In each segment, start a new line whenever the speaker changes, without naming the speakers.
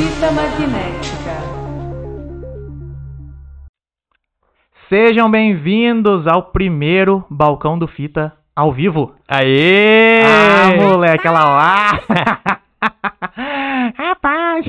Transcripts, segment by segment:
Onda magnética.
Sejam bem-vindos ao primeiro Balcão do Fita ao vivo.
Aê!
Ah, moleque, olha lá. Rapaz!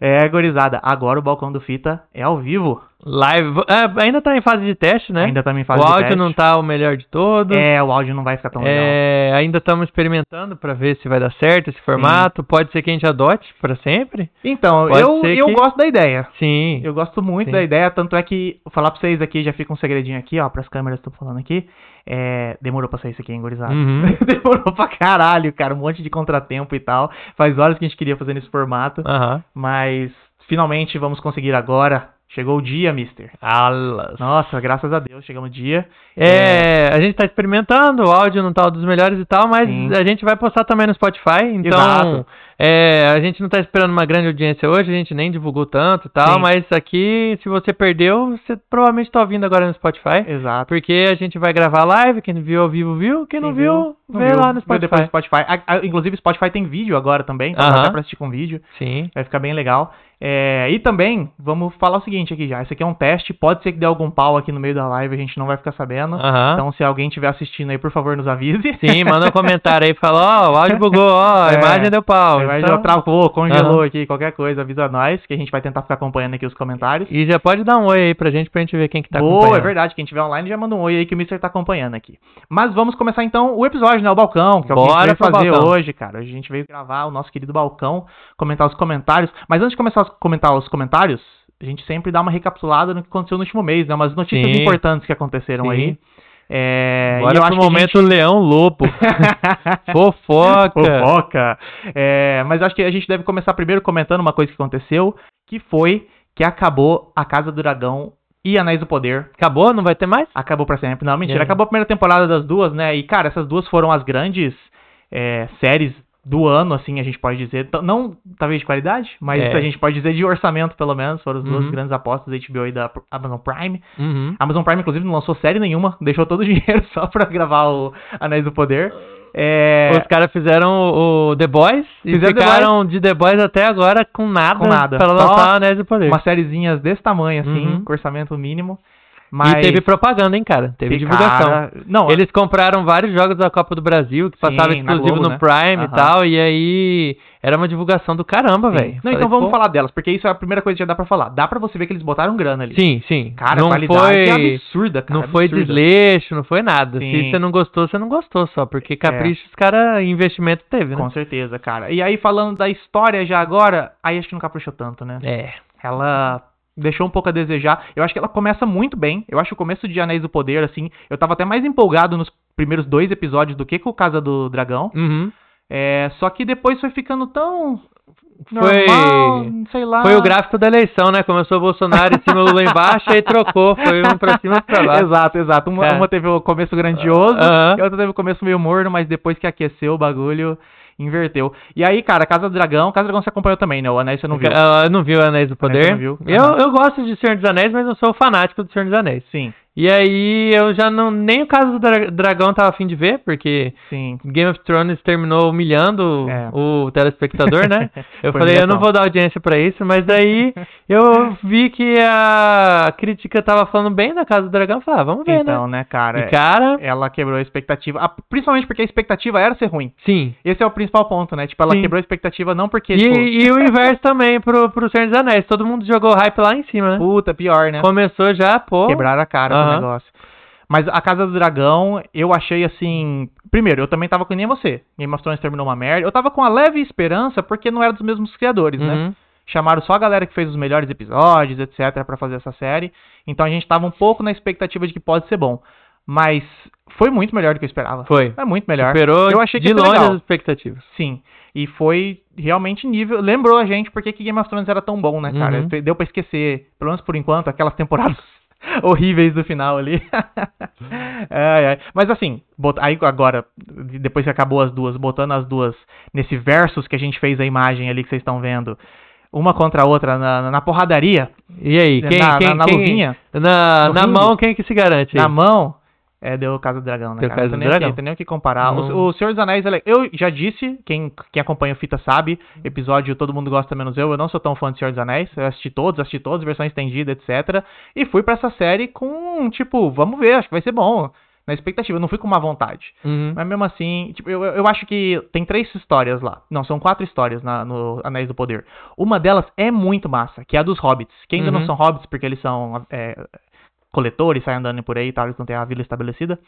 É, gurizada, agora o Balcão do Fita é ao vivo.
Live. Ah, ainda tá em fase de teste, né?
Ainda tá em
o
fase de
áudio
teste.
não tá o melhor de todos.
É, o áudio não vai ficar tão legal.
É, ainda estamos experimentando pra ver se vai dar certo esse formato. Pode ser que a gente adote pra sempre.
Então,
Pode
eu,
ser
eu
que-
gosto da ideia.
Sim.
Eu gosto muito
Sim.
da ideia, tanto é que, vou falar pra vocês aqui, já fica um segredinho aqui, ó, pras câmeras que eu tô falando aqui. É, demorou pra sair isso aqui, hein, gurizada?
Uhum.
demorou pra caralho, cara, um monte de contratempo e tal. Faz horas que a gente queria fazer nesse formato,
Aham.
mas finalmente vamos conseguir agora. Chegou o dia, mister.
Alas.
Nossa, graças a Deus, chegamos o dia.
É, a gente tá experimentando, o áudio não tá dos melhores e tal, mas
Sim.
a gente vai postar também no Spotify, então
Exato.
é, a gente não tá esperando uma grande audiência hoje, a gente nem divulgou tanto e tal,
Sim.
mas aqui, se você perdeu, você provavelmente tá ouvindo agora no Spotify,
É, Exato.
porque a gente vai gravar live, quem viu ao vivo viu, quem não
Quem
viu,
Não
vê
viu?
lá no
Vê depois no
Spotify.
Spotify. A- a- inclusive, o Spotify tem vídeo agora também, então
Aham.
dá até pra assistir com vídeo.
Sim,
Vai ficar bem legal. É, e também, vamos falar o seguinte aqui já. Esse aqui é um teste. Pode ser que dê algum pau aqui no meio da live, a gente não vai ficar sabendo.
aham.
Então, se alguém estiver assistindo aí, por favor, nos avise.
Sim, manda um comentário aí, fala, ó, o áudio bugou, ó, a
É,
imagem deu pau.
Vai,
então-
Travou, congelou
Aham.
aqui, qualquer coisa, avisa nós, que a gente vai tentar ficar acompanhando aqui os comentários.
E já pode dar um oi aí pra gente, pra gente ver quem que tá
Boa,
acompanhando.
é verdade. Quem tiver online já manda um oi aí que o Mister tá acompanhando aqui. Mas vamos começar então o episódio, né? O balcão, que é o que a
Bora
gente
pro
veio fazer
balcão.
hoje, cara. Hoje a gente veio gravar o nosso querido balcão, comentar os comentários. Mas antes de começar a comentar os comentários, a gente sempre dá uma recapitulada no que aconteceu no último mês, né? Umas notícias
Sim.
importantes que aconteceram
Sim.
aí. É, e
Bora
eu
pro
acho que a
momento Leão Lobo.
gente-
Fofoca.
Fofoca. É, mas acho que a gente deve começar primeiro comentando uma coisa que aconteceu, que foi que acabou a Casa do Dragão e Anéis do Poder
Acabou? Não vai ter mais?
Acabou pra sempre. Não, mentira.
É.
Acabou a primeira temporada das duas, né? E, cara, essas duas foram as grandes é, séries do ano, assim, a gente pode dizer. T- Não, talvez de qualidade, mas
É.
a gente pode dizer de orçamento, pelo menos. Foram as duas
Uhum.
grandes apostas da HBO e da Pro- Amazon Prime.
Uhum.
A Amazon Prime, inclusive, não lançou série nenhuma. Deixou todo o dinheiro só pra gravar o Anéis do Poder. É,
Os caras fizeram o, o The Boys e
Fizeram The
ficaram de The Boys até agora com nada,
Com nada.
pra
Só
lançar o Anéis do Poder.
umas sériezinhas desse tamanho, assim,
Uhum.
com orçamento mínimo. Mas...
E teve propaganda, hein, cara? Teve divulgação.
Cara, Não, assim,
Eles compraram vários jogos da Copa do Brasil que
Sim,
passavam
na
exclusivo
Globo,
no
né?
Prime e
Aham.
tal, e aí era uma divulgação do caramba,
sim.
velho.
Não, então vamos falar delas, porque isso é a primeira coisa que já dá pra falar. Dá pra você ver que eles botaram grana ali.
Sim, sim.
Cara,
não
a qualidade é
foi,
absurda, cara.
não foi
absurda.
desleixo, não foi nada.
Sim. É.
Se você não gostou, você não gostou só, porque capricho os caras investimento teve, né?
Com certeza, cara. E aí, falando da história já agora, aí acho que não caprichou tanto, né?
É.
Ela deixou um pouco a desejar. Eu acho que ela começa muito bem. Eu acho que o começo de Anéis do Poder, assim, eu tava até mais empolgado nos primeiros dois episódios do que com o Casa do Dragão.
Uhum.
É, só que depois foi ficando tão
Foi-
normal, sei lá.
Foi o gráfico da eleição, né? Começou o Bolsonaro em cima, Lula embaixo, aí trocou. Foi um pra cima e pra baixo.
Exato, exato. Uma,
É.
uma teve o começo grandioso,
Aham.
e a outra teve o começo meio morno, mas depois que aqueceu o bagulho, inverteu. E aí, cara, Casa do Dragão, Casa do Dragão você acompanhou também, né? O Anéis você não viu.
Ah, não viu Anéis do
Anéis
Poder?
não viu.
Eu,
Aham.
eu gosto de Senhor dos Anéis, mas não sou fanático do Senhor dos Anéis.
Sim,
E aí eu já não. Nem o caso do Dra- Dragão tava afim de ver, porque
sim.
Game of Thrones terminou humilhando
É.
o telespectador, né? Eu
Foi
falei, eu não
humilhação.
vou dar audiência pra isso, mas daí eu vi que a crítica tava falando bem da Casa do Dragão. Eu falei, ah, vamos ver,
Então,
né?
né,
E
cara,
cara,
ela quebrou a expectativa, ah, principalmente porque a expectativa era ser ruim.
sim.
Esse é o principal ponto, né? Tipo, ela
Sim.
quebrou a expectativa não porque, tipo,
E, né? e o inverso também pro, pro Senhor dos Anéis. Todo mundo jogou hype lá em cima, né?
puta, pior, né?
Começou já, pô.
Quebraram a cara do
Aham.
negócio. Mas a Casa do Dragão, eu achei assim. Primeiro, eu também tava com nem você. Game of Thrones terminou uma merda. Eu tava com a leve esperança porque não era dos mesmos criadores, né?
Uhum.
Chamaram só a galera que fez os melhores episódios, etc, pra fazer essa série. Então a gente tava um pouco na expectativa de que pode ser bom. Mas foi muito melhor do que eu esperava.
Foi.
É muito melhor.
Superou
eu achei que
de
ia ser
longe
legal.
as expectativas.
Sim. E foi realmente nível. Lembrou a gente porque que Game of Thrones era tão bom, né, cara?
Uhum.
Deu pra esquecer, pelo menos por enquanto, aquelas temporadas horríveis do final ali. Ai, ai. Mas assim, bot- aí agora, depois que acabou as duas, botando as duas nesse versus que a gente fez a imagem ali que vocês estão vendo, uma contra a outra na, na porradaria,
E aí, quem,
na,
quem,
na, na
quem-
luvinha,
Na,
No
na
ringue?
mão, quem que se garante? aí?
na mão, É, deu Casa do Dragão, né,
Deu
cara?
Casa
Não tem
do
nem o que-
Dragão.
tem nem o que comparar.
Não.
O, o Senhor dos Anéis, ele- é, eu já disse, quem, quem acompanha o Fita sabe, episódio Todo Mundo Gosta Menos Eu, eu não sou tão fã de Senhor dos Anéis, eu assisti todos, assisti todas, versão estendida, etc. E fui pra essa série com, tipo, vamos ver, acho que vai ser bom, na expectativa, eu não fui com má vontade.
Uhum.
Mas mesmo assim, tipo, eu, eu eu acho que tem três histórias lá. Não, são quatro histórias na- no Anéis do Poder. Uma delas é muito massa, que é a dos hobbits. Que ainda
Uhum.
não são hobbits, porque eles são é, coletores, saem andando por aí e tal, eles não têm a vila estabelecida.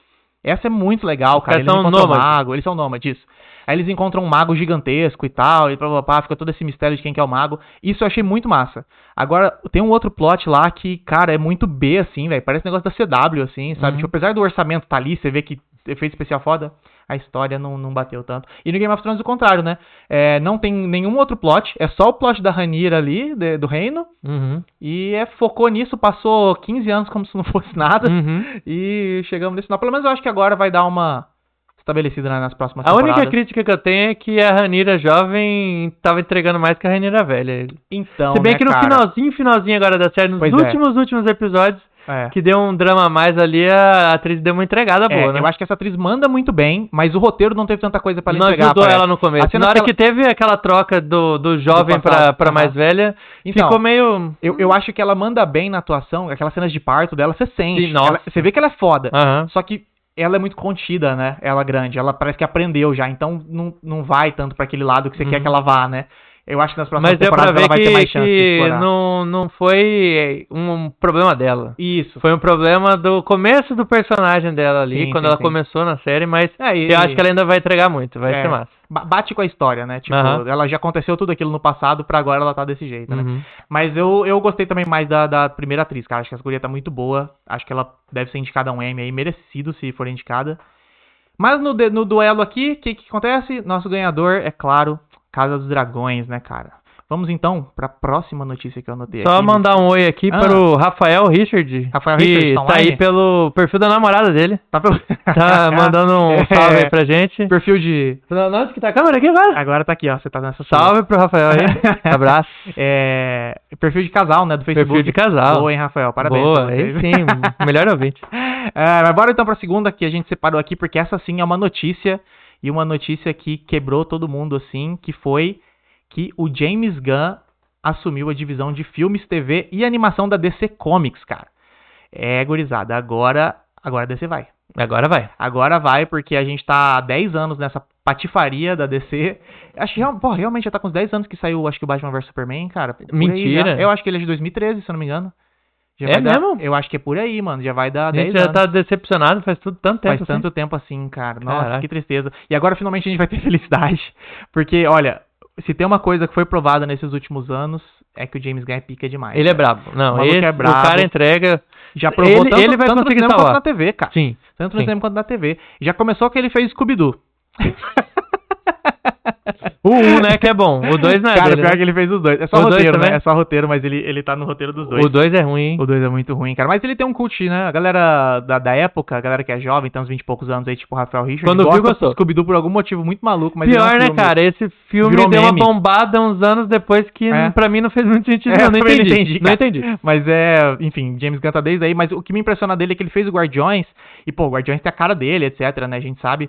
Essa é muito legal, cara.
caras
Eles
são
encontram um
nômades.
mago, eles são nômades. Aí eles encontram um mago gigantesco e tal, e pá, pá, pá, fica todo esse mistério de quem que é o mago. Isso eu achei muito massa. Agora, tem um outro plot lá que, cara, é muito B, assim, velho. Parece negócio da CW, assim, sabe?
Uhum.
Tipo, apesar do orçamento tá ali, você vê que efeito especial foda, a história não, não bateu tanto. E no Game of Thrones, o contrário, né? É, não tem nenhum outro plot, é só o plot da Ranira ali, de- do reino.
Uhum.
E é, focou nisso, passou 15 anos como se não fosse nada.
Uhum.
E chegamos nesse final. Pelo menos eu acho que agora vai dar uma estabelecida né, nas próximas
A única
temporadas.
crítica que eu tenho é que a Ranira jovem tava entregando mais que a Ranira velha.
Então,
Se bem
né,
que no
cara?
finalzinho, finalzinho agora da série, nos
Pois é.
últimos, últimos episódios,
É.
que deu um drama a mais ali, a atriz deu uma entregada
É,
boa, né?
Eu acho que essa atriz manda muito bem, mas o roteiro não teve tanta coisa pra ela
não
entregar.
ajudou
parece.
ela no começo.
A cena
Na hora
que
que teve aquela troca do, do jovem pra,
passado,
pra
aham.
mais velha,
Então,
ficou meio...
eu, eu acho que ela manda bem na atuação, aquelas cenas de parto dela, você sente.
Sim, nossa.
Ela- você vê que ela é foda.
Aham.
Só que ela é muito contida, né? Ela grande. Ela parece que aprendeu já, então não, não vai tanto pra aquele lado que você
Uhum.
quer que ela vá, né? Eu acho que nas próximas
Mas deu pra
temporadas
ver
ela vai ter
que,
mais chance de
que
explorar.
não, não foi um problema dela.
Isso.
Foi um problema do começo do personagem dela ali,
Sim,
quando
sim,
ela
sim.
começou na série, mas
É, e-
eu acho que ela ainda vai entregar muito, vai
É.
ser massa.
ba- Bate com a história, né? Tipo,
Aham.
ela já aconteceu tudo aquilo no passado, pra agora ela tá desse jeito, né?
Uhum.
Mas eu, eu gostei também mais da, da primeira atriz, cara. Acho que a guria tá muito boa. Acho que ela deve ser indicada a um M aí, merecido se for indicada. Mas no, de- no duelo aqui, o que, que acontece? Nosso ganhador, é claro, Casa dos Dragões, né, cara? Vamos então pra próxima notícia que eu anotei
Só
aqui.
mandar um oi aqui
Ah.
para o Rafael Richard,
Rafael
que
Richard, tá
tá aí
online?
pelo perfil da namorada dele.
Tá pelo-
Tá mandando um salve aí pra gente.
Perfil de.
Onde que tá a câmera aqui agora?
Agora tá aqui, ó. Você tá nessa sala.
Salve pro Rafael aí. Abraço.
É, Perfil de casal, né? Do Facebook.
Perfil de casal.
Boa, hein, Rafael? Parabéns. pra
Boa, aí
vocês.
sim. um Melhor ouvinte.
É, mas bora então pra segunda que a gente separou aqui, porque essa sim é uma notícia, e uma notícia que quebrou todo mundo, assim, que foi que o James Gunn assumiu a divisão de filmes, TV e animação da DC Comics, cara. É, gurizada, agora, agora a DC vai.
Agora vai.
Agora vai, porque a gente tá há 10 anos nessa patifaria da DC. Acho que, real- pô, realmente já tá com uns 10 anos que saiu, acho que o Batman vs Superman, cara. Por aí
Mentira.
já. Eu acho que ele é de 2013, se eu não me engano. Já
É
vai dar-
mesmo?
eu acho que é por aí, mano. Já vai dar
A
10
gente
anos.
já tá decepcionado faz tudo tanto tempo.
Faz
assim.
tanto tempo assim, cara. Nossa,
Caraca.
que tristeza. E agora finalmente a gente vai ter felicidade. Porque, olha, se tem uma coisa que foi provada nesses últimos anos, é que o James Gunn é pica demais.
Ele é
cara.
brabo.
O
Não,
maluco
ele
é brabo.
O cara entrega.
Já provou
Ele-
tanto,
ele vai
tanto no
conseguir
cinema quanto
salvar.
na TV, cara.
Sim.
Tanto no
sim.
cinema quanto na TV. Já começou que ele fez Scooby-Doo.
O 1, né, que é bom. O 2 não é
Cara,
dele,
pior
né?
que ele fez os dois. É só
Os dois
roteiro, né?
também?
É só roteiro, mas ele, ele tá no roteiro dos dois.
O 2 é ruim, hein?
O 2 é muito ruim, cara. Mas ele tem um cult, né? A galera da, da época, a galera que é jovem, tem uns 20 e poucos anos aí, tipo o Rafael Richard.
Quando viu,
gosta do
gostou.
Scooby-Doo por algum motivo muito maluco, mas ele não
Pior, né,
é filme.
cara? Esse filme
Virou
deu uma
meme.
bombada uns anos depois que
É.
pra mim não fez muito sentido.
É,
não,
eu
não
também
entendi.
não entendi,
Não
cara.
entendi.
Mas é, enfim, James Gunn tá desde aí, mas o que me impressiona dele é que ele fez o Guardiões, e pô, o Guardiões tem a cara dele, etc, né, a gente sabe.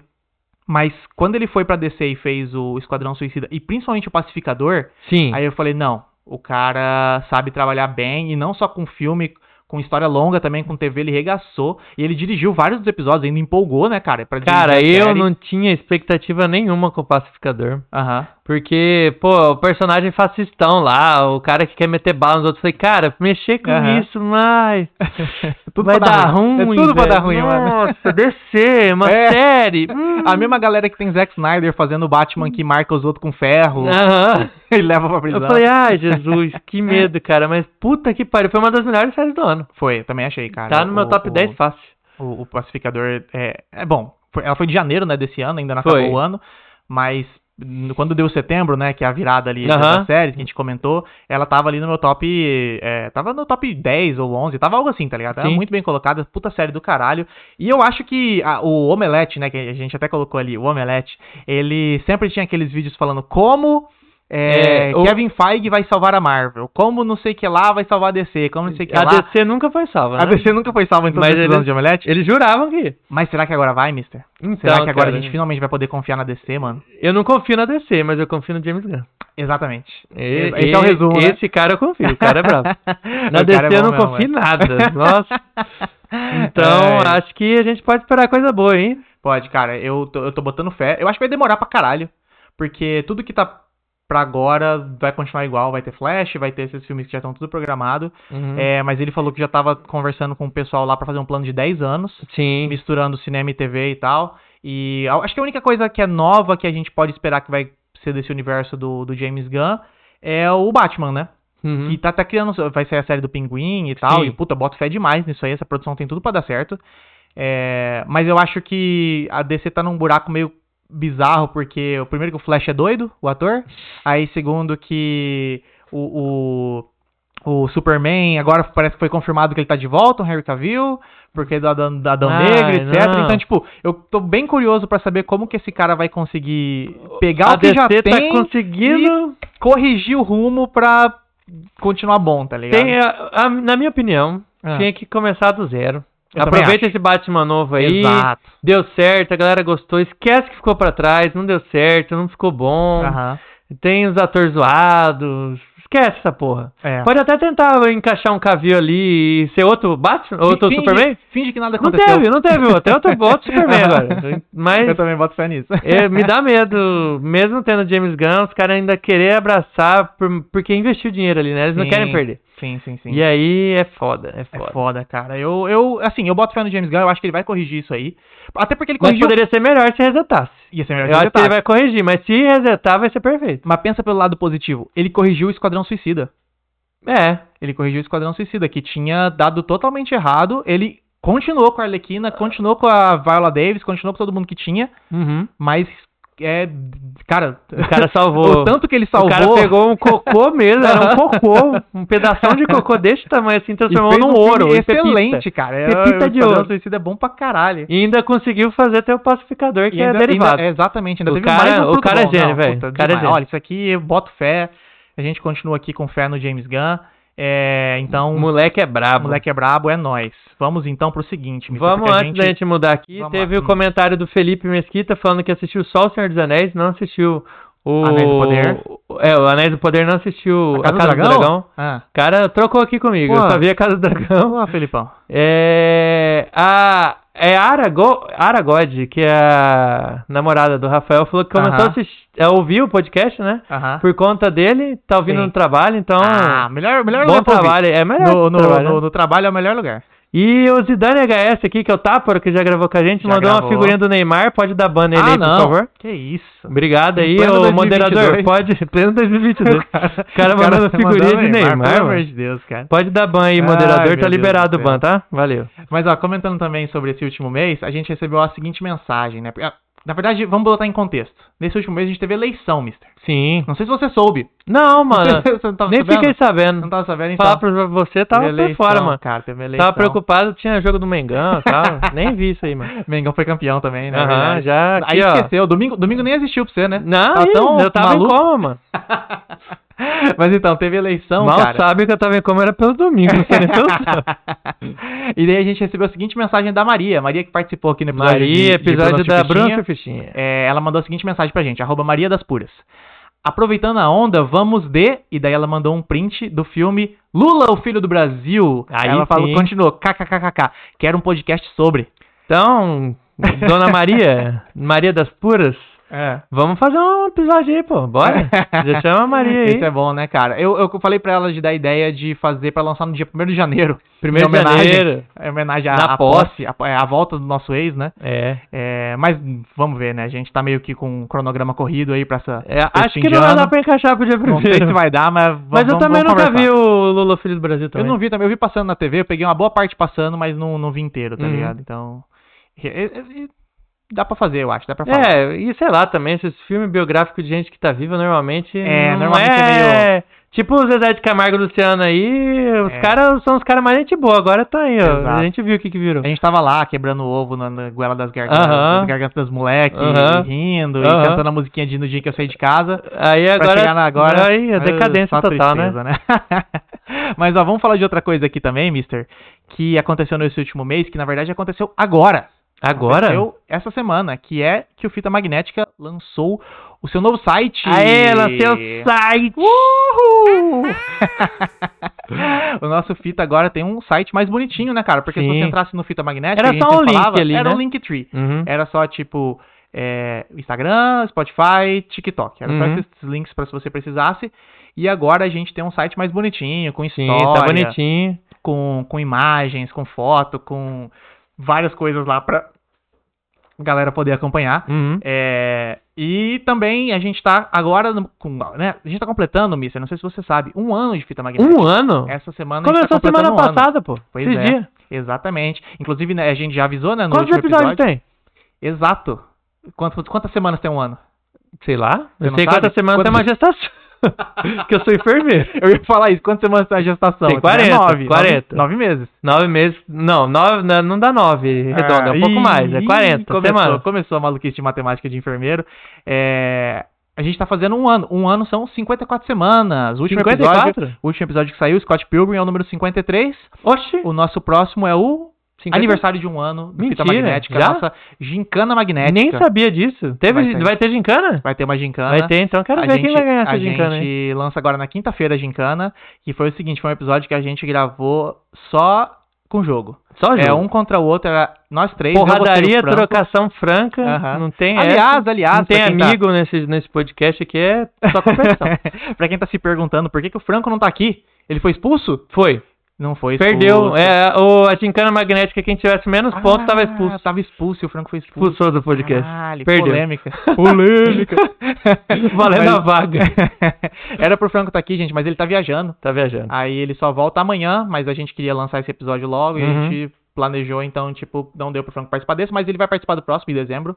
Mas quando ele foi pra DC e fez o Esquadrão Suicida, e principalmente o Pacificador,
Sim.
aí eu falei, não, o cara sabe trabalhar bem, e não só com filme, com história longa também, com TV, ele regaçou, e ele dirigiu vários dos episódios, ainda empolgou, né, cara, pra dirigir
Cara,
a
eu
série.
não tinha expectativa nenhuma com o Pacificador.
Aham,
Porque, pô, é o personagem fascistão lá, o cara que quer meter bala nos outros. Falei, cara, mexer com
Aham.
isso, mas.
Tudo
vai
pra dar
dar ruim.
ruim. É tudo pra
velho.
dar ruim, mano.
Nossa, descer, uma
É.
série. Hum.
A mesma galera que tem Zack Snyder fazendo o Batman que marca os outros com ferro,
Aham.
e leva pra prisão.
Eu falei, "Ah, ai, Jesus, que medo, cara. Mas puta que pariu, foi uma das melhores séries do ano.
Foi, eu também achei, cara.
Tá no meu
O-
top
o-
10 fácil.
O, o Pacificador é, é bom. Foi- ela foi de janeiro, né, desse ano, ainda não
Foi.
acabou o ano. Mas n- quando deu setembro, né, que é a virada ali
Aham.
da série, que a gente comentou, ela tava ali no meu top. É, tava no top 10 ou 11, tava algo assim, tá ligado? Tava
Sim.
muito bem colocada, puta série do caralho. E eu acho que a- o Omelete, né, que a gente até colocou ali, o Omelete, ele sempre tinha aqueles vídeos falando como. É,
É, o-
Kevin Feige vai salvar a Marvel. Como não sei que lá vai salvar a DC. Como não sei que
a
lá.
DC nunca foi salva, né?
A DC nunca foi salva em todos
Mas
esses
ele-
anos de Omelete.
Eles juravam que.
Mas será que agora vai, mister?
Então,
Será que agora
cara,
a gente finalmente vai poder confiar na DC, mano?
Eu não confio na DC, mas eu confio no James Gunn.
Exatamente.
E-
Esse é o
e-
resumo, né?
Esse cara eu confio, o cara é bravo. Na
O cara é
DC eu
bom mesmo,
não
né?
confio em
velho.
nada. Nossa. Então,
Ai.
acho que a gente pode esperar coisa boa, hein?
Pode, cara, eu tô, eu tô botando fé. Eu acho que vai demorar pra caralho. Porque tudo que tá pra agora vai continuar igual. Vai ter Flash, vai ter esses filmes que já estão tudo programado.
Uhum.
É, mas ele falou que já tava conversando com o pessoal lá pra fazer um plano de 10 anos.
Sim.
Misturando cinema e TV e tal. E a- acho que a única coisa que é nova que a gente pode esperar que vai ser desse universo do, do James Gunn é o Batman, né?
Uhum.
Que tá até criando. Vai sair a série do Pinguim e tal.
Sim.
E puta, boto fé demais nisso aí. Essa produção tem tudo pra dar certo. É, mas eu acho que a DC tá num buraco meio bizarro, porque o primeiro que o Flash é doido, o ator. Aí, segundo, que o. o... o Superman, agora parece que foi confirmado que ele tá de volta, o Henry Cavill, porque do Adão, do Adão
Ai,
Negro, etc.
não.
Então, tipo, eu tô bem curioso pra saber como que esse cara vai conseguir pegar
a
o que
DC
já
tá
tem
conseguindo.
corrigir o rumo pra continuar bom, tá ligado?
Tem, a- a- na minha opinião,
Ah.
tinha que começar do zero.
Eu também
Aproveita esse Batman novo aí.
Exato.
Deu certo, a galera gostou. Esquece que ficou pra trás, não deu certo, não ficou bom.
Aham.
Tem os atores zoados. Esquece essa porra.
É.
Pode até tentar encaixar um cavio ali e ser outro Batman, outro
Finge-
Superman.
Finge que nada
Não
aconteceu.
teve, não teve outro. É outro, outro Superman
Aham.
agora. Mas
Eu também boto fé nisso.
é, me dá medo, mesmo tendo James Gunn, os caras ainda querer abraçar por- porque investiu dinheiro ali, né? Eles não
Sim,
querem perder.
Sim, sim, sim.
E aí é foda, é
É
foda.
foda, cara. Eu, eu, assim, eu boto fé no James Gunn, eu acho que ele vai corrigir isso aí. Até porque ele
Mas
corrigiu...
poderia ser melhor se resetasse.
Ia ser melhor
Eu
que
acho que
detalhe.
ele vai corrigir, mas se resetar vai ser perfeito.
Mas pensa pelo lado positivo. Ele corrigiu o Esquadrão Suicida.
É,
Ele corrigiu o Esquadrão Suicida, que tinha dado totalmente errado. Ele continuou com a Arlequina, continuou com a Viola Davis, continuou com todo mundo que tinha.
uhum.
Mas, é... Cara...
o cara salvou.
O tanto que ele salvou...
O cara pegou um cocô mesmo, era um cocô, um pedação de cocô desse tamanho assim,
E
transformou
fez
num
um filme
ouro. em
Excelente,
pepita.
cara. É,
Pepita
o
de
Esquadrão
ouro.
Suicida é bom pra caralho.
E ainda conseguiu fazer até o pacificador, que
E ainda-
é derivado.
ainda- é, exatamente, ainda
O
teve
cara-
mais um
o
fruto
cara é
bom.
gênio,
Não,
velho.
puta,
O cara é
demais.
gênio.
Olha, isso aqui eu boto fé. A gente continua aqui com fé no James Gunn. É, então,
O moleque é
o
brabo.
moleque é brabo, é nós. Vamos então pro seguinte, Mr.
Vamos
porque a
antes da gente mudar aqui.
Vamos
teve
lá.
o comentário do Felipe Mesquita falando que assistiu só o Senhor dos Anéis, não assistiu o.
Anéis do Poder.
o- É, o Anéis do Poder não assistiu
A Casa, do Dragão? Ah,
O cara trocou aqui comigo.
Pô.
Eu só vi a Casa do Dragão.
vamos lá, Felipão.
É. A. É a Arago, Aragod, que é a namorada do Rafael, falou que começou
Aham.
a, assistir, a ouvir o podcast, né?
Aham.
Por conta dele, tá ouvindo
Sim.
no trabalho, então.
ah, melhor, melhor
bom
lugar pra ouvir.
trabalho. É melhor
No, no,
trabalho, né?
no- no trabalho é o melhor lugar.
E o Zidane HS aqui, que é o Tápora, que já gravou com a gente,
Já
mandou
gravou.
uma figurinha do Neymar. Pode dar ban nele
ah,
aí,
não.
por favor.
Que isso.
Obrigado aí,
Pleno
ô
2022.
moderador. Pode, pleno 2022. O cara mandando figurinha de Neymar.
Pelo amor
mano.
de Deus, cara.
Pode dar ban
Ai,
aí, moderador.
meu
tá
Deus
liberado
do
o
céu.
ban, tá? Valeu.
Mas, ó, comentando também sobre esse último mês, a gente recebeu a seguinte mensagem, né? Porque, ah, Na verdade, vamos botar em contexto. Nesse último mês a gente teve eleição, mister.
Sim.
Não sei se você soube.
Não, mano.
você não tava
nem
sabendo?
fiquei
Não
sabendo.
tava sabendo, então.
Falar pra você, tava
Teve
por fora,
eleição,
mano.
Cara, teve eleição.
Tava preocupado, tinha jogo do Mengão e tal. nem vi isso aí, mano.
Mengão foi campeão também, né?
Aham,
Verdade.
já aqui,
Aí
ó.
esqueceu. Domingo, domingo nem assistiu pra você, né?
Não,
Tá
ih,
tão
eu tava
maluco.
em coma, mano.
Mas então, teve eleição,
Mal
cara.
sabe que eu tava em coma era pelo domingo, você nem pensava.
e daí a gente recebeu a seguinte mensagem da Maria. Maria que participou aqui no episódio de,
Maria,
de
episódio
Bruna
da
Surfistinha.
Bruna Surfistinha.
É, ela mandou a seguinte mensagem pra gente, arroba Maria das Puras. Aproveitando a onda, vamos de... E daí ela mandou um print do filme Lula, o Filho do Brasil.
Aí
ela falou,
sim.
continuou, kkkk, quero um podcast sobre.
Então, Dona Maria, Maria das Puras,
É.
vamos fazer um episódio aí, pô. Bora. Já chama a Maria aí.
Isso é bom, né, cara? Eu, eu falei pra ela de dar a ideia de fazer pra lançar no dia 1 de janeiro.
Primeiro
Em
de
homenagem-
janeiro.
Em homenagem à
Na
à posse, à é, à volta do nosso ex, né?
É.
É, mas vamos ver, né? A gente tá meio que com um cronograma corrido aí pra essa.
É,
pra esse
acho
fim
que
de
não vai
ano.
dar pra encaixar pro dia primeiro.
Não sei se vai dar, mas vamos
Mas eu
vamos-
também
vamos
nunca
conversar.
vi o Lula Filho do Brasil também.
Eu não vi também, eu vi passando na TV, eu peguei uma boa parte passando, mas não, não vi inteiro, tá
Uhum.
ligado? Então. e- e- e- dá pra fazer, eu acho, dá pra falar.
É, e sei lá também, esses filmes biográficos de gente que tá viva normalmente.
É,
não
normalmente é
é Tipo o Zezé de Camargo e Luciano aí, os
É.
caras são os caras mais gente boa, agora tá aí, ó.
Exato.
A gente viu o que que virou.
A gente tava lá quebrando o ovo na, na goela das gargantas,
Aham.
das, gargantas dos moleques,
Aham.
e rindo,
Aham.
e cantando a musiquinha de no dia que eu saí de casa.
Aí
Pra
agora,
chegar na agora.
aí a
eh,
decadência
só
total, né?
tristeza, Mas ó, vamos falar de outra coisa aqui também, mister, que aconteceu nesse último mês, que na verdade aconteceu agora.
Agora?
Aconteceu essa semana, que é que o Fita Magnética lançou o seu novo site.
Aê, lancei o site! Uhul!
o nosso Fita agora tem um site mais bonitinho, né, cara? Porque se
Sim.
você entrasse no Fita Magnética,
Era
que a gente
só um
sempre
link
falava,
ali,
era
né?
um Linktree.
Uhum.
Era só tipo é, Instagram, Spotify, TikTok. Era só
Uhum.
esses links pra se você precisasse. E agora a gente tem um site mais bonitinho, com
Sim,
história,
tá bonitinho.
com, com imagens, com foto, com várias coisas lá pra galera poder acompanhar.
Uhum.
É, e também a gente tá agora no- com, né, a gente tá completando, Mister, não sei se você sabe, um ano de fita magnética.
Um ano?
Essa semana a gente tá
Começou
completando
semana
um ano.
passada, pô.
Pois
Esse
é.
dia.
Exatamente. Inclusive, né, a gente já avisou, né, no
Quantos
último
episódios
episódio.
tem?
Exato. Quantas, quantas semanas tem um ano?
Sei lá.
Você
Eu
não
sei
sabe?
quantas semanas tem
Quantas-
uma gestação. que eu sou enfermeiro.
Eu ia falar isso. Quantas semanas tem a gestação?
Tem
Então é
40,
nove, Nove,
40.
nove meses.
Nove meses. Não, nove, não, não dá nove. Redonda, é um
Ah,
pouco
ih,
mais. É
ih,
40
começou,
semanas.
Começou a maluquice de matemática de enfermeiro. É, a gente tá fazendo um ano. Um ano são 54 semanas. O último episódio...
54?
O último episódio que saiu, Scott Pilgrim, é o número 53.
Oxi.
O nosso próximo é o
50?
aniversário de um ano do Fita
Mentira,
Magnética.
já?
Nossa gincana magnética.
Nem sabia disso. Teve,
Vai
vai,
ter.
ter gincana?
Vai ter uma gincana.
Vai ter, então. Quero
a
ver
gente,
quem vai ganhar
a
essa gincana aí.
gente lança agora na quinta-feira a gincana, que foi o seguinte, foi um episódio que a gente gravou só com jogo.
Só
É
jogo.
um contra o outro, era nós três. eu botei o
Porradaria,
Franco.
trocação franca.
Aham.
Não tem essa.
Aliás, aliás,
não tem
pra quem tá-
amigo nesse, nesse podcast aqui, é só competição.
pra quem tá se perguntando por que, que o Franco não tá aqui, ele foi expulso?
Foi.
Não foi expulso. Ah.
Perdeu. É, o, a gincana magnética, quem tivesse menos pontos, tava expulso.
Tava expulso e o Franco foi expulso.
Expulsou do podcast.
Caralho,
Perdeu.
polêmica.
Polêmica. Valendo
Mas-
a vaga.
Era pro Franco tá aqui, gente, mas ele tá viajando.
Tá viajando.
Aí ele só volta amanhã, mas a gente queria lançar esse episódio logo e a
Uhum.
gente planejou, então, tipo, não deu pro Franco participar desse, mas ele vai participar do próximo, em dezembro.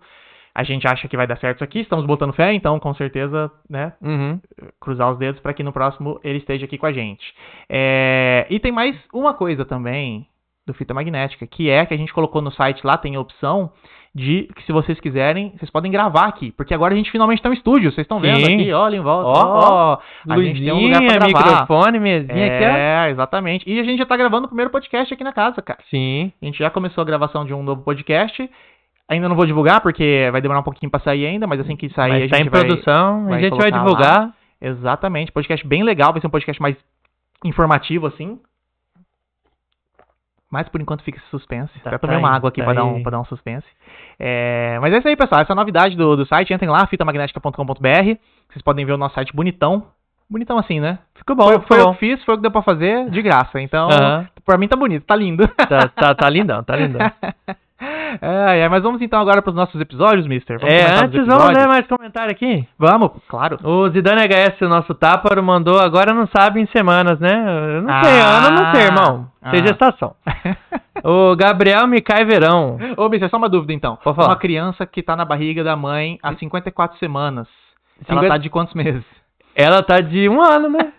A gente acha que vai dar certo isso aqui, estamos botando fé, então, com certeza, né,
Uhum.
cruzar os dedos para que no próximo ele esteja aqui com a gente. É, E tem mais uma coisa também do fita magnética, que é que a gente colocou no site lá, tem a opção de que se vocês quiserem, vocês podem gravar aqui, porque agora a gente finalmente tá no estúdio, vocês estão vendo
Sim.
aqui, olha em volta,
Ó,
ó, a gente tem um lugar pra
Luzinha,
gravar.
microfone, mesinha aqui.
É, exatamente. E a gente já tá gravando o primeiro podcast aqui na casa, cara.
ó. Sim.
A gente já começou a gravação de um novo podcast. Ainda não vou divulgar, porque vai demorar um pouquinho pra sair ainda, mas assim que sair a
Mas
gente
tá em
vai...
produção,
vai
a gente vai
colocar lá.
divulgar.
Exatamente. Podcast bem legal, vai ser um podcast mais informativo, assim. Mas por enquanto fica esse suspense. Até
Tá, tá
tomei uma
aí,
água aqui
tá
pra, dar um,
aí.
pra dar um suspense. É, Mas é isso aí, pessoal. Essa é a novidade do, do site. Entrem lá, fitamagnética.com.br. Vocês podem ver o nosso site bonitão. Bonitão assim, né?
Ficou bom,
foi
ficou
foi o
bom.
que fiz, foi o que deu pra fazer, de graça. Então,
Aham.
Pra mim tá bonito, tá lindo.
tá, tá, tá lindão, tá lindão.
é, é, mas vamos então agora pros nossos episódios, mister. Vamos
É,
comentar dos
antes vamos
episódios?
ler mais comentário aqui.
Vamos, claro.
O Zidane HS, o nosso táparo, mandou agora não sabe em semanas, né? Eu não
Ah.
sei, ano eu não sei, irmão. Tem
Ah.
gestação. O Gabriel Micai Verão.
Ô, mister, só uma dúvida então.
Pode falar.
Uma criança que tá na barriga da mãe há 54 semanas. Ela
Cinquenta-
tá de quantos meses?
Ela tá de um ano, né?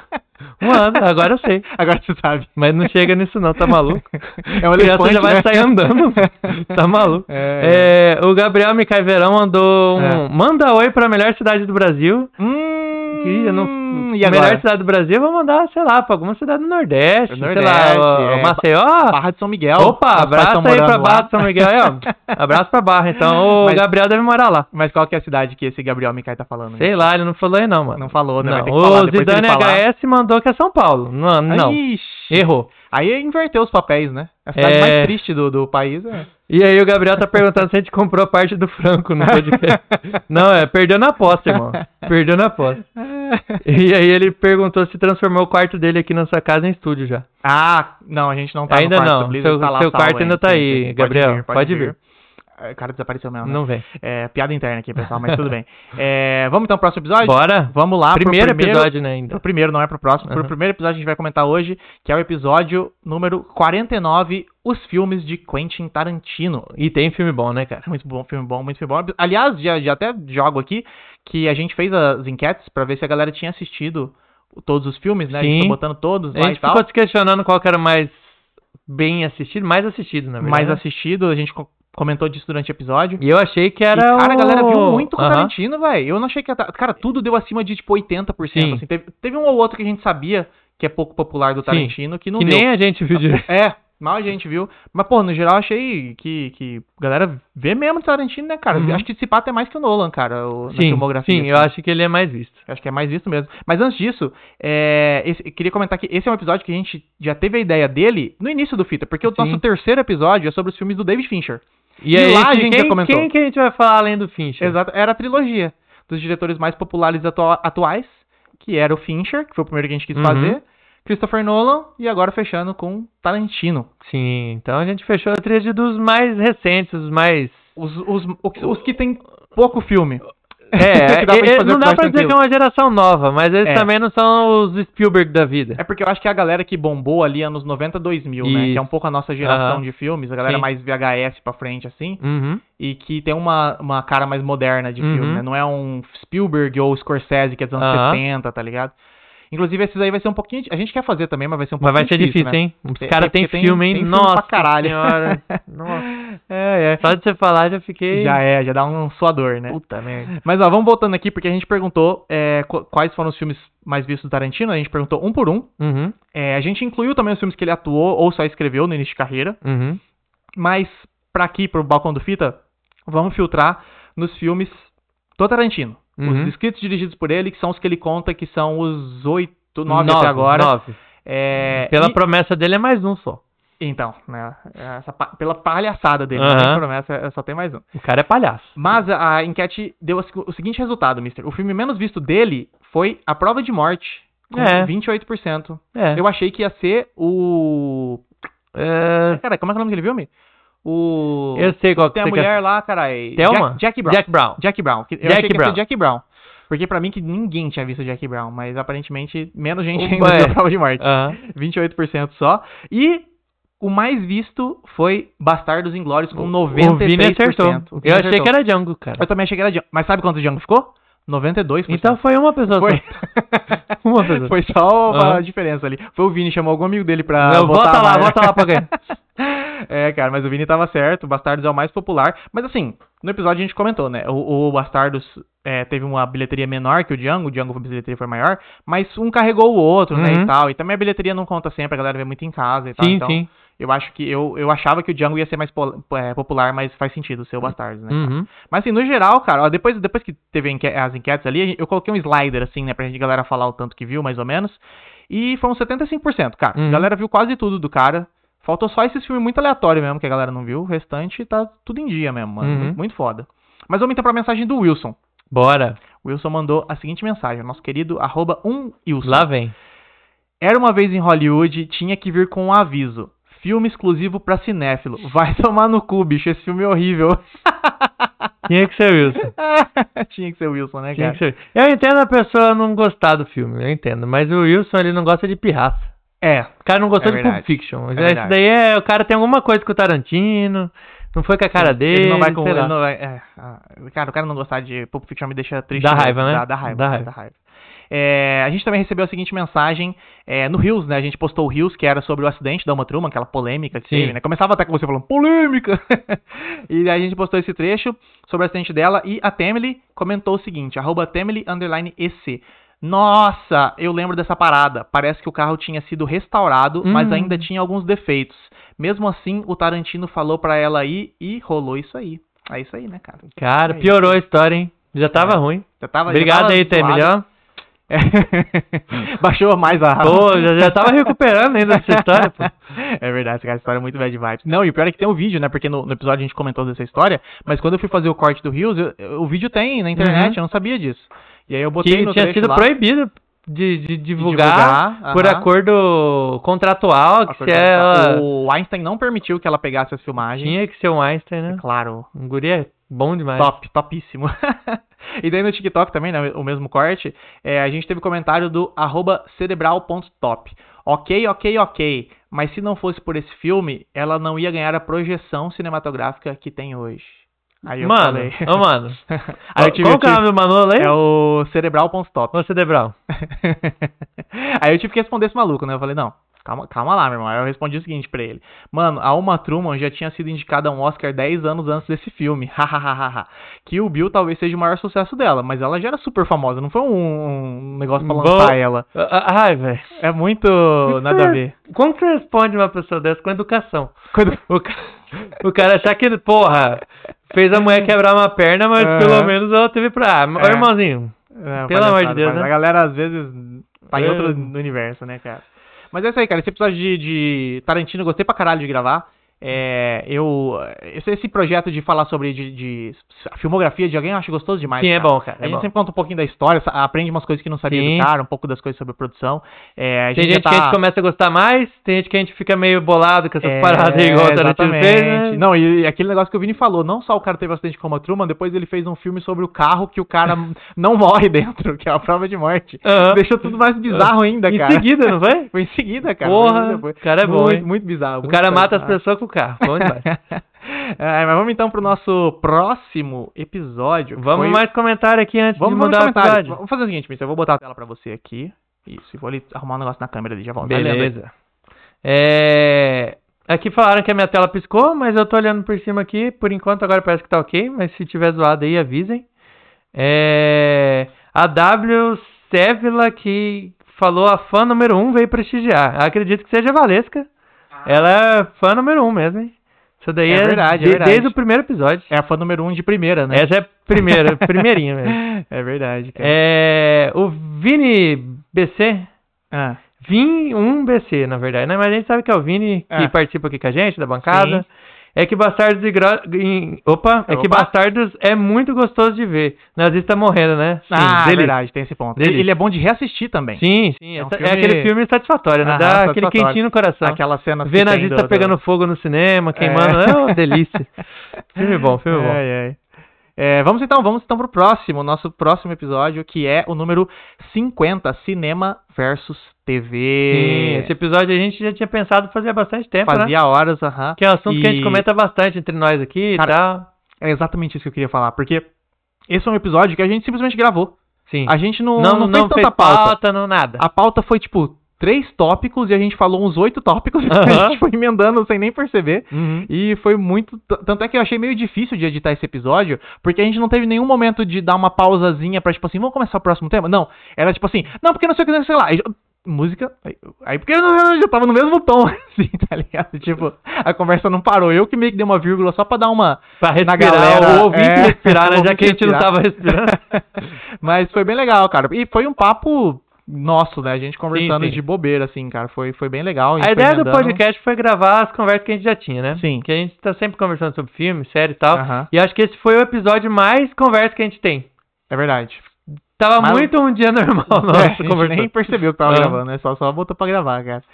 Um ano, agora eu sei.
Agora você sabe.
Mas não chega nisso não, tá maluco?
É um
A criança
elefante,
já vai
né?
sair andando. Tá maluco.
É.
É, o Gabriel Micai Verão mandou um...
É.
Manda oi pra melhor cidade do Brasil.
Hum,
Ih, eu não-
e
melhor
agora?
cidade do Brasil, eu vou mandar, sei lá, pra alguma cidade do Nordeste,
Do
sei lá,
Nordeste,
o-
é.
o Maceió.
Barra de São Miguel.
Opa,
Meus pais
abraço
tão
aí pra
morando lá.
Barra de São Miguel aí, ó. Abraço pra Barra, então. O
Mas-
Gabriel deve morar lá.
Mas qual que é a cidade que esse Gabriel Micai tá falando?
Sei lá, ele não falou aí não, mano.
Não falou, né? Vai ter que falar
o
depois que
Zidane
ele falar.
HS mandou que é São Paulo. Não, não.
Ixi.
Errou.
Aí inverteu os papéis, né? A cidade
É.
mais triste do, do país é.
E aí o Gabriel tá perguntando se a gente comprou parte do Franco no podcast. não, é, perdeu na aposta, irmão. Perdeu na aposta. E aí ele perguntou se transformou o quarto dele aqui na sua casa em estúdio já.
Ah, não, a gente não tá
Ainda
no quarto
não.
do Blizzard,
Seu-
tá lá
seu
salvo
quarto ainda tá aí,
Sim, sim,
Gabriel. Pode vir.
Ah, O cara desapareceu mesmo. né?
Não vem.
É, piada interna aqui, pessoal, mas tudo bem. É, vamos então pro próximo episódio?
Bora?
Vamos lá
Primeiro,
Tá, pro primeiro
episódio, Uhum. né, ainda.
Pro primeiro, não é pro próximo. Pro
Aham.
primeiro episódio que a gente vai comentar hoje, que é o episódio número 49, os filmes de Quentin Tarantino.
E tem filme bom, né, cara?
Muito bom, filme bom, muito filme bom. Aliás, já, já até jogo aqui que a gente fez as enquetes pra ver se a galera tinha assistido todos os filmes, né? A gente
Sim.
tá botando todos
A
lá e
gente
tal.
ficou se questionando qual que era o mais bem assistido, mais assistido, na verdade.
Mais assistido, a gente co- comentou disso durante o episódio.
E eu achei que
E,
era
cara, a galera viu
o-
muito com o
Aham.
Tarantino, velho. Eu não achei que... a ta- Cara, tudo deu acima de, tipo, 80%.
Sim.
Assim. Teve, teve um ou outro que a gente sabia que é pouco popular do
Sim.
Tarantino que não
Que
deu.
nem a gente viu direito.
É, mal a gente viu. Mas, pô, no geral achei que, que a galera vê mesmo o Tarantino, né, cara?
Uhum.
Acho que esse pato é mais que o Nolan, cara, o, na
Sim,
filmografia.
sim,
assim.
eu acho que ele é mais visto.
Eu acho que é mais isso mesmo. Mas antes disso, é, esse- eu queria comentar que esse é um episódio que a gente já teve a ideia dele no início do Fita, porque o
Sim.
nosso terceiro episódio é sobre os filmes do David Fincher.
E,
E
aí,
lá a
que-
gente já
quem,
comentou.
quem que a gente vai falar além do Fincher?
Exato, era a trilogia dos diretores mais populares atua- atuais, que era o Fincher, que foi o primeiro que a gente quis
Uhum.
fazer, Christopher Nolan, e agora fechando com Tarantino.
Sim, então a gente fechou a trilha dos mais recentes, os mais...
Os, os, o- os que tem pouco filme.
É,
Que dá pra gente
é,
fazer
não dá
mais
pra dizer
tranquilo.
que é uma geração nova, mas eles
É.
também não são os Spielberg da vida.
É porque eu acho que a galera que bombou ali anos 90, 2000, né?
Isso.
Que é um pouco a nossa geração
Aham.
de filmes, a galera
Sim.
mais VHS pra frente, assim.
Uhum.
E que tem uma, uma cara mais moderna de filme,
Uhum.
né? Não é um Spielberg ou Scorsese que é dos anos
Aham.
70, tá ligado? Inclusive, esses aí vai ser um pouquinho... A gente quer fazer também, mas vai ser um
Mas
pouquinho
vai ser difícil,
né?
hein? Os
É,
caras
porque
têm
tem-
filme, hein?
tem filme pra
Nossa
caralho.
senhora. Nossa.
É, é.
Só de você falar, já fiquei...
Já é, já dá um suador, né?
Puta merda.
Mas ó, vamos voltando aqui, porque a gente perguntou é, qu- quais foram os filmes mais vistos do Tarantino. A gente perguntou um por um.
Uhum,
É, a gente incluiu também os filmes que ele atuou ou só escreveu no início de carreira,
uhum.
mas pra aqui, pro Balcão do Fita, vamos filtrar nos filmes do Tarantino.
Uhum.
Os escritos dirigidos por ele, que são os que ele conta, que são os oito, nove até agora.
Nove.
É,
Pela
e-
promessa dele é mais um só.
Então, né, essa pa- pela palhaçada dele,
Aham.
não tem promessa, é- só tem mais um.
O cara é palhaço.
Mas a a enquete deu as- o seguinte resultado, mister. O filme menos visto dele foi A Prova de Morte, com
É.
28%.
É.
Eu achei que ia ser o
É,
Cara, como é que é o nome daquele filme? O.
eu sei qual que
Tem a
você quer.
mulher lá, carai.
Thelma?
Jack, Jack Brown. Jack,
Jack Brown.
Brown. Que- Eu
Jack
achei que ia
Brown.
ser Jack Brown. Porque pra mim que ninguém tinha visto Jack Brown, mas aparentemente menos gente
Opa,
ainda viu
é.
a prova de morte.
Aham.
28% só. E o mais visto foi Bastardos Inglórios com
O Vini
93%.
acertou.
O Vini
Eu achei
acertou.
que era Django, cara.
Eu também achei que era Django. Mas sabe quanto o Django ficou? 92%.
Então foi uma pessoa
né? foi...
só. Uma pessoa.
foi só uma
Aham.
diferença ali. Foi o Vini, chamou algum amigo dele pra
Não,
votar
bota lá,
mais.
bota lá pra ganhar.
É, cara, mas o Vini tava certo, Bastardos é o mais popular. Mas assim, no episódio a gente comentou, né? O, o Bastardos é, teve uma bilheteria menor que o Django, o Django a bilheteria foi maior, mas um carregou o outro, né? E
Uhum.
tal. E também a bilheteria não conta sempre, a galera vê muito em casa e tal.
Sim,
então,
sim.
eu acho que eu, eu achava que o Django ia ser mais pol- é, popular, mas faz sentido ser o Bastardos, né?
Uhum.
Mas assim, no geral, cara, ó, depois, depois que teve enque- as enquetes ali, eu coloquei um slider, assim, né, pra gente galera falar o tanto que viu, mais ou menos. E foram 75%, cara.
Uhum.
A galera viu quase tudo do cara. Faltou só esses filmes muito aleatórios mesmo, que a galera não viu. O restante tá tudo em dia mesmo, mano.
Uhum.
Muito, muito foda. Mas vamos então pra mensagem do Wilson.
Bora.
O Wilson mandou a seguinte mensagem, nosso querido arroba um Wilson.
Lá vem.
Era uma vez em Hollywood, tinha que vir com um aviso. Filme exclusivo pra cinéfilo. Vai tomar no cu, bicho. Esse filme é horrível.
Tinha que ser Wilson.
tinha que ser o Wilson, né,
Tinha
cara?
que ser. Eu entendo a pessoa não gostar do filme, eu entendo. Mas o Wilson, ele não gosta de pirraça.
É,
O cara não gostou
É
de
verdade.
Pulp Fiction.
É
Isso
verdade.
daí é. O cara tem alguma coisa com o Tarantino. Não foi com a cara dele.
Ele não vai com
sei lá.
ele não vai- é, ah, Cara, o cara não gostar de Pulp Fiction me deixa triste.
Dá
mesmo.
raiva, né?
Dá, dá raiva.
Dá raiva.
É, a gente também recebeu a seguinte mensagem é, no Rios, né? A gente postou o Rios, que era sobre o acidente da Uma Truman, aquela polêmica que
Sim.
teve, né? Começava até com você falando, polêmica! e aí a gente postou esse trecho sobre o acidente dela e a Temily comentou o seguinte, arroba Temily, underline EC. Nossa, eu lembro dessa parada. Parece que o carro tinha sido restaurado, mas
Hum.
ainda tinha alguns defeitos. Mesmo assim, o Tarantino falou pra ela ir e rolou isso aí. É isso aí, né, cara?
Cara,
É isso.
piorou a história, hein? Já tava ruim.
Já tava,
Obrigado aí, Temil.
Temilhão.
ó.
Baixou mais a
Pô, já, já tava recuperando ainda essa história. Pô.
É verdade, cara, essa história é muito bad vibes. Não, e o pior é que tem um vídeo, né? Porque no, no episódio a gente comentou dessa história, mas quando eu fui fazer o corte do Rios, eu- eu- o vídeo tem na internet,
Uhum.
eu não sabia disso. E aí eu botei
Que
no
tinha
trecho
sido
lá,
proibido de, de
de
divulgar, por
aham.
acordo contratual, que
Acordo
se é,
com-
ela
O Einstein não permitiu que ela pegasse as filmagens.
tinha que ser um Einstein, né?
Claro.
Um guri é Bom demais.
Top, topíssimo. e daí no TikTok também, né, o mesmo corte, é, a gente teve comentário do arroba cerebral.top. Ok, ok, ok. Mas se não fosse por esse filme, ela não ia ganhar a projeção cinematográfica que tem hoje. Aí eu
mano,
falei.
ô, mano.
Aí eu tive
Qual que é o
que-
nome do Manolo aí?
É o cerebral.top.
Ô, Cedebral.
Aí eu tive que responder esse maluco, né? Eu falei, não, calma, calma lá, meu irmão. Aí eu respondi o seguinte pra ele. Mano, a Uma Truman já tinha sido indicada a um Oscar 10 anos antes desse filme. Hahaha. que o Bill talvez seja o maior sucesso dela, mas ela já era super famosa, não foi um, um negócio pra
Bom.
lançar ela.
Ah, ah, Ai, velho.
É muito nada a ver.
Como que você responde uma pessoa dessa com educação?
Quando-
O, ca- o cara achar que, ele, porra, fez a mulher quebrar uma perna, mas
Aham.
pelo menos ela teve pra. Ah, ô,
É.
irmãozinho.
É,
Pelo amor de
palhaçada,
Deus,
mas
né?
A galera às vezes tá em
É.
outro universo, né, cara? Mas é isso aí, cara. Esse episódio de, de Tarantino, eu gostei pra caralho de gravar. É, eu, esse, esse projeto de falar sobre de, de a filmografia de alguém eu acho gostoso demais.
Sim, é
cara.
bom, cara.
A
É
gente
bom.
sempre conta um pouquinho da história, sa- aprende umas coisas que não sabia
Sim.
do cara, um pouco das coisas sobre a produção. É, a
Tem
gente já
gente
tá...
que a gente começa a gostar mais, tem gente que a gente fica meio bolado com essas
É,
paradas aí, igual o Tarantino fez, né?
exatamente. Não, e, e aquele negócio que o Vini falou, não só o cara teve um acidente com a Truman, depois ele fez um filme sobre o carro que o cara não morre dentro, que é a prova de morte.
Aham.
Deixou tudo mais bizarro ainda,
em
cara.
seguida, não foi?
Foi em seguida, cara.
Porra,
Foi depois.
o cara é bom,
Muito,
hein?
muito bizarro.
O
muito tá.
cara mata as
bizarro.
pessoas com o carro. Bom demais.
É, mas vamos então pro nosso próximo episódio. que
Vamos
foi-
mais comentário aqui antes
Vamos
de
mandar
mudar a
comentário.
cidade.
Vamos fazer o seguinte, Mister, eu vou botar a tela pra você aqui. Isso, e vou ali arrumar um negócio na câmera ali, já volto. Vai lendo aí.
Beleza. É... Aqui falaram que a minha tela piscou, mas eu tô olhando por cima aqui. Por enquanto agora parece que tá ok, mas se tiver zoado aí, avisem. É... A W Sevilla que falou a fã número 1 um veio prestigiar. Acredito que seja a Valesca. Ela é fã número 1 um mesmo, hein? Isso daí
Ah. É
é,
verdade, é
de-
verdade.
desde o primeiro episódio.
É a fã número um de primeira, né?
Essa é a primeira, primeirinha mesmo.
É verdade, cara.
É, o Vini BC,
Ah,
Vin 1BC, na verdade, né? Mas a gente sabe que é o Vini que
É.
participa aqui com a gente, da bancada.
Sim.
É que Bastardos e Gro... em- Opa, é que
Opa.
Bastardos é muito gostoso de ver. Nazista morrendo, né? Sim,
ah,
delícia.
verdade, tem esse ponto.
Delícia.
Ele é bom de reassistir também.
Sim, sim. É,
É um
sa- é
filme-
aquele filme satisfatório, né?
Aham,
Dá aquele
satisfatório.
quentinho no coração.
Aquela cena
Ver nazista tá
né?
pegando fogo no cinema, queimando. É, uma delícia. Filme bom, filme bom.
Ai, ai. É, vamos então, vamos então pro próximo, nosso próximo episódio, que é o número 50, Cinema versus
Sim,
TV.
esse episódio a gente já tinha pensado fazia bastante tempo, né?
Fazia horas, aham.
Que é um assunto que a gente
E-
comenta bastante entre nós aqui
Cara,
e tal.
É exatamente isso que eu queria falar, porque esse é um episódio que a gente simplesmente gravou.
Sim.
A gente não, não, fez tanta pauta.
pauta, não nada.
A pauta foi tipo três tópicos e a gente falou uns oito tópicos. A
Aham.
gente foi emendando sem nem perceber.
Uhum.
E foi muito. t- Tanto é que eu achei meio difícil de editar esse episódio, porque a gente não teve nenhum momento de dar uma pausazinha pra, tipo assim, vamos começar o próximo tema? Não. Era tipo assim, não, porque não sei o que, não sei lá. Aí, música. Aí, aí porque eu não- eu tava no mesmo tom, assim, tá ligado? Tipo, a conversa não parou. Eu que meio que dei uma vírgula só pra dar uma.
Pra
na
respirar,
galera.
o ouvinte
é,
respirar, né?
o
Já que a gente não
ouvinte
tava
respirar.
respirando.
Mas foi bem legal, cara. E foi um papo. Nosso, né? A gente conversando
sim.
de bobeira, assim, cara. Foi, foi bem legal. gente
A
foi
ideia do
emendando.
podcast foi gravar as conversas que a gente já tinha, né?
Sim.
Que a gente tá sempre conversando sobre filme, série e tal.
Aham.
E acho que esse foi o episódio mais conversa que a gente tem.
É verdade.
Tava
Mas-
muito um dia normal nosso
é, a gente
conversando.
nem percebeu que tava
Ah.
gravando, né? Só, só botou pra gravar, cara.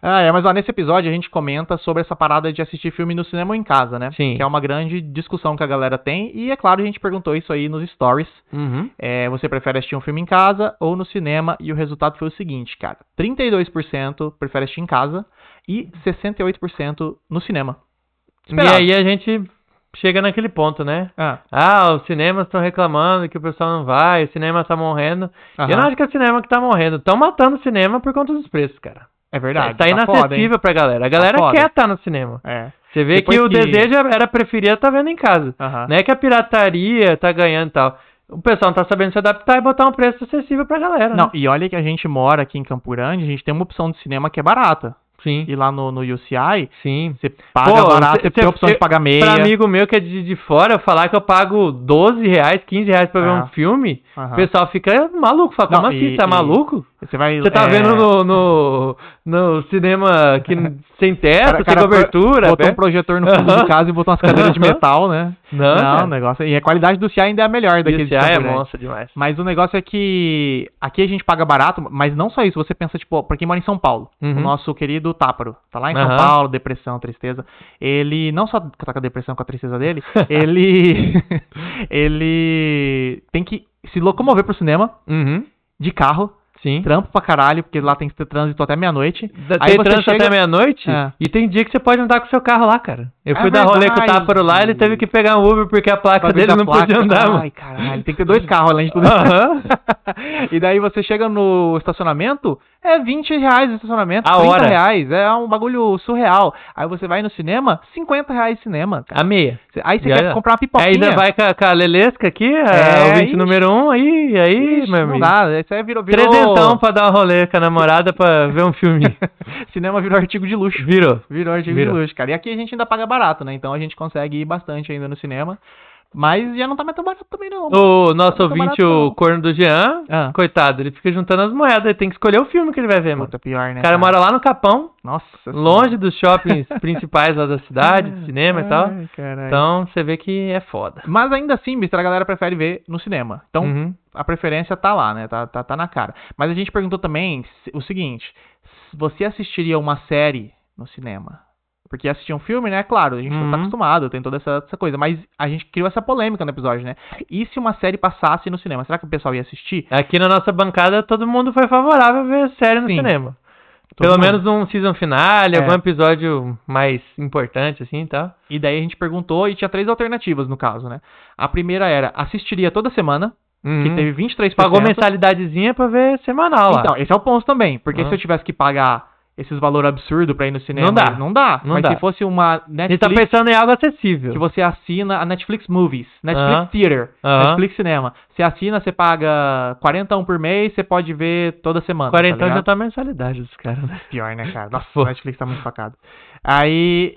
Ah, é, mas ó, nesse episódio a gente comenta sobre essa parada de assistir filme no cinema ou em casa, né?
Sim.
Que é uma grande discussão que a galera tem. E é claro, a gente perguntou isso aí nos stories.
Uhum.
É, você prefere assistir um filme em casa ou no cinema? E o resultado foi o seguinte, cara: 32% prefere assistir em casa e 68% no cinema.
E
Esperado.
aí a gente chega naquele ponto, né?
Ah,
Ah, os cinemas estão reclamando que o pessoal não vai, o cinema tá morrendo.
aham.
Eu não acho que é o cinema que tá morrendo. Estão matando o cinema por conta dos preços, cara.
É verdade.
Tá
foda, hein? Tá
inacessível pra galera. A galera
foda.
quer estar no cinema.
É.
Você vê
Depois
que o
que- Tá.
desejo era preferir estar vendo em casa.
Aham.
Não é que a pirataria tá ganhando e tal. O pessoal não tá sabendo se adaptar e botar um preço acessível pra galera.
Não,
né?
e olha que a gente mora aqui em Campo Grande, a gente tem uma opção de cinema que é barata.
Sim.
E lá no, no UCI,
Sim.
você paga
Pô,
barato, você
cê-
tem a
cê-
opção de pagar meia.
Pra amigo meu que é de, de fora, eu falar que eu pago 12 reais, 15 reais pra ver
Ah.
um filme,
Aham.
o pessoal fica maluco. Fala,
Não,
como assim?
e-
Tá
e-
maluco?
Você vai.
Você tá
é,
vendo no, no, no cinema que n- sem teto,
cara- cara
sem cobertura.
Botou um
aberto?
projetor no fundo
Aham.
de casa e botou umas cadeiras de
Aham.
metal, né?
Não,
Não,
cara.
o negócio. E a qualidade do Cia ainda é a melhor daquele
Isso aí é
Campo Grande.
monstro demais.
Mas o negócio é que aqui a gente paga barato, mas não só isso. Você pensa, tipo, pra quem mora em São Paulo,
Uhum.
o nosso querido Táparo, tá lá em São
Aham.
Paulo, depressão, tristeza. Ele não só tá com a depressão, com a tristeza dele, ele. ele tem que se locomover pro cinema
Uhum.
de carro,
Sim.
trampo pra caralho, porque lá tem que ter trânsito até meia-noite.
Da-
Aí
Tem
você
trânsito
chega-
até meia-noite
É.
e tem dia que você pode andar com seu carro lá, cara. Eu
É
fui dar rolê com o
verdade.
Táparo lá, ele teve que pegar um Uber porque a placa
Bagulho
dele
da
não
placa.
podia andar, mano.
Ai, caralho, tem que ter dois carros além de tudo isso.
Aham.
e daí você chega no estacionamento, é 20 reais o estacionamento,
A
30
hora.
reais, é um bagulho surreal. Aí você vai no cinema, 50 reais cinema, cara.
A meia.
Cê- Aí você
Já
quer
era.
comprar uma pipoquinha.
Aí ainda vai com a, com a Lelesca aqui, a
É,
ouvinte
ixi.
número um, aí, aí,
Ixi,
meu
não
amigo.
dá, isso aí virou... virou...
Trezentão pra dar um rolê com a namorada pra ver um filme.
Cinema virou artigo de luxo.
Virou.
Virou artigo
Virou.
de luxo, cara. E aqui a gente ainda paga barato, né? Então a gente consegue ir bastante ainda no cinema. Mas já não tá mais tão barato também, não.
O nosso
Tá
ouvinte,
barato, não.
o corno do Jean,
Ah.
coitado, ele fica juntando as moedas, ele tem que escolher o filme que ele vai ver, mano.
Puta, pior, né?
O cara
cara?
mora lá no Capão,
Nossa. Senhora.
longe dos shoppings principais lá da cidade, do cinema e tal.
Ai, caralho.
Então você vê que é foda.
Mas ainda assim, Mister, a galera prefere ver no cinema. Então,
Uhum.
a preferência tá lá, né? Tá, tá, tá na cara. Mas a gente perguntou também se- o seguinte: se você assistiria uma série no cinema? Porque assistir um filme, né? Claro, a gente não tá
Uhum.
acostumado, tem toda essa, essa coisa. Mas a gente criou essa polêmica no episódio, né? E se uma série passasse no cinema? Será que o pessoal ia assistir?
Aqui na nossa bancada todo mundo foi favorável a ver série no
Sim.
cinema.
Todo
Pelo
mundo.
menos um season finale,
É.
algum episódio mais importante assim e tal.
E daí a gente perguntou e tinha três alternativas no caso, né? A primeira era assistiria toda semana, que
Uhum.
teve 23
Pagou mensalidadezinha pra ver semanal lá.
Então, esse é o ponto também. Porque
Ah.
se eu tivesse que pagar esses valores absurdos pra ir no cinema,
Não dá.
Não dá.
Não
Mas
dá.
se fosse uma
Ele tá
Netflix Tipo,
pensando em algo acessível.
que você assina a Netflix Movies, Netflix
Aham.
Theater,
Aham.
Netflix Cinema. Você assina, você paga 41 por mês, você pode ver toda semana.
40
tá
já
ligado?
tá a mensalidade dos caras, né?
pior, né, cara? Nossa,
Pô.
o Netflix tá muito facado. Aí.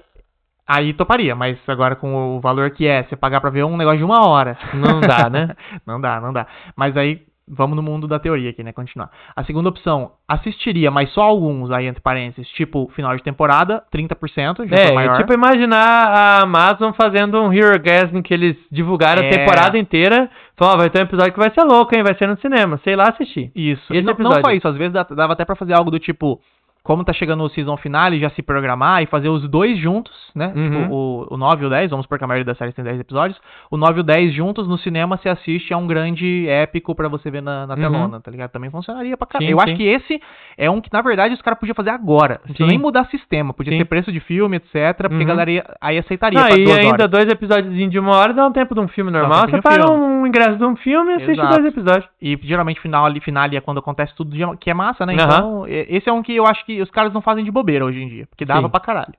Aí toparia, mas agora com o valor que é, você pagar pra ver um negócio de uma hora.
Não dá, né?
não dá, não dá. Mas aí, vamos no mundo da teoria aqui, né? Continuar. A segunda opção, assistiria, mas só alguns, aí entre parênteses, tipo final de temporada, 30%, já
É,
foi maior.
é tipo imaginar a Amazon fazendo um Hero Gasm que eles divulgaram
É.
a temporada inteira. Falaram, ó, vai ter um episódio que vai ser louco, hein? Vai ser no cinema. Sei lá assistir.
Isso.
Esse
não, não
episódio.
só isso, às vezes dá- dava até pra fazer algo do tipo, como tá chegando o season final, já se programar e fazer os dois juntos, né?
Uhum.
Tipo, o, o 9 e o 10, vamos supor que a maioria das séries tem 10 episódios. O 9 e o 10 juntos no cinema se assiste a um grande épico pra você ver na, na
Uhum.
telona, tá ligado? Também funcionaria pra caralho.
Sim,
Eu acho
sim.
que esse é um que, na verdade, os caras podiam fazer agora. Não precisa
Sim.
nem mudar sistema, podia
Sim.
ter preço de filme, etc. Porque a
Uhum.
galera ia- aí aceitaria
Não,
pra
e
duas
ainda
horas.
dois episódios de uma hora dá um tempo de um filme
um
normal.
tempo de
Você
um
paga
filme.
um ingresso de um filme e assiste
Exato.
dois episódios.
E geralmente final ali, final ali é quando acontece tudo de- que é massa, né?
Aham.
Então, e- esse é um que eu acho que os caras não fazem de bobeira hoje em dia, porque dava
Sim.
pra caralho.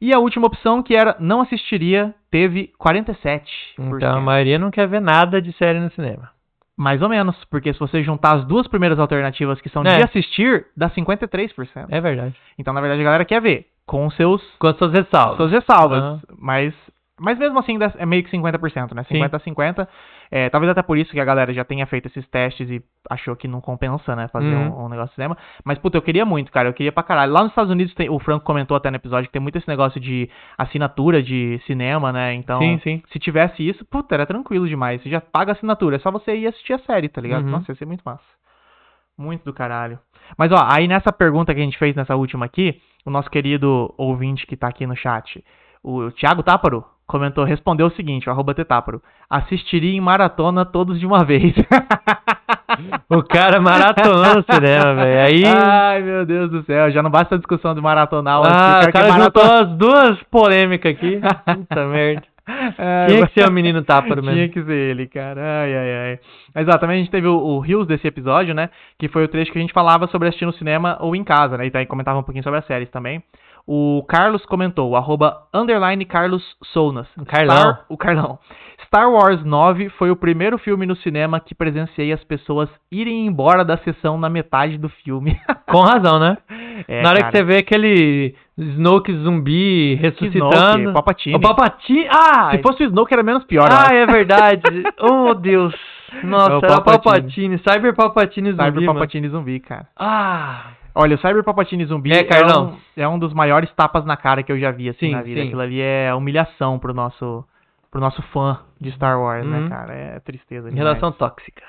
E a última opção, que era não assistiria, teve 47%.
Então a maioria não quer ver nada de série no cinema.
Mais ou menos, porque se você juntar as duas primeiras alternativas que são Então, de
É.
assistir, dá 53%.
É verdade.
Então, na verdade, a galera quer ver, com seus,
Quanto suas ressalvas.
suas ressalvas.
Aham.
Mas, mas mesmo assim, ainda é meio que 50%, né?
Sim.
50% a 50%. É, talvez até por isso que a galera já tenha feito esses testes e achou que não compensa, né? Fazer
Uhum.
um, um negócio de cinema. Mas, puta, eu queria muito, cara. Eu queria pra caralho. Lá nos Estados Unidos, tem- o Franco comentou até no episódio que tem muito esse negócio de assinatura de cinema, né? Então,
Sim, sim.
se tivesse isso, puta, era tranquilo demais. Você já paga a assinatura. É só você ir assistir a série, tá ligado?
Uhum.
Nossa, ia ser muito massa. Muito do caralho. Mas, ó, aí nessa pergunta que a gente fez nessa última aqui, o nosso querido ouvinte que tá aqui no chat, o Thiago Táparo, comentou, respondeu o seguinte, o arroba Tetáparo, assistiria em maratona todos de uma vez.
O cara maratonando o cinema, velho. Aí.
Ai, meu Deus do céu, já não basta a discussão do maratonar.
Ah,
assim,
o cara
maraton-
juntou as duas polêmicas aqui. Puta merda.
Ai,
Tinha
mas-
que ser o menino táparo
Tinha
mesmo.
que ser ele, cara. Ai, ai, ai. Mas ó, também a gente teve o, o Rios desse episódio, né? Que foi o trecho que a gente falava sobre assistir no cinema ou em casa, né? E daí comentava um pouquinho sobre as séries também. O Carlos comentou, o arroba underline Carlos Sounas.
O Carlão.
Star- o Carlão. Star Wars 9 foi o primeiro filme no cinema que presenciei as pessoas irem embora da sessão na metade do filme.
Com razão, né?
É,
Na hora
cara,
que você vê aquele Snoke zumbi
que Snoke,
ressuscitando.
Palpatine.
o Palpatine. Ah!
Se fosse o Snoke era menos pior, eu
ah,
acho.
é verdade. oh, Deus. Nossa,
É o
era
Palpatine.
Palpatine, Cyber Palpatine zumbi,
Cyber
mano.
Palpatine zumbi, cara.
Ah,
Olha, o Cyber Palpatine zumbi
É, Carlão?
um, é um dos maiores tapas na cara que eu já vi assim
Sim,
na vida.
sim.
Aquilo ali é humilhação pro nosso pro nosso fã de Star Wars, né,
Uhum.
cara? É tristeza.
em
demais.
relação tóxica.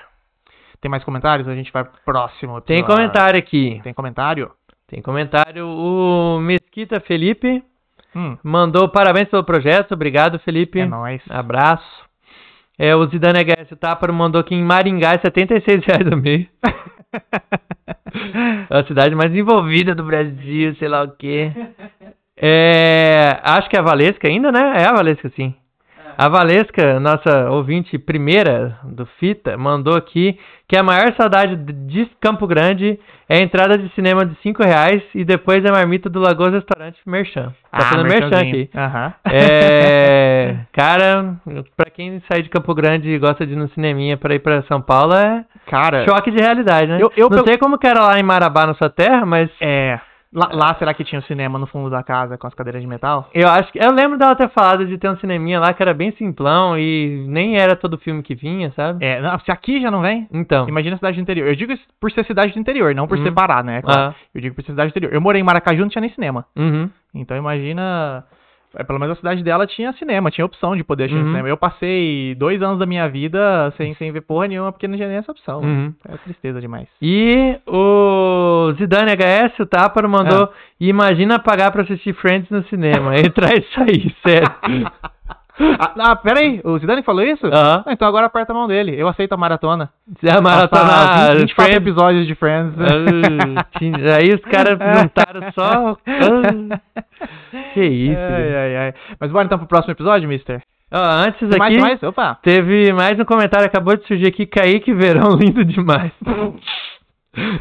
Tem mais comentários? A gente vai pro próximo.
Tem
episódio.
comentário aqui.
Tem comentário?
Tem comentário. O Mesquita Felipe
Hum.
mandou parabéns pelo projeto. Obrigado, Felipe.
É nóis.
Ah. Abraço. É, o Zidane HS Taparo mandou aqui em Maringá, R$ 76 reais ao mês. É a cidade mais envolvida do Brasil, sei lá o quê. É, acho que é a Valesca ainda, né? É a Valesca, sim. A Valesca, nossa ouvinte primeira do Fita, mandou aqui que a maior saudade de Campo Grande é a entrada de cinema de 5 reais e depois a marmita do Lagoas Restaurante Merchan. Tá
Ah,
fazendo merchan aqui.
Aham.
É, cara, pra quem sai de Campo Grande e gosta de ir no cineminha pra ir pra São Paulo, é
Cara,
choque de realidade, né?
Eu- eu
não
pelo-
sei como que era lá em Marabá, na sua terra, mas
é. Lá, lá será que tinha o cinema no fundo da casa com as cadeiras de metal?
eu acho que... Eu lembro dela ter falado de ter um cineminha lá que era bem simplão e nem era todo filme que vinha, sabe?
É, não, se aqui já não vem,
Então,
imagina a cidade do interior. Eu digo isso por ser cidade do interior, não por
Hum.
ser Pará, né?
Ah.
Eu digo por ser cidade do interior. Eu morei em Maracaju, não tinha nem cinema.
uhum.
Então imagina. é, Pelo menos a cidade dela tinha cinema, tinha opção de poder assistir
Uhum.
cinema. Eu passei dois anos da minha vida sem, sem ver porra nenhuma, porque não tinha nem essa opção.
Uhum.
É tristeza demais.
E o Zidane HS, o Táparo, mandou
Ah.
Imagina pagar pra assistir Friends no cinema. Entrar e sair, sério.
ah, ah, peraí, o Zidane falou isso?
Aham.
Ah, então agora aperta a mão dele. Eu aceito a maratona.
Se a maratona...
Passar 20, 24
Friends-
episódios de Friends. É.
Ah, sim, Aí os caras juntaram só. ah, Que isso.
Ai, ai, ai. Mas bora então pro próximo episódio, mister?
Ó, antes
Tem
aqui,
mais, tem mais? Opa!
teve mais um comentário, acabou de surgir aqui, Kaique Verão, lindo demais.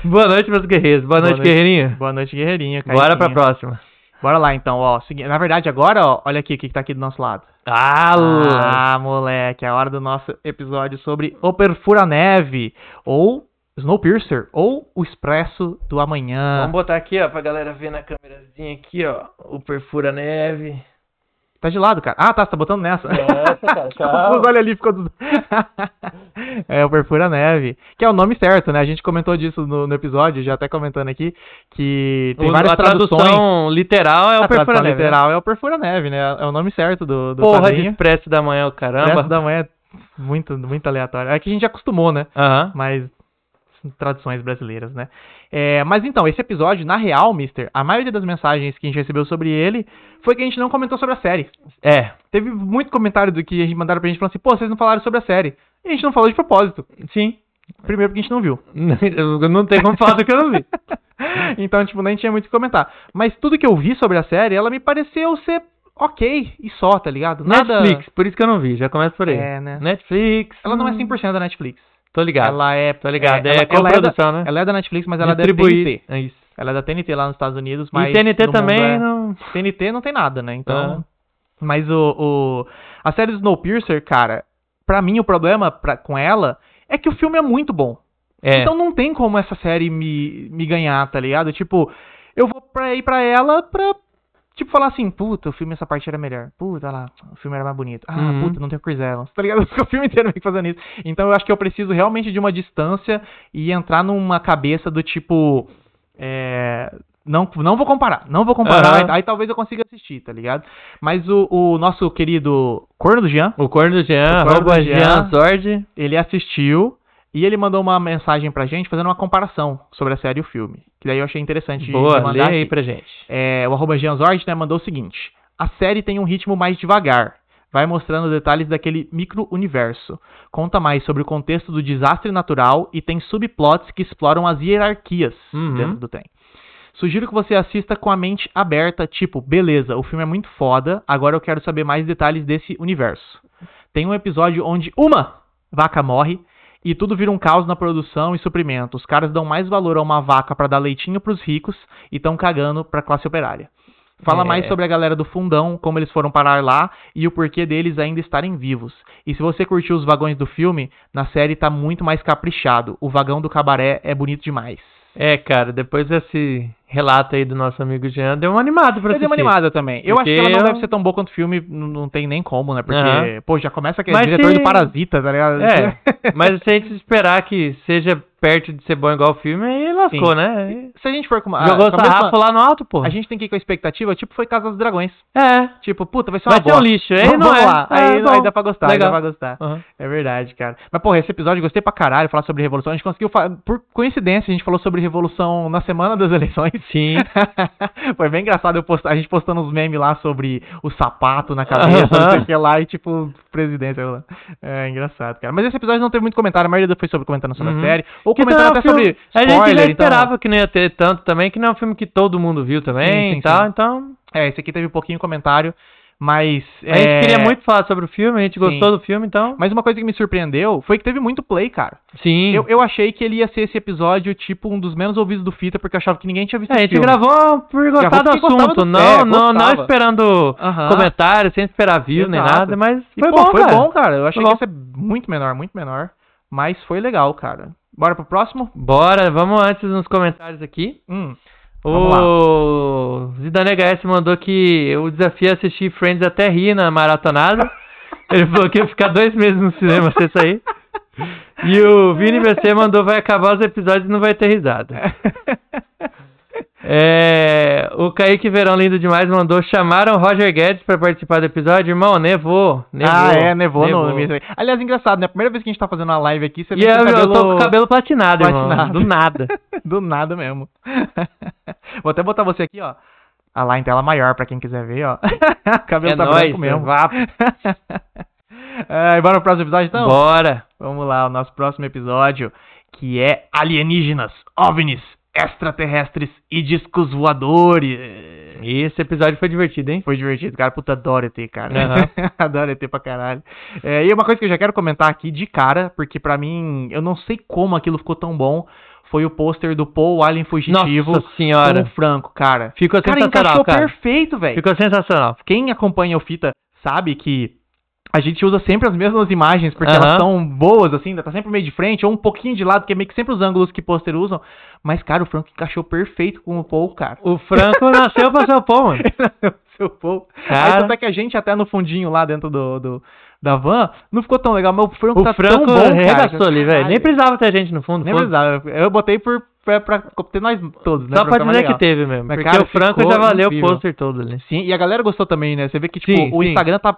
Boa noite, meus guerreiros. Boa, noite,
noite.
guerreirinho.
Boa noite, guerreirinho.
Bora pra
Caiquinho.
próxima.
Bora lá então, ó. Segui- Na verdade, agora, ó, olha aqui o que, que tá aqui do nosso lado.
Ah,
Ah, moleque, é a hora do nosso episódio sobre O Perfura Neve, ou Snowpiercer, ou O Expresso do Amanhã.
Vamos botar aqui, ó, pra galera ver na câmerazinha aqui, ó. O Perfura Neve.
Tá de lado, cara. Ah, tá, você tá botando nessa.
Nessa, cara, calma.
Confuso, olha ali, ficou... tudo- é, o Perfura Neve, que é o nome certo, né? A gente comentou disso no, no episódio, já até comentando aqui, que tem
O-
várias
a
traduções.
tradução literal é o
a
Perfura
tradução
Neve. né?
literal é o Perfura Neve, né? É o nome certo do, do
Porra de
quadrinho.
expresso da manhã, o
Expresso
caramba.
da Manhã é muito, muito aleatório. É que a gente já acostumou, né?
Aham.
mas tradições brasileiras, né? É, mas então, esse episódio, na real, Mister, a maioria das mensagens que a gente recebeu sobre ele foi que a gente não comentou sobre a série.
É,
Teve muito comentário do que a gente mandaram pra gente falando assim, pô, vocês não falaram sobre a série. E a gente não falou de propósito.
sim.
Primeiro porque a gente não viu.
Eu não tem como falar do que eu não vi.
então, tipo, nem tinha muito o que comentar. Mas tudo que eu vi sobre a série, ela me pareceu ser ok e só, tá ligado? Nada.
Netflix, por isso que eu não vi, já começa por aí.
É, né?
Netflix.
Ela não é
hum,
100% da Netflix.
Tô ligado.
Ela é.
Tô ligado. É,
ela- ela da-
coprodução, né?
Ela é da Netflix, mas ela é da
Distribuir.
TNT.
É isso.
Ela é da TNT lá nos Estados Unidos, mas.
e
no
TNT
mundo
também
é-
não.
TNT não tem nada, né? Então.
Ah.
Mas o, o- A série do Snowpiercer, cara, pra mim o problema pra- com ela é que o filme é muito bom.
É.
Então não tem como essa série me, me ganhar, tá ligado? Tipo, eu vou pra ir pra ela pra. Tipo, falar assim, puta, o filme essa parte era melhor. Puta olha lá, o filme era mais bonito. Ah,
Uhum.
puta, não tem o Chris Evans. Tá ligado? Fica o filme inteiro meio que fazendo isso. Então eu acho que eu preciso realmente de uma distância e entrar numa cabeça do tipo. É, não, não vou comparar, não vou comparar.
Aham.
Aí talvez eu consiga assistir, tá ligado? Mas o, o nosso querido Corno do Jean,
O corno do Jean,
O corno
arroba
do
Jean,
Jean.
Zord.
ele assistiu e ele mandou uma mensagem pra gente fazendo uma comparação sobre a série e o filme. Que daí eu achei interessante de
Boa, lê
mandar
aí
aqui.
pra gente.
É, o arroba Jean Zord, né, mandou o seguinte: a série tem um ritmo mais devagar. Vai mostrando detalhes daquele micro-universo. Conta mais sobre o contexto do desastre natural e tem subplots que exploram as hierarquias
Uhum.
dentro do trem. Sugiro que você assista com a mente aberta, tipo, beleza, o filme é muito foda, agora eu quero saber mais detalhes desse universo. Tem um episódio onde uma vaca morre e tudo vira um caos na produção e suprimento. Os caras dão mais valor a uma vaca pra dar leitinho pros ricos e tão cagando pra classe operária. Fala
É.
mais sobre a galera do fundão, como eles foram parar lá e o porquê deles ainda estarem vivos. E se você curtiu os vagões do filme, na série tá muito mais caprichado. O vagão do cabaré é bonito demais.
É, cara, depois desse relato aí do nosso amigo Jean deu uma animada pra
Eu dei uma
assistir.
animada também. Eu
Porque
acho que ela não
eu-
deve ser tão boa quanto o filme, n- não tem nem como, né? Porque,
Aham.
pô, já começa aquele
Mas
diretor
se-
do Parasita, tá ligado?
É, mas se a gente esperar que seja perto de ser bom igual o filme, aí lascou,
Sim.
né? Aí
Se a gente for com uma.
Jogou o
com a mesma-
sarrafo lá no alto, pô.
A gente tem que ir com a expectativa, tipo, foi Casa dos Dragões.
É.
Tipo, puta, vai ser uma
Vai ser
boa.
um lixo, aí
vamos,
não
vamos
é.
lá.
É,
aí, aí
bom.
dá pra gostar, aí
Legal.
dá pra gostar.
Aham.
É verdade, cara. Mas, porra, esse episódio eu gostei pra caralho, falar sobre revolução. A gente conseguiu, fa- por coincidência, a gente falou sobre revolução na semana das eleições.
Sim.
Foi bem engraçado eu posta- a gente postando os memes lá sobre o sapato na cabeça, não sei o que lá, e tipo, presidente. sei lá. É engraçado, cara. Mas esse episódio não teve muito comentário, a maioria foi sobre comentando sobre
Uhum.
a série, ou
Que
comentando
não é um
até
filme-
sobre
A
spoiler,
gente já
então-
esperava que não ia ter tanto também, que não é um filme que todo mundo viu também
Sim, sim,
e tal,
sim.
então.
É, esse aqui teve pouquinho comentário, mas.
A gente
é,
queria muito falar sobre o filme, a gente gostou do filme, então.
Mas uma coisa que me surpreendeu foi que teve muito play, cara.
Sim.
Eu, eu achei que ele ia ser esse episódio, tipo, um dos menos ouvidos do Fita, porque eu achava que ninguém tinha visto
É, a
esse
gente
filme.
gravou por gostar
Gravou
do
porque gostava
assunto,
do-
não,
é,
não, não
gostava.
esperando
Aham.
comentários, sem esperar view nem
Exato.
nada, mas
E,
foi
pô,
bom,
foi
cara.
bom, cara. Eu achei
Foi
que ia ser muito menor, muito menor. Mas foi legal, cara. Bora pro próximo?
Bora, vamos antes nos comentários aqui.
Hum. Vamos
O Zidane HS mandou que o desafio é assistir Friends até rir na maratonada. Ele falou que ia ficar dois meses no cinema sem sair. E o Vini BC mandou vai acabar os episódios e não vai ter risada. É, o Kaique Verão Lindo Demais mandou chamaram Roger Guedes pra participar do episódio. Irmão, nevou. nevou
ah, é, nevou, no mês. aí. Aliás, engraçado, né? A primeira vez que a gente tá fazendo uma live aqui, você
E eu, eu tô com o cabelo platinado, irmão.
platinado.
Do nada.
Do nada mesmo. Vou até botar você aqui, ó. Ah lá em tela maior pra quem quiser ver, ó. cabelo
É
tá
nóis,
branco mesmo.
vapo.
Ah, e bora pro próximo episódio, então?
Bora.
Vamos lá, o nosso próximo episódio, que é alienígenas, ovnis, extraterrestres e discos voadores.
E esse episódio foi divertido, hein?
Foi divertido, cara. Puta, adoro ET, cara.
Aham.
adoro ET pra caralho. É, e uma coisa que eu já quero comentar aqui de cara, porque pra mim, eu não sei como aquilo ficou tão bom, foi o pôster do Paul Alien Fugitivo
Nossa
com
senhora.
o Franco, cara.
Ficou
Cara,
sensacional,
encaixou
cara.
perfeito, velho.
Ficou sensacional.
Quem acompanha o Fita sabe que a gente usa sempre as mesmas imagens, porque
Aham.
elas são boas, assim, tá sempre meio de frente, ou um pouquinho de lado, que é meio que sempre os ângulos que pôster usam. Mas, cara, o Franco encaixou perfeito com o Paul, cara.
O Franco nasceu pra São Paulo, mano.
seu povo.
Cara.
Aí tanto é que a gente até no fundinho lá dentro do, do- da van, não ficou tão legal, mas o Franco
O
tá tão
Franco
bom, cara.
arregaçou ali, velho. Nem precisava ter gente no fundo.
Nem
foda-se.
precisava. Eu botei por, pra, pra ter nós todos, né?
Só pra
ficar mais
dizer que
legal.
teve mesmo.
Mas,
Porque
cara,
o Franco
ficou
já valeu
incrível.
o pôster todo ali.
Sim, e a galera gostou também, né? Você vê que, tipo,
Sim,
o
sim.
Instagram tá...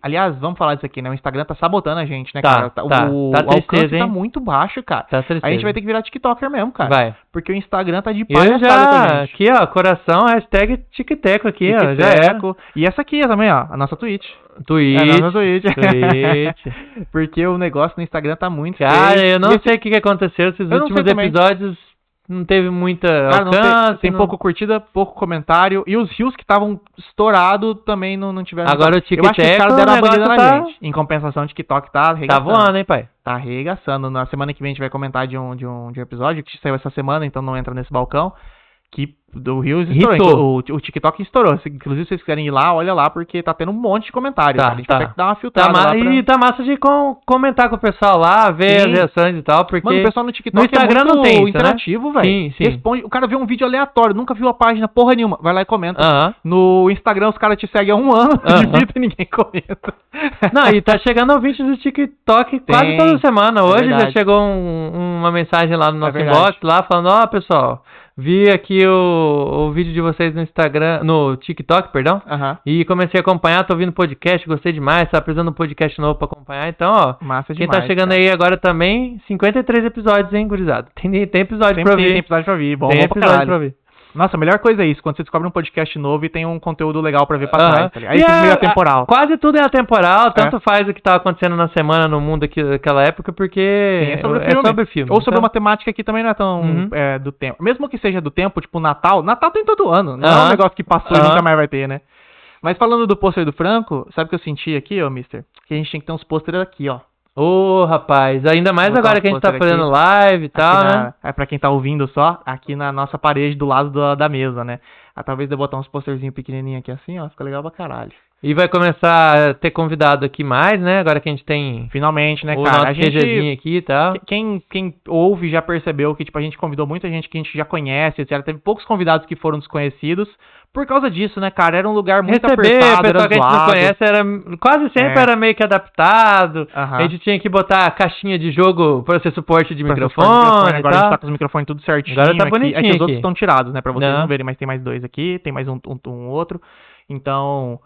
Aliás, vamos falar disso aqui, né? O Instagram tá sabotando a gente, né,
Tá,
cara?
tá.
o
Tá
o
tristeza,
alcance tá
hein?
muito baixo, cara.
Tá tristeza.
A gente vai ter que virar TikToker mesmo, cara.
Vai.
Porque o Instagram tá de
Eu já...
palhaçada
Aqui, ó. Coração, hashtag tic-teco aqui, ó. Já é.
eco. E essa aqui também, ó, a nossa Twitch. É a
Twitch.
nossa Twitch.
Twitch.
Porque o negócio no Instagram tá muito
Cara,
feio.
eu não
E esse-
sei o que que aconteceu. Esses
não
últimos
sei também.
episódios não teve muita
Cara, não
alcance.
tem, tem
não-
pouco curtida, pouco comentário. E os rios que estavam estourados também não, não tiveram.
Agora o
eu acho que os
TikTok,
caras deram
o
uma banida na
negócio tá-
gente. Em compensação, o TikTok tá
Tá
arregaçando.
voando, hein, pai?
Tá arregaçando. Na semana que vem a gente vai comentar de um, de um, de um episódio que saiu essa semana, então não entra nesse balcão. Que do Rios estourou.
Irritou.
Então, O, o TikTok estourou. Se- Inclusive, se vocês quiserem ir lá, olha lá, porque tá tendo um monte de comentário.
Tá,
cara. A gente
tá.
consegue dar uma filtrada.
Tá ma-
lá pra...
E tá massa de com- comentar com o pessoal lá, ver
Sim.
as reações e tal, porque.
Mano, o pessoal no TikTok
no Instagram
é muito
não tem isso, né?
interativo,
Sim,
velho.
sim.
Responde, o cara vê um vídeo aleatório, nunca viu a página porra nenhuma, vai lá e comenta.
Aham.
No Instagram os caras te seguem há um ano
Ah.
de
Aham.
vida e ninguém comenta.
Não, e tá chegando ouvintes do TikTok quase
Tem. é
toda semana. Hoje já
verdade. É
chegou um- uma mensagem lá no nosso
verdade.
inbox, lá falando, ó, pessoal, vi aqui o, o vídeo de vocês no Instagram, no TikTok, perdão.
Aham.
E comecei a acompanhar, tô ouvindo podcast, gostei demais, tá precisando de um podcast novo pra acompanhar, então, ó.
Massa
Quem
demais.
tá chegando aí agora também, 53 episódios, hein, gurizada? Tem, tem episódio
Sempre
pra
tem, tem
ouvir.
episódio pra ouvir. Bom,
tem
bom pra
episódio
caralho.
pra ouvir.
Nossa, a melhor coisa é isso, quando você descobre um podcast novo e tem um conteúdo legal pra ver pra
Aham.
trás. Tá ligado?
E
Aí fica
é-
meio atemporal.
Quase tudo é atemporal, tanto
É.
faz o que tava acontecendo na semana no mundo aqui, daquela época, porque
Sim, é
sobre filme.
Ou sobre
então-
uma temática que também não é tão
Uhum.
é, do tempo. Mesmo que seja do tempo, tipo Natal, Natal tem todo ano. Não é
Aham.
um negócio que passou e
Aham.
nunca mais vai ter, né? Mas falando do pôster do Franco, sabe o que eu senti aqui, ô mister? Que a gente tem que ter uns pôsteres aqui, ó.
Ô, rapaz, ainda mais
Vou botar
agora
um
que a gente tá
pôster
fazendo live e tal,
aqui na-
né?
é, pra quem tá ouvindo só, aqui na nossa parede do lado da, da mesa, né? Ah, talvez eu botar uns posterzinhos pequenininhos aqui assim, ó. Fica legal pra caralho.
E vai começar a ter convidado aqui mais, né? Agora que a gente tem
Finalmente, né,
o
cara? A
nosso TGzinho
gente.
aqui e tal.
Quem, quem ouve já percebeu que, tipo, a gente convidou muita gente que a gente já conhece, etc. Teve poucos convidados que foram desconhecidos. Por causa disso, né, cara? Era um lugar muito
Receber
apertado, era um
pessoal que a gente não
zoado.
conhece era quase sempre
É.
era meio que adaptado.
Aham.
A gente tinha que botar a caixinha de jogo pra ser suporte de
Pra vocês
microfone,
forem microfone,
e
Agora a
tal.
gente tá com os microfones tudo certinho.
Agora tá
aqui.
bonitinho
É que os
aqui.
outros estão tirados, né? Pra vocês não.
Não.
verem, mas tem mais dois aqui, tem mais um, um, um outro. Então.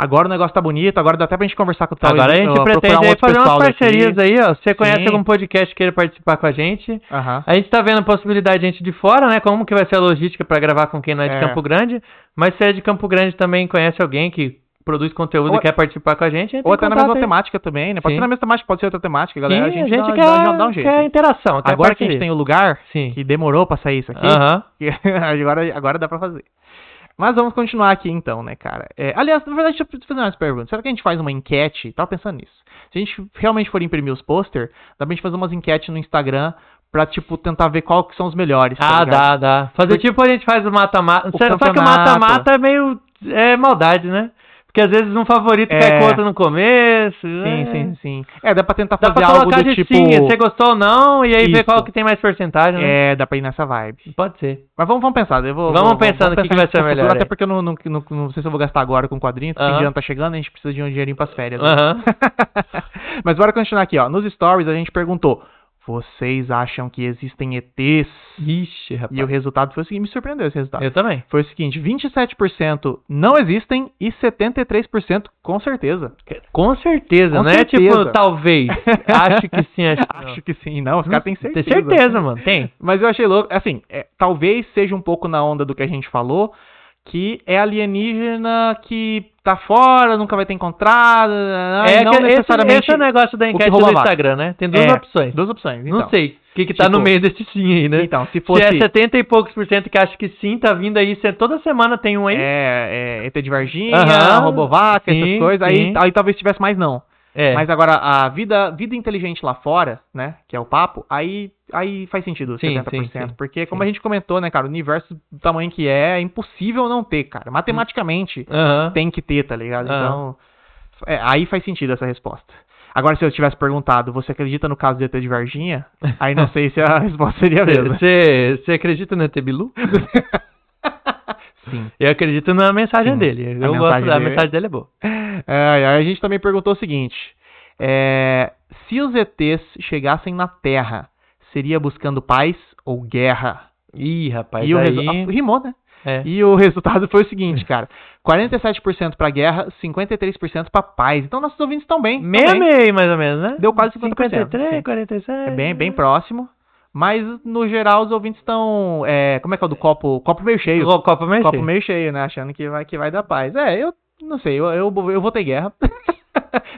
Agora o negócio tá bonito, agora dá até pra gente conversar com o tal
Agora a
ó,
gente
procurar
pretende
um
aí
outro
fazer umas
pessoal daqui.
parcerias aí, ó. Se você conhece
Sim.
algum podcast que queira participar com a gente,
Aham.
a gente tá vendo a possibilidade de gente de fora, né? Como que vai ser a logística pra gravar com quem não é de
É.
Campo Grande. Mas se é de Campo Grande também conhece alguém que produz conteúdo
Ou-
e quer participar com a gente, entra
Ou
em
até na
contato
mesma
aí.
temática também, né? Pode
Sim.
ser na mesma temática, pode ser outra temática, galera.
Sim,
a gente, dá,
quer,
dá- dá um jeito.
quer interação, quer
Agora que a gente
parceria.
tem o lugar,
Sim.
que demorou pra sair isso aqui,
Aham.
que agora, agora dá pra fazer. Mas vamos continuar aqui então, né, cara? É, aliás, na verdade, deixa eu fazer umas perguntas. Será que a gente faz uma enquete? Tava pensando nisso. Se a gente realmente for imprimir os pôster, dá pra gente fazer umas enquetes no Instagram pra, tipo, tentar ver qual que são os melhores. tá
Ah,
ligado?
dá, dá. Fazer
Porque-
tipo a gente faz o mata-mata.
O
Só só que o
campeonato.
mata-mata é meio. É maldade, né? Porque às vezes um favorito
É.
cai com o outro no começo.
Sim,
é.
sim, sim. É, dá pra tentar
Dá
fazer
pra
algo
colocar
do
de
tipo.
sim, é você gostou ou não, e aí ver
Isso.
qual que tem mais porcentagem, né?
É, dá pra ir nessa vibe.
Pode ser.
Mas vamos, vamos pensar. Eu vou,
Vamos
vou-
pensando o que
pensar
que vai ser
no futuro,
melhor
Até
aí.
porque eu não, não, não, não sei se eu vou gastar agora com quadrinhos, porque o
Aham.
dinheiro tá chegando, a gente precisa de um dinheirinho pras férias. né?
Aham.
Mas bora continuar aqui, ó. Nos stories a gente perguntou: vocês acham que existem ETs?
Ixi, rapaz.
E o resultado foi o seguinte, me surpreendeu esse resultado.
Eu também.
Foi o seguinte, 27% não existem e 73% com certeza.
Com certeza,
Com
não é
certeza.
tipo, talvez. acho que sim, acho que não.
Acho que sim, não, os caras têm certeza.
Hum, Tem certeza, mano. Tem.
Mas eu achei louco, assim, é, talvez seja um pouco na onda do que a gente falou, que é alienígena que tá fora, nunca vai ter encontrado,
é
é, não
que esse-
necessariamente...
Esse é o negócio da enquete
rouba
do
a vaca.
Instagram, né? Tem duas
É,
opções.
Duas opções, então.
Não sei o que que tá
Tipo-
no meio desse sim aí, né?
Então, se fosse...
Se é 70 e poucos por cento que acha que sim, tá vindo aí. se- Toda semana tem um aí.
É, é ET de Varginha,
Aham,
Robovaca, essas
sim,
coisas. Aí,
sim.
aí talvez tivesse mais não.
É.
Mas agora, a vida, vida inteligente lá fora, né, que é o papo, aí, aí faz sentido,
Sim,
70%.
sim, sim.
porque, como
Sim.
a gente comentou, né, cara, o universo do tamanho que é, é impossível não ter, cara. Matematicamente,
Aham.
tem que ter, tá ligado?
Aham.
Então, é, aí faz sentido essa resposta. Agora, se eu tivesse perguntado, você acredita no caso do ET de Varginha? Aí não sei se a resposta seria a mesma.
Você você né? acredita no ET Bilu?
Sim.
Eu acredito na mensagem
Sim,
dele.
a
Eu gosto
mensagem
da
dele-
mensagem dele é boa.
É, e aí a gente também perguntou o seguinte: é, se os ETs chegassem na Terra, seria buscando paz ou guerra?
Ih, rapaz,
E o resu-
aí...
ah, rimou, né?
É.
E o resultado foi o seguinte, cara: 47% pra guerra, 53% pra paz. Então nossos ouvintes estão bem. tão
Meia,
bem.
meia, mais ou menos, né?
Deu quase 50%,
53,
sim.
47...
É bem, bem próximo. Mas no geral os ouvintes estão. é, como é que é o do copo? Copo meio cheio.
Co- Copa Mercê.
copo meio cheio, né? Achando que vai, que vai dar paz. É, eu não sei, eu, eu, eu votei guerra.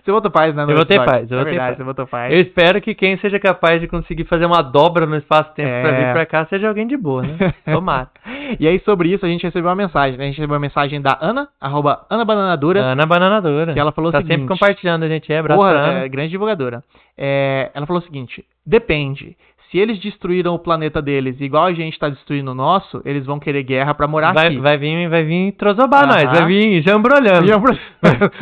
você votou paz, né? no
Eu votei
episódio?
paz, eu
é
votei
verdade,
paz.
você votou paz.
Eu espero que quem seja capaz de conseguir fazer uma dobra no espaço-tempo pra
É.
vir pra cá seja alguém de boa, né? Tomara.
E aí, sobre isso, a gente recebeu uma mensagem, né? A gente recebeu uma mensagem da Ana, arroba Ana Bananadura,
Ana Bananadora.
que ela falou
tá
o seguinte.
sempre compartilhando a gente, é, abraço
Porra,
pra Ana.
é, grande divulgadora. É, ela falou o seguinte: depende. Se eles destruíram o planeta deles igual a gente tá destruindo o nosso, eles vão querer guerra pra morar
Vai,
tá aqui.
vai vir, vai vir trozobar nós,
Aham.
vai vir jambrolhando.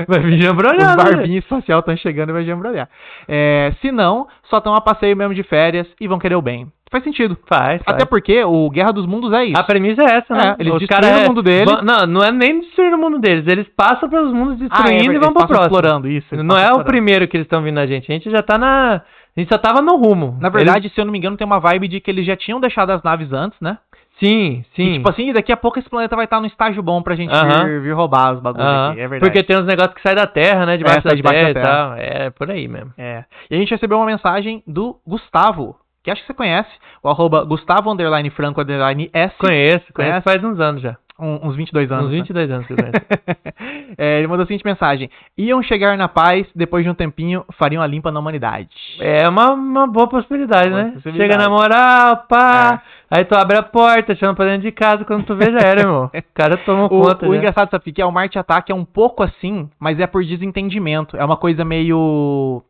Vai vir
Os
jambrolhando. né?
barbinhos social estão chegando e vai jambrolhar. É, se não, só estão a passeio mesmo de férias e vão querer o bem. Faz sentido.
Faz, faz.
Até porque o Guerra dos Mundos é isso.
A premissa é essa, né?
É, eles
Os
destruíram
caras
o mundo deles.
vão- Não, não é nem destruir o mundo deles. Eles passam pelos mundos
Ah, é,
destruindo e
eles
vão pro
passam
próximo.
explorando isso. eles
Não
passam
é o
explorando.
primeiro que eles estão vindo na gente. A gente já tá na. A gente já tava no rumo.
Na verdade, se eu não me engano, tem uma vibe de que eles já tinham deixado as naves antes, né?
Eles- Sim, sim.
E, tipo assim, daqui a pouco esse planeta vai estar num estágio bom pra gente
Aham.
vir, vir roubar os bagulhos
Aham.
aqui. É verdade.
Porque tem uns negócios que saem da terra, né? Debaixo,
É, sai
da,
debaixo
terra
da
e tal. É, por aí mesmo.
É. E a gente recebeu uma mensagem do Gustavo, que acho que você conhece, o arroba Gustavo underline Franco underline S,
Conheço,
Conhece?
conheço faz uns anos já.
um- uns 22 anos.
uns
né?
22 anos que eu conheço.
É, ele mandou a seguinte mensagem: iam chegar na paz, depois de um tempinho, fariam a limpa na humanidade.
É uma, uma boa possibilidade,
Boa
né?
possibilidade. É.
Chega na moral, pá. Aí tu abre a porta, chama pra dentro de casa, quando tu vê já era, irmão. O cara toma
O,
conta. né?
o
já.
engraçado, sabe, o que é o Marte Ataque é um pouco assim, mas é por desentendimento. É uma coisa meio.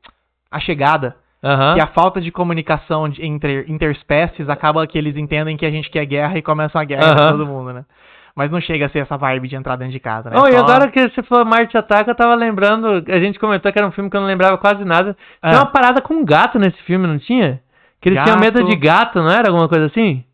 A chegada.
Aham.
E a falta de comunicação de- entre interespécies acaba que eles entendem que a gente quer guerra e começam a guerra pra
Aham.
todo mundo, né? Mas não chega a ser essa vibe de entrar dentro de casa, né?
Oh, e
Só-
agora que você falou Marte Ataca, eu tava lembrando. A gente comentou que era um filme que eu não lembrava quase nada.
Ah.
Tinha uma parada com um gato nesse filme, não tinha? Que eles tinham
Gato.
medo de gato, não era? Alguma coisa assim?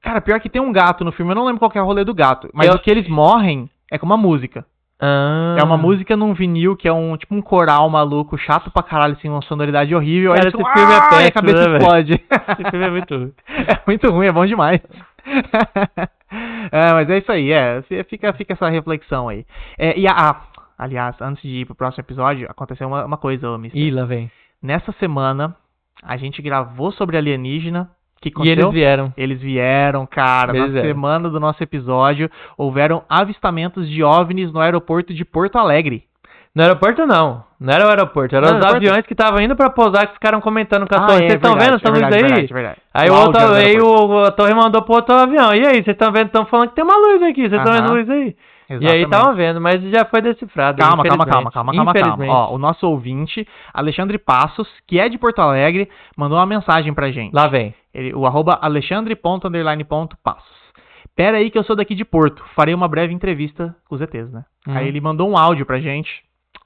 Cara, pior que tem um gato no filme, eu não lembro qual que é o rolê do gato. Mas
Eu-
o que eles morrem é com uma música.
Ah.
É uma música num vinil que é um tipo um coral maluco, chato pra caralho, assim, uma sonoridade horrível.
Cara,
aí tu,
esse filme é
"Ah", e a
péssimo, né,
cabeça
velho?
explode.
Esse filme é muito ruim.
É muito ruim, é bom demais. É, mas é isso aí, é. fi- Fica, fica essa reflexão aí. É, e a, ah, aliás, antes de ir pro próximo episódio, aconteceu uma, uma coisa, ô Mister.
Ih, lá vem.
Nessa semana, a gente gravou sobre alienígena. Que
E
aconteceu?
eles é. vieram.
Eles vieram, cara.
Eles
na
vieram.
semana do nosso episódio, houveram avistamentos de OVNIs no aeroporto de Porto Alegre.
No aeroporto, não. Não era o aeroporto. Era
Não,
os
aeroporto. Ah,
aviões que estavam indo pra pousar que ficaram comentando com a torre. Vocês estão vendo essa luz aí?
é Verdade, é verdade.
Aí, o
áudio é
outro,
do
aí
aeroporto.
o, a torre mandou pro outro avião. E aí, vocês estão vendo? Estão falando que tem uma luz aqui. Vocês estão vendo
Aham.
luz aí? E aí
Exatamente.
estavam vendo, mas já foi decifrado.
Calma, calma,
infelizmente.
calma, calma, calma, calma.
Infelizmente.
Ó, o nosso ouvinte, Alexandre Passos, que é de Porto Alegre, mandou uma mensagem pra gente.
Lá vem.
Ele, o arroba alexandre.underline.passos. Pera aí que eu sou daqui de Porto. Farei uma breve entrevista com os ETs, né?
Uhum.
Aí ele mandou um áudio pra gente.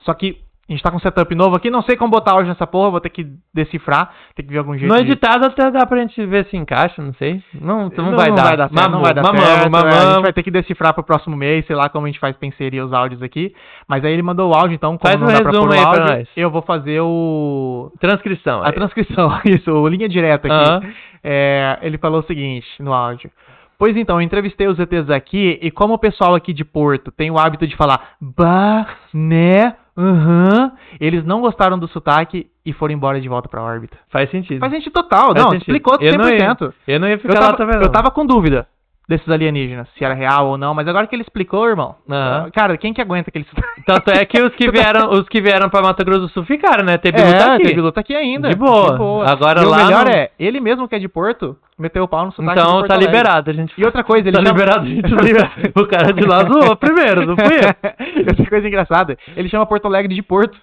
Só que a gente tá com um setup novo aqui. Não sei como botar áudio nessa porra. Vou ter que decifrar. Ter que ver algum jeito.
No
de-
editado até dá pra gente ver se encaixa, não sei. Não, Então não, vai, dar.
certo, não vai dar
mamamos,
certo, é, A gente
mamamos.
vai ter que decifrar pro próximo mês, sei lá como a gente faz pra inserir os áudios aqui. Mas aí ele mandou o áudio, então, como
Faz
não
um
dá pra pôr
resumo
o
aí pra
áudio,
nós.
eu vou fazer o...
Transcrição.
A
aí.
transcrição, isso, o linha direta aqui.
Aham.
É, ele falou o seguinte no áudio. Pois então, eu entrevistei os ETs aqui e como o pessoal aqui de Porto tem o hábito de falar bah, né, aham, eles não gostaram do sotaque e foram embora de volta pra órbita.
Faz sentido.
Faz sentido total,
Faz
não,
sentido.
explicou 100%.
Eu não ia, eu não ia
Eu
ficar lá
tava,
também. não.
eu tava com dúvida desses alienígenas, se era real ou não, mas agora que ele explicou, irmão. ah,
Aham.
Cara, quem que aguenta aquele
Tanto é que os que vieram, os que vieram pra Mato Grosso do Sul ficaram, né? Teve
É,
luta aqui.
teve luta aqui ainda.
De boa. Agora
e
lá
O melhor
não-
é, ele mesmo que é de Porto, meteu o pau no sotaque de
Então
Porto
tá
Alegre.
liberado, a gente
E outra coisa, ele
Tá
chama-
liberado, gente, tá liberado. O cara de lá zoou primeiro, não fui eu.
E outra coisa engraçada, ele chama Porto Alegre de Porto.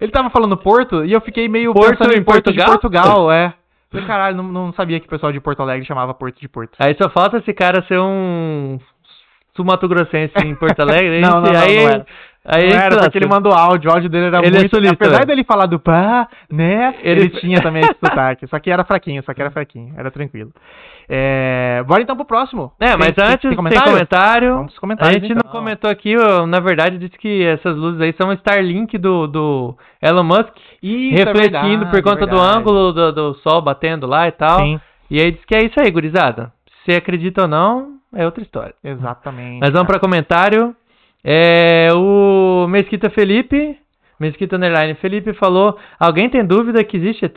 Ele tava falando Porto e eu fiquei meio
Porto
pensando
em
em Porto de
Portugal?
Portugal, é. Falei, caralho, não, não sabia que o pessoal de Porto Alegre chamava Porto de Porto.
Aí só falta esse cara ser um sumatogrossense em Porto Alegre.
Não, não,
e
não,
aí,
não era.
aí
não era,
classe.
porque ele mandou áudio, o áudio dele era
Ele é
muito...
sulista,
apesar
né?
dele falar do pá, né, ele,
Ele-
tinha também esse sotaque. Só que era fraquinho, só que era fraquinho, era tranquilo. É, bora então pro próximo.
É, mas antes tem comentário.
Vamos pros comentários,
a gente
então.
não comentou aqui, eu, na verdade, disse que essas luzes aí são Starlink do, do Elon Musk,
Isso, é
refletindo
verdade,
por conta
é
do
verdade.
ângulo do, do sol batendo lá e tal.
Sim,
E aí disse que é isso aí, gurizada. Se acredita ou não, é outra história.
exatamente.
Mas vamos para comentário. É, o Mesquita Felipe, Mesquita Underline Felipe falou: Alguém tem dúvida que existe ET?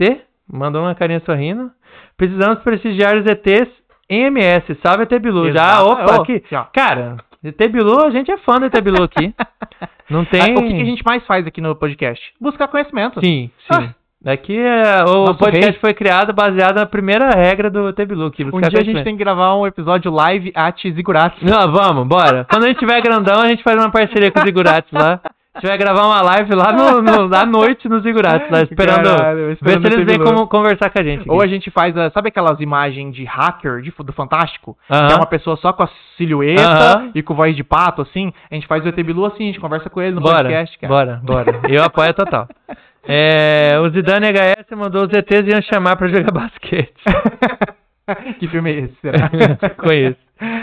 Mandou uma carinha sorrindo. Precisamos prestigiar os ETs em MS. Salve ET Bilu. Já,
Exato.
opa,
Ô,
aqui.
já.
Cara, ET Bilu, a gente é fã do ET Bilu aqui. Não tem.
Ah, O que, que a gente mais faz aqui no podcast? Buscar conhecimento.
Sim, sim. Aqui é, o
Ah. Nosso
podcast
rei.
foi criado baseado na primeira regra do ET Bilu. Que
Um
buscar
dia a gente
conhecimento.
tem que gravar um episódio live at Zigurati.
Não, vamos, bora. Quando a gente tiver grandão, a gente faz uma parceria com o Zigurati lá. A gente vai gravar uma live lá no, no- à noite no Zigurati, lá, esperando,
Caralho, esperando
ver se
o
eles vêm
Bilu.
como- conversar com a gente. aqui.
Ou a gente faz, a- sabe aquelas imagens de hacker de, do Fantástico?
Aham.
Que é uma pessoa só com a silhueta
Aham.
e com voz de pato, assim. A gente faz o ET Bilu assim, a gente conversa com ele no
bora,
podcast, cara.
bora, bora. Eu apoio total. É, o Zidane HS mandou os ETs iam chamar pra jogar basquete.
que filme é esse, será?
Conheço.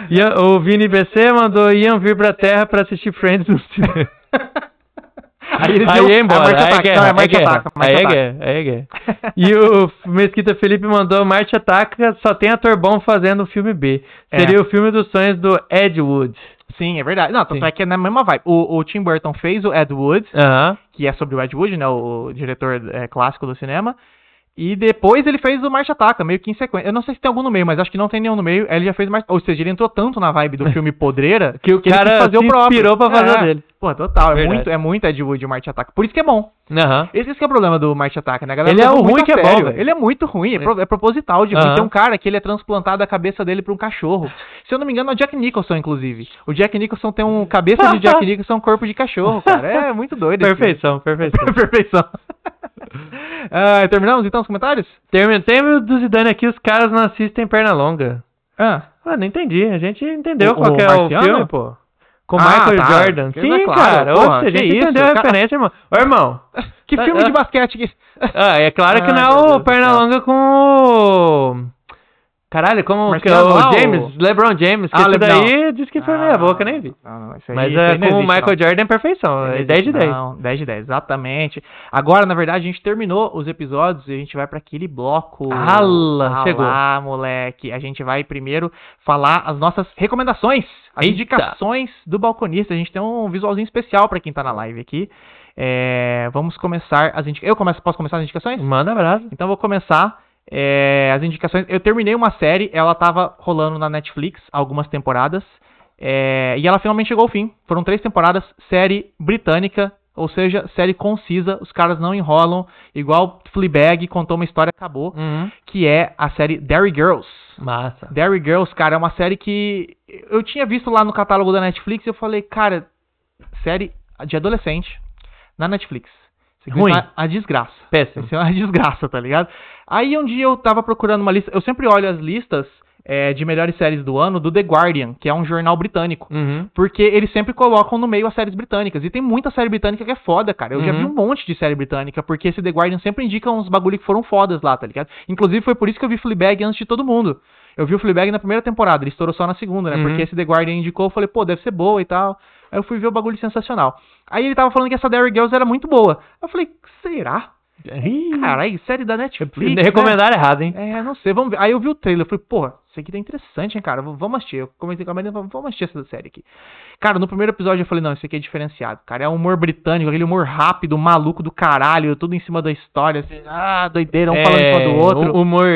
E a- o Vini BC mandou iam vir pra terra pra assistir Friends no cinema.
Aí ele
aí
deu-
é embora,
é Marte
aí é
Ataca,
guerra,
não, é
aí é
Marte
guerra,
Ataca, Marte
aí é
Ataca.
guerra, aí é guerra. E o Mesquita Felipe mandou Marte Ataca, só tem ator bom fazendo o filme B.
É.
Seria o filme dos sonhos do Ed Wood.
Sim, é verdade. Não, tanto
Sim.
é que é na mesma vibe. O, o Tim Burton fez o Ed Wood,
Aham.
que é sobre o Ed Wood, né, o diretor é, clássico do cinema. E depois ele fez o Marte Ataca, meio que em sequência. Eu não sei se tem algum no meio, mas acho que não tem nenhum no meio. Aí Ele já fez o Marte... Ou seja, ele entrou tanto na vibe do filme Podreira
Que o
ele
cara
quis fazer
se
o próprio.
inspirou pra
É.
fazer o dele.
Pô, total. É
Verdade.
muito, é muito Ed Wood o Marte Ataca. Por isso que é bom.
Aham.
Esse, esse que é o problema do Marte Ataca, né? A galera
Ele é
leva
o
muito
ruim
a
que é bom,
sério.
velho.
Ele é muito ruim. É, pro- é proposital de
Aham.
ruim. Tem um cara que ele é transplantado a cabeça dele pra um cachorro. Se eu não me engano, é o Jack Nicholson, inclusive. O Jack Nicholson tem um cabeça de Jack Nicholson, corpo de cachorro, cara. É muito doido. esse filme.
Perfeição, perfeição.
Perfeição. Ah, terminamos então os comentários?
Termin- Tem o do Zidane aqui, os caras não assistem perna longa.
Ah,
Ah, não entendi. A gente entendeu
O-
qual
o
que é o
Marciano?
filme, pô. Com o
Ah,
Michael
tá.
Jordan.
Que-
Sim,
é claro,
cara.
porra,
Oxe, a
que
gente
isso,
entendeu a
cara.
referência, irmão. Ô, irmão.
que
é Ah,
filme de
ah.
basquete que.
Ah, é claro que
Ai,
não é
meu Deus
o
do
Pernalonga com o... Caralho, como que é
Marciano,
o
ah, o-
James, LeBron James, que
Ah,
isso
LeBron. Ah,
daí disse que foi meia boca, nem vi.
Não, não, isso aí-
Mas
isso
é
aí não
com o
existe, não.
Michael Jordan é perfeição, é 10 de 10.
Não, 10 de 10, exatamente. Agora, na verdade, a gente terminou os episódios e a gente vai para aquele bloco.
Ala, chegou.
Ah, moleque. A gente vai primeiro falar as nossas recomendações, as
Eita.
indicações do balconista. A gente tem um visualzinho especial para quem tá na live aqui. É, vamos começar as indicações. Eu começo, posso começar as indicações?
Manda abraço.
Então vou começar é, as indicações. Eu terminei uma série, ela tava rolando na Netflix algumas temporadas. é, e ela finalmente chegou ao fim. Foram três temporadas, série britânica, ou seja, série concisa. Os caras não enrolam, igual Fleabag contou uma história e acabou,
Hum.
que é a série Dairy Girls.
Massa.
Derry Girls, cara, é uma série que eu tinha visto lá no catálogo da Netflix e eu falei, cara, série de adolescente na Netflix. Isso aqui
Ruim.
é uma- A desgraça.
Péssimo.
Isso é uma desgraça, tá ligado? Aí um dia eu tava procurando uma lista, eu sempre olho as listas é, de melhores séries do ano do The Guardian, que é um jornal britânico.
Uhum.
Porque eles sempre colocam no meio as séries britânicas. E tem muita série britânica que é foda, cara. Eu já
Uhum.
vi um monte de série britânica, porque esse The Guardian sempre indica uns bagulho que foram fodas lá, tá ligado? Inclusive foi por isso que eu vi Fleabag antes de todo mundo. Eu vi o Fleabag na primeira temporada, ele estourou só na segunda, né?
Uhum.
Porque esse The Guardian indicou, eu falei, pô, deve ser boa e tal. Aí eu fui ver o bagulho sensacional. Aí ele tava falando que essa Derry Girls era muito boa. Eu falei, será?
Hum.
Caralho, série da Netflix. né?
Recomendaram errado, hein?
É, não sei, vamos ver. Aí eu vi o trailer, eu falei, porra, isso aqui tá interessante, hein, cara, v- vamos assistir. Eu comecei com a Marina, falei, vamos assistir essa série aqui. Cara, no primeiro episódio eu falei, não, isso aqui é diferenciado, cara, é um humor britânico, aquele humor rápido, maluco do caralho, tudo em cima da história, assim, ah, doideira, um falando em cima do outro.
um Humor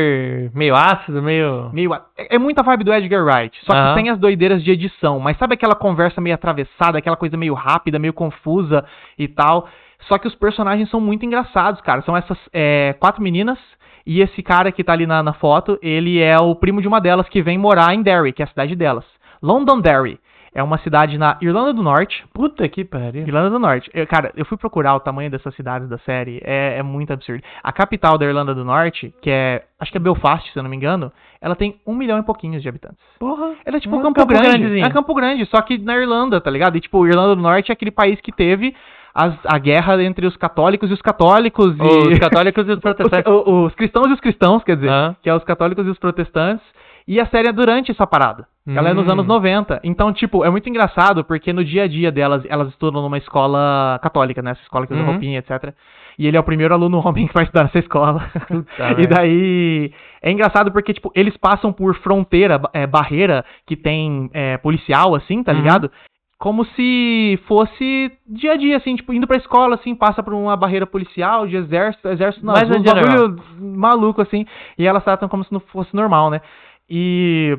meio ácido, meio.
Meio a- é é muita vibe do Edgar Wright, só que
Aham.
tem as doideiras de edição, mas sabe aquela conversa meio atravessada, aquela coisa meio rápida, meio confusa e tal. Só que os personagens são muito engraçados, cara. São essas é, quatro meninas e esse cara que tá ali na, na foto, ele é o primo de uma delas que vem morar em Derry, que é a cidade delas. Londonderry é uma cidade na Irlanda do Norte,
Puta que pariu.
Irlanda do Norte. Eu- cara, eu fui procurar o tamanho dessas cidades da série, é, é muito absurdo. A capital da Irlanda do Norte, que é, acho que é Belfast, se eu não me engano, ela tem um milhão e pouquinhos de habitantes.
Porra.
Ela é tipo
Um
Campo,
Campo
Grande.
Grandezinho.
É Campo Grande, só que na Irlanda, tá ligado? E tipo, Irlanda do Norte é aquele país que teve as- a guerra entre os católicos e os católicos e...
Os católicos e os protestantes.
Os, o- os cristãos e os cristãos, quer dizer,
Aham.
que é os católicos e os protestantes. E a série é durante essa parada. Ela é nos
Hum.
anos 90. Então, tipo, é muito engraçado porque no dia a dia delas, elas estudam numa escola católica, né? Essa escola que usa
Uhum.
roupinha, etc. E ele é o primeiro aluno homem que vai estudar nessa escola. e
merda.
daí. É engraçado porque, tipo, eles passam por fronteira, ba- é, barreira que tem é, policial, assim, tá
Uhum.
ligado? Como se fosse dia a dia, assim, tipo, indo pra escola, assim, passa por uma barreira policial, de exército, exército na
Mas
rua,
é
um
dia
bagulho maluco, assim. E elas tratam como se não fosse normal, né? E,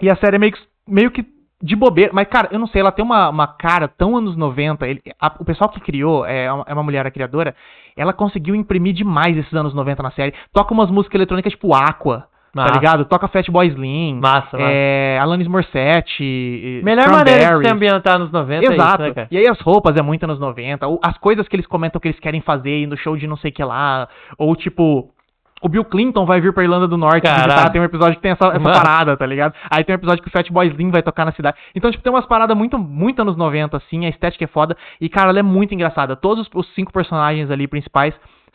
e a série é meio que, meio que de bobeira. Mas, cara, eu não sei, ela tem uma, uma cara tão anos 90. ele- a- o pessoal que criou, é uma, é uma mulher a criadora, ela conseguiu imprimir demais esses anos 90 na série. Toca umas músicas eletrônicas tipo Aqua, tá
Massa,
ligado? Toca Fat Boy Slim,
Massa, massa.
é, Alanis Morissette, e-
Melhor maneira de
Cranberries.
se ambientar nos 90
Exato.
é isso, né, cara?
E aí as roupas é muito anos 90, ou as coisas que eles comentam que eles querem fazer ir no show de não sei o que lá, ou tipo, o Bill Clinton vai vir pra Irlanda do Norte
Caralho.
visitar, tem um episódio que tem essa, essa
Mano.
parada, tá ligado? Aí tem um episódio que o Fat Boy Slim vai tocar na cidade. Então, tipo, tem umas paradas muito, muito anos 90, assim, a estética é foda, e cara, ela é muito engraçada. Todos os, os cinco personagens ali principais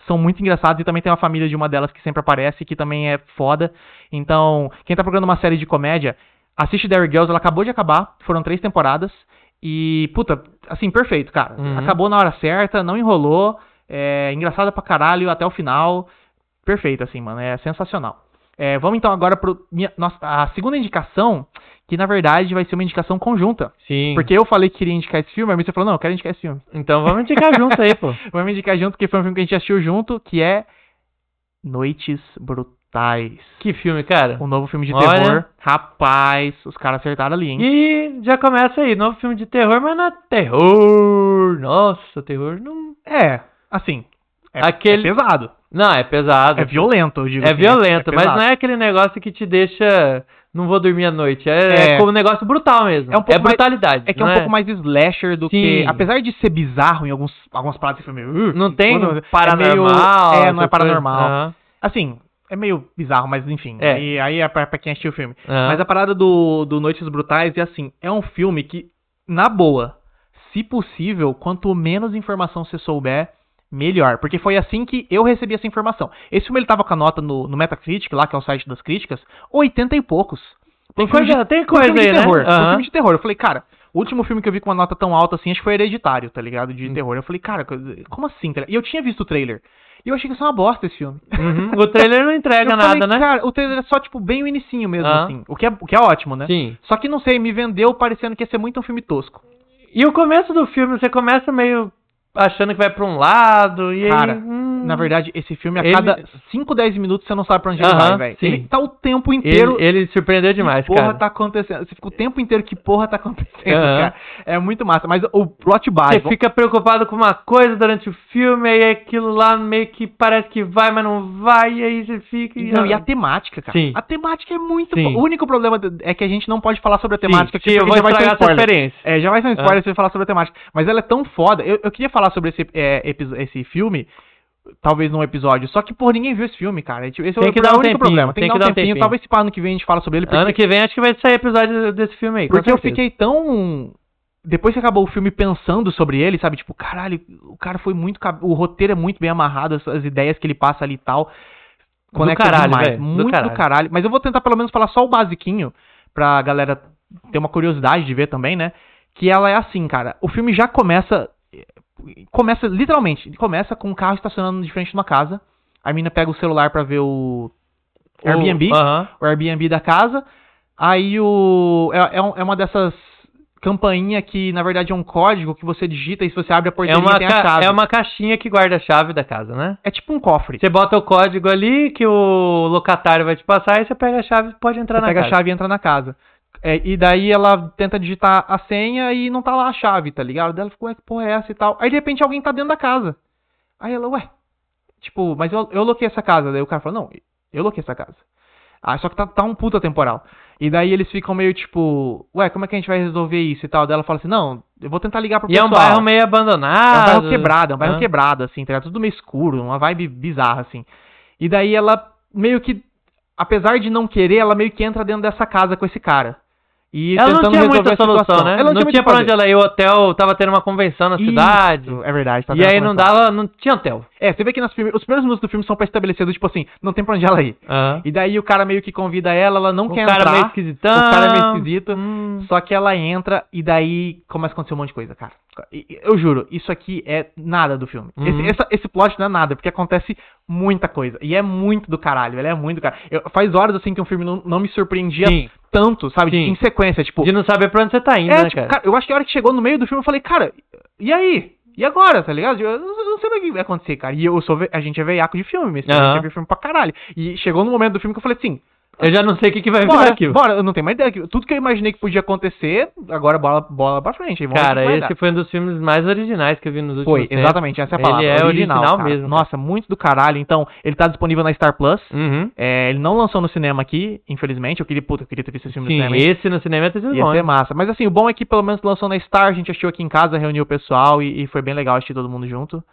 são muito engraçados e também tem uma família de uma delas que sempre aparece, que também é foda. Então, quem tá procurando uma série de comédia, assiste Derry Girls, ela acabou de acabar, foram três temporadas. E, puta, assim, perfeito, cara.
Uhum.
Acabou na hora certa, não enrolou. É engraçada pra caralho até o final. Perfeito, assim, mano. É sensacional. É, vamos então agora pro. Minha, nossa, a segunda indicação, que na verdade vai ser uma indicação conjunta.
Sim.
Porque eu falei que queria indicar esse filme, mas você falou, não, eu quero indicar esse filme.
Então vamos indicar junto aí, pô.
Vamos indicar junto, que foi um filme que a gente assistiu junto, que é Noites Brutais.
Que filme, cara.
Um novo filme de
Olha.
terror. Rapaz, os caras acertaram ali, hein?
E já começa aí, novo filme de terror, mas não é terror. Nossa, terror não.
É, assim. É,
Aquele-
é pesado.
Não, é pesado.
É violento, eu digo.
É
assim,
violento,
é
mas
pesado.
não é aquele negócio que te deixa. Não vou dormir à noite. É,
É.
é como um negócio brutal mesmo.
É
É,
um pouco mais-
brutalidade.
É que é um
não
pouco mais slasher do que.
Sim.
Apesar de ser bizarro em alguns, algumas palavras, você fica meio. "Uh",
Não tem
quando- é meio-
paranormal.
É, não é
essas
paranormal.
coisas. Aham.
Assim, é meio bizarro, mas enfim.
É.
Aí, aí é pra, pra quem assistiu o filme.
Aham.
Mas a parada do, do Noites Brutais é assim: é um filme que, na boa, se possível, quanto menos informação você souber, melhor. Porque foi assim que eu recebi essa informação. Esse filme ele tava com a nota no, no Metacritic, lá que é o site das críticas, 80 e poucos.
Tem
Um filme
coisa-
de-
tem
um
coisa
filme de
aí, né?
terror, Um
Aham.
filme de terror. Eu falei, cara, o último filme que eu vi com uma nota tão alta assim, acho que foi Hereditário, tá ligado?
Hum.
De terror. Eu falei, cara, como assim? tá ligado? E eu tinha visto o trailer. E eu achei que isso é uma bosta esse filme.
Uhum. O trailer não entrega
Eu
nada,
falei,
né?
Cara, o trailer é só, tipo, bem o inicinho mesmo,
Ah.
assim. O que, é, o que é ótimo, né?
Sim.
Só que não sei, me vendeu parecendo que ia ser muito um filme tosco.
E o começo do filme, você começa meio achando que vai pra um lado e
Cara,
aí... hum,
Na verdade, esse filme, a
Ele-
cada 5, 10 minutos, você não sabe pra onde ele
Aham,
vai, velho.
sim.
Ele tá o tempo inteiro.
ele, ele surpreendeu demais,
que porra
cara.
tá acontecendo? Você fica o tempo inteiro que porra tá acontecendo,
Aham.
cara. É muito massa. Mas o plot
Você
base.
fica preocupado com uma coisa durante o filme, aí aquilo lá meio que parece que vai, mas não vai, e ah, aí você fica...
Não, e a temática, cara.
Sim.
A temática é muito.
Sim.
O único problema é que a gente não pode falar sobre a temática
Sim, sim, eu
porque
vou
já vai ser um
estragar essa
spoiler.
experiência.
É, já vai ser um spoiler se eu falar sobre a temática. Mas ela é tão foda. Eu, eu queria falar sobre esse, é, episo- esse filme, talvez num episódio. Só que, pô, ninguém viu esse filme, cara. Esse é
Tem
o
que dar um
único
tempinho,
problema. Tem, que dar um tempinho.
tempinho.
Talvez se para ano que vem a gente fala sobre ele. Porque,
Ano que vem acho que vai sair episódio desse filme aí, com
porque eu
certeza.
fiquei tão. Depois que acabou o filme pensando sobre ele, sabe? Tipo, caralho, o cara foi muito. cab- O roteiro é muito bem amarrado, as, as ideias que ele passa ali e tal. Conecta
caralho,
demais.
velho, do
muito do caralho.
caralho.
Mas eu vou tentar pelo menos falar só o basiquinho pra galera ter uma curiosidade de ver também, né? Que ela é assim, cara. O filme já começa. Começa, literalmente, ele começa com um carro estacionando de frente de uma casa. A mina pega o celular pra ver o.
O-
Airbnb
Aham.
o Airbnb da casa. Aí o. É, é um- é uma dessas campainha que, na verdade, é um código que você digita e se você abre a
É
portaria
uma,
tem
ca-
a chave.
é uma caixinha que guarda a chave da casa, né?
É tipo um cofre. Você
Você bota o código ali que o locatário vai te passar e você pega a chave e pode entrar na
pega
casa.
a chave e entra na casa. É, e daí ela tenta digitar a senha e não tá lá a chave, tá ligado? Daí Ela ficou, ué, que porra é essa e tal. Aí de repente alguém tá dentro da casa. Aí ela, ué, tipo, mas eu, eu loquei essa casa. Daí o cara falou, não, eu loquei essa casa. Ah, só que tá, tá um puta temporal. E daí eles ficam meio tipo, ué, como é que a gente vai resolver isso e tal? Daí ela fala assim, não, eu vou tentar ligar pro
E é um
pessoal.
bairro meio abandonado.
É um bairro quebrado, é um bairro
Ah.
quebrado, assim, tá ligado? Tudo meio escuro, uma vibe bizarra, assim. E daí ela meio que, apesar de não querer, ela meio que entra dentro dessa casa com esse cara. E
Ela não
tentando
tinha
resolver
muita
a situação.
solução, né?
Ela não, tinha, muito o que
pra
fazer.
onde ela ir. O hotel tava tendo uma convenção na
Isso,
cidade.
É verdade, tá
e
vendo
aí
como
não
é foda?
dava, não tinha hotel.
É, você vê que nas prime- os primeiros minutos do filme são pra estabelecer, do tipo assim, não tem pra onde ela ir. E daí o cara meio que convida ela, ela não
O
Um quer
Então, Um cara
entrar.
meio esquisitão.
O cara é meio esquisito.
Hum.
Só que ela entra e daí começa a acontecer um monte de coisa, cara. E- e- Eu juro, isso aqui é nada do filme.
Uhum.
Esse, essa- esse plot não é nada, porque acontece muita coisa. E é muito do caralho, ele é muito do caralho. Eu- faz horas assim que um filme não, não me surpreendia
Sim,
tanto, sabe?
Sim.
Em sequência, tipo.
de não saber pra onde você tá indo,
é,
né,
tipo,
cara?
cara, eu acho que a hora que chegou no meio do filme eu falei, cara, e aí? E agora, tá ligado? Eu não, eu não sei mais o que vai acontecer, cara. E eu sou, ve- a gente é veiaco de filme, assim, a
Aham.
gente vê filme pra caralho. E chegou no momento do filme que eu falei assim,
Eu já não sei o É que, que vai vir
Bora,
aqui.
bora, eu não tenho mais ideia. Tudo que eu imaginei que podia acontecer, agora bola, bola pra frente. vamos ver o
Cara,
que vai
esse
dar.
foi um dos filmes mais originais que eu vi nos últimos
foi,
tempos.
exatamente, essa é a
Ele
palavra.
é original
cara.
mesmo,
Nossa, muito do caralho. Então, ele tá disponível na Star Plus.
Uhum.
É, ele não lançou no cinema aqui, infelizmente. Eu queria, puta, eu queria ter visto esse filme no
Sim,
cinema. hein?
esse no cinema é sido
Ia
bom.
ser
hein?
massa. Mas assim, o bom é que pelo menos lançou na Star, a gente assistiu aqui em casa, reuniu o pessoal e, e foi bem legal assistir todo mundo junto.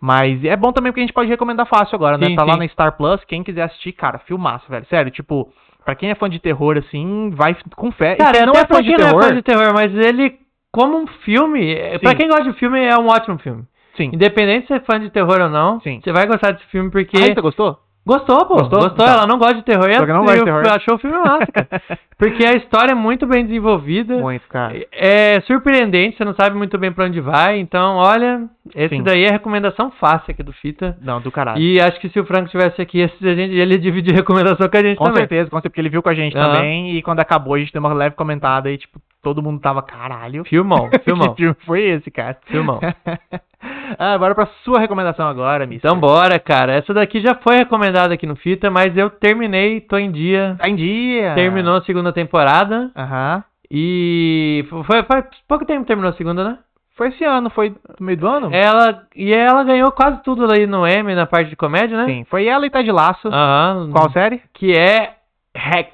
Mas é bom também porque a gente pode recomendar fácil agora, né?
Sim,
tá lá
sim.
na Star Plus, quem quiser assistir, cara, filmaço, velho. Sério, tipo, pra quem é fã de terror, assim, vai f- com fé. E
Cara,
quem
não é pra quem não é fã de terror, mas ele, como um filme, é-
Sim.
pra quem gosta de filme, é um ótimo filme.
Sim.
Independente se é fã de terror ou não,
Uhum. Sim.
você vai gostar desse filme porque...
Ah, você gostou?
Gostou, pô.
Gostou?
Gostou,
Tá.
ela não gosta de terror e
Só que não gosta de
eu-
terror.
eu achou o filme massa, cara. Porque a história é muito bem desenvolvida.
Muito, cara.
É surpreendente, você não sabe muito bem pra onde vai. Então, olha, esse
Sim.
daí é a recomendação fácil aqui do Fita.
Não, do caralho.
E acho que se o Franco estivesse aqui, esse, a gente, ele divide recomendação com a gente
com
também.
certeza, com certeza, porque ele viu com a gente
Aham.
também. E quando acabou, a gente deu uma leve comentada e, tipo, todo mundo tava, caralho.
Filmão, filmão.
que filme Tipo, foi esse, cara?
Filmão.
ah, bora pra sua recomendação agora, Mister.
Então bora, cara. Essa daqui já foi recomendada aqui no Fita, mas eu terminei, tô em dia.
Tá em dia.
Terminou a segunda temporada
Aham.
e foi, foi- faz pouco tempo que terminou a segunda, né?
Foi esse ano, foi no meio do
É.
ano?
Ela e ela ganhou quase tudo aí no M na parte de comédia, né?
Sim, foi ela e Ted Laço.
Aham.
Qual série?
que é Ah. Rex.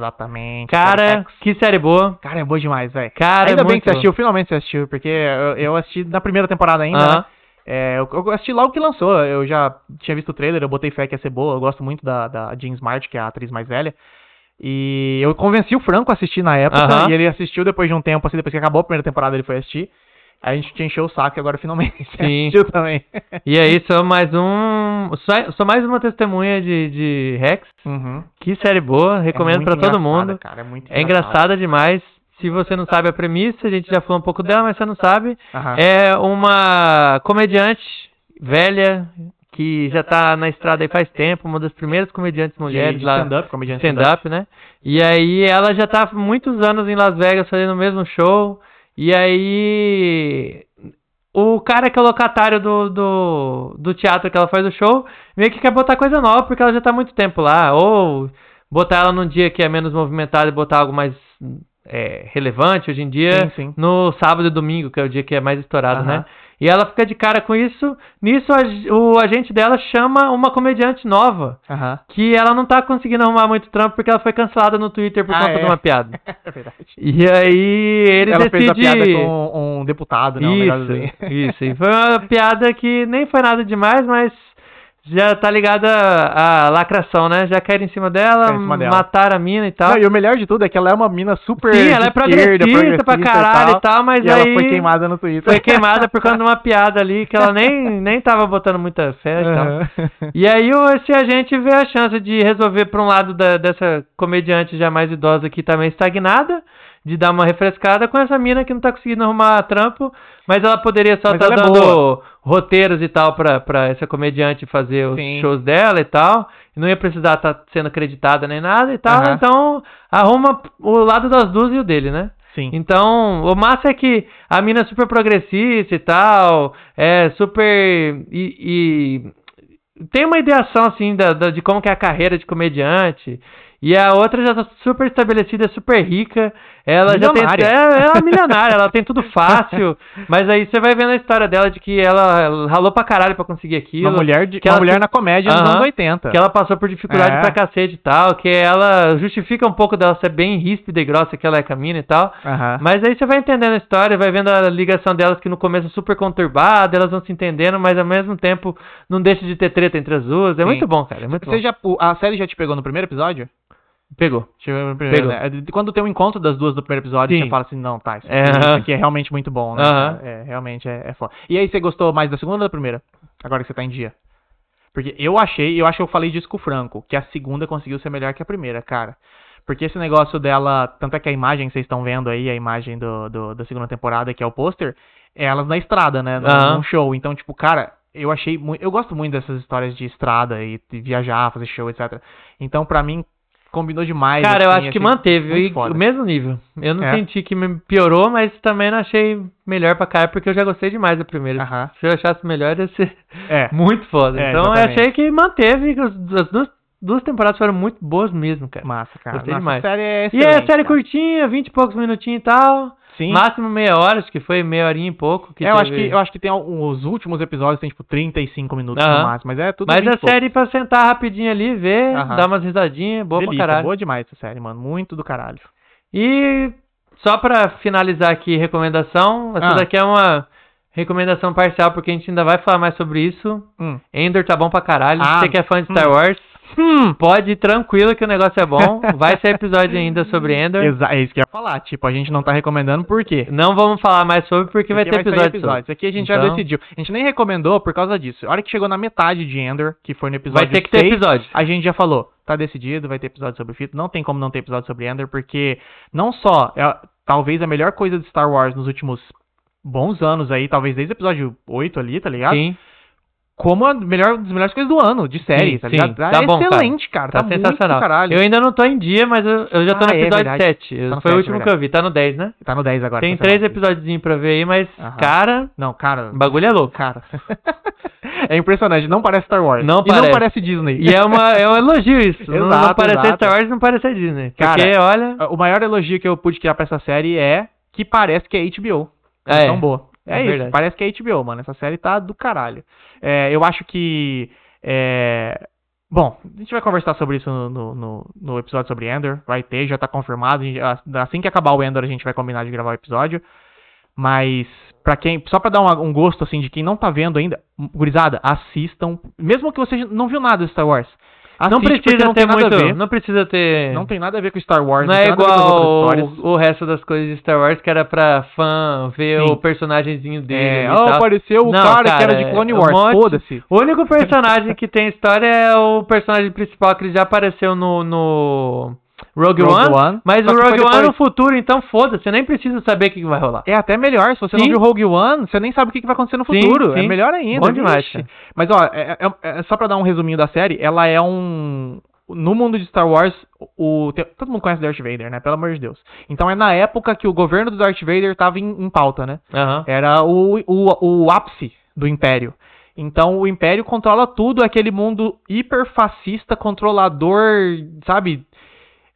Exatamente.
Cara, que série boa.
Cara, é boa demais, velho.
Cara,
Ainda
é
bem que
muito
você assistiu, finalmente você assistiu, porque eu, eu assisti na primeira temporada ainda,
Aham.
né? É, eu, eu assisti logo que lançou, eu já tinha visto o trailer, eu botei fé que ia ser boa, eu gosto muito da, da Jean Smart, que é a atriz mais velha. E eu convenci o Franco a assistir na época,
Aham.
e ele assistiu depois de um tempo, assim, depois que acabou a primeira temporada, ele foi assistir. Aí a gente te encheu o saco e agora finalmente você
Sim.
assistiu também.
E aí, só mais um. Só, só mais uma testemunha de, de Rex.
Uhum.
Que série boa, recomendo
É muito
pra todo
engraçada,
mundo.
Cara, é muito
É engraçada demais. Se você não sabe a premissa, a gente já falou um pouco dela, mas você não sabe.
Aham.
É uma comediante velha que já tá na estrada aí faz tempo, uma das primeiras comediantes
De-
mulheres
de
lá
stand-up, comediante
stand-up, né? E aí ela já tá há muitos anos em Las Vegas fazendo o mesmo show. E aí o cara que é o locatário do, do, do teatro que ela faz o show meio que quer botar coisa nova porque ela já tá há muito tempo lá. Ou botar ela num dia que é menos movimentado e botar algo mais é, relevante hoje em dia
Sim, sim.
no sábado e domingo, que é o dia que é mais estourado,
Aham.
né? E ela fica de cara com isso. Nisso, a g- o agente dela chama uma comediante nova
Aham.
que ela não tá conseguindo arrumar muito trampo porque ela foi cancelada no Twitter por
Ah,
conta
é?
de uma piada.
É verdade.
E aí ele
Ela fez
decide...
a piada com um deputado, né? um negócio assim.
isso, isso. E foi uma piada que nem foi nada demais, mas já tá ligada à lacração, né? Já caíram em cima dela,
Caíram em cima dela.
mataram a mina e tal.
Não, e o melhor de tudo é que ela é uma mina super.
Sim, ela
de
é
esquerda,
progressista, pra
progressista
caralho e tal, mas
e
aí
ela foi queimada no Twitter.
foi queimada por conta de uma piada ali que ela nem, nem tava botando muita fé
tá?
e tal.
Aham.
E aí o- esse agente vê a chance de resolver para um lado da- dessa comediante já mais idosa que tá meio estagnada, de dar uma refrescada com essa mina que não tá conseguindo arrumar trampo, mas ela poderia só
Mas
estar
ela é
dando
boa.
roteiros e tal pra, pra essa comediante fazer os
Sim.
shows dela e tal. e Não ia precisar estar sendo acreditada nem nada e tal.
Aham.
Então arruma o lado das duas e o dele, né?
Sim.
Então, o massa é que a mina é super progressista e tal, é super. E, e tem uma ideação assim da, da- de como que é a carreira de comediante. E a outra já tá super estabelecida, é super rica. Ela já tem.
Milionária.
É, ela é milionária, ela tem tudo fácil. Mas aí você vai vendo a história dela de que ela ralou pra caralho pra conseguir aquilo.
Uma mulher, de,
que
uma
ela
mulher
se-
na comédia nos
Aham.
anos 80.
Que ela passou por dificuldade
É.
pra cacete e tal, que ela justifica um pouco dela ser bem ríspida e grossa que ela é camina e tal.
Aham.
Mas aí você vai entendendo a história, vai vendo a ligação delas que no começo é super conturbada, elas vão se entendendo, mas ao mesmo tempo não deixa de ter treta entre as duas. É
Sim.
muito bom, cara. É muito
Você
bom.
já, o- a série já te pegou no primeiro episódio?
Pegou.
Deixa eu ver no primeiro,
Pegou.
né? De- Quando tem um encontro das duas do primeiro episódio,
Sim.
você fala assim, não, tá, isso,
É.
aqui- isso aqui é realmente muito bom, né?
Aham.
É, realmente é, é foda. E aí, você gostou mais da segunda ou da primeira? Agora que você tá em dia. Porque eu achei, eu acho que eu falei disso com o Franco, que a segunda conseguiu ser melhor que a primeira, cara. Porque esse negócio dela, tanto é que a imagem que vocês estão vendo aí, a imagem do, do- da segunda temporada, que é o pôster, é elas na estrada, né? Num,
Aham.
num show. Então, tipo, cara, eu achei muito. Eu gosto muito dessas histórias de estrada e, e viajar, fazer show, etc. Então, pra mim, combinou demais.
Cara, eu
assim,
acho que
achei
manteve
muito
e-
foda.
o mesmo nível. Eu não
É.
senti que me piorou, mas também não achei melhor pra cá, porque eu já gostei demais da primeira.
Aham.
Se eu achasse melhor, ia ser
Ah. É.
muito foda.
É,
então eu
exatamente.
achei que manteve. que os- As duas, duas temporadas foram muito boas mesmo, cara.
Massa, cara.
Gostei
Nossa,
demais.
A série é
E é
excelente,
série
cara.
curtinha, vinte e poucos minutinhos e tal.
Sim.
Máximo meia hora, acho que foi meia horinha e pouco. Que
É, eu, acho
teve.
que, eu acho que tem al- os últimos episódios, tem tipo 35 minutos
Aham.
no máximo, mas é tudo
Mas
20 e
a
pouco.
série pra sentar rapidinho ali, ver,
Aham.
dar umas risadinhas, boa
Delícia,
pra caralho.
boa demais essa série, mano. Muito do caralho.
E só pra finalizar aqui, recomendação.
Ah.
Essa daqui é uma recomendação parcial, porque a gente ainda vai falar mais sobre isso.
Hum.
Endor tá bom pra caralho.
Ah.
Você que é fã de
Hum.
Star Wars, pode ir tranquilo que o negócio é bom. Vai ser episódio ainda sobre Endor.
Exa- é isso que eu ia falar. Tipo, a gente não tá recomendando por quê?
Não vamos falar mais sobre, porque vai
Porque
ter
sair
episódio, sobre.
Isso aqui a gente já
Então-
decidiu. A gente nem recomendou por causa disso. A hora que chegou na metade de Ender, que foi no episódio
Vai ter que ter
seis,
episódio.
a gente já falou, tá decidido, vai ter episódio sobre Fito. Não tem como não ter episódio sobre Ender, porque não só é talvez a melhor coisa de Star Wars nos últimos bons anos aí, talvez desde o episódio 8 ali, tá ligado?
Sim.
Como a melhor, uma das melhores coisas do ano, de série,
Sim,
tá
sim.
ligado?
Tá
é
bom, cara.
excelente, cara.
Tá,
Tá, muito
sensacional.
do caralho.
Eu ainda não tô em dia, mas eu, eu já tô
Ah,
no
é
episódio
verdade.
7.
Tá no
Foi o
7,
último
é
que eu vi, tá no 10, né?
Tá no 10 agora.
Tem
sensacional.
três episódios pra ver aí, mas,
Aham.
cara,
Não, cara.
o bagulho é louco.
Cara. é impressionante, não parece Star Wars.
Não
e
parece.
não parece Disney.
E é, uma, é um elogio isso. não, não
Exato,
parecer
exato.
Star Wars, não parecer Disney.
Cara,
porque, olha,
O maior elogio que eu pude criar pra essa série é que parece que é HBO.
Ah,
é
é.
tão boa.
É
É, isso,
verdade.
parece que é HBO, mano. Essa série tá do caralho. É, eu acho que. é, Bom, a gente vai conversar sobre isso no, no- no- no episódio sobre Ender. Vai ter, já tá confirmado. A gente- Assim que acabar o Ender, a gente vai combinar de gravar o episódio. Mas para quem, só para dar uma- um gosto assim de quem não tá vendo ainda, gurizada, assistam, mesmo que você não viu nada de Star Wars.
Não
assiste, porque
precisa
não
ter
tem nada a
muito.
ver.
Não precisa ter.
Não tem nada a ver com Star Wars,
Não
tem
é
nada a ver com as outras
igual
histórias.
o, o resto das coisas de Star Wars que era pra fã ver
Sim.
o personagemzinho dele.
É,
e
ó,
tal.
apareceu o
Não,
cara, que
cara,
era de Clone
é um
Wars,
monte.
foda-se.
O único personagem que tem história é o personagem principal que ele já apareceu no, no
Rogue
Rogue, One,
One,
Mas
só
o
que foi
Rogue One é no
depois.
futuro, então foda-se, você nem precisa saber o que que vai rolar.
É até melhor, se você não
Sim.
viu Rogue One, você nem sabe o que que vai acontecer no
Sim,
futuro. É
sim.
melhor ainda.
Bom demais,
vixe.
cara.
Mas ó, é- é- é- só pra dar um resuminho da série, ela é um. No mundo de Star Wars, o, tem- todo mundo conhece Darth Vader, né? Pelo amor de Deus. Então é na época que o governo do Darth Vader tava em, em pauta, né?
Aham.
Era o, o, o ápice do Império. Então o Império controla tudo, é aquele mundo hiperfascista, controlador, sabe?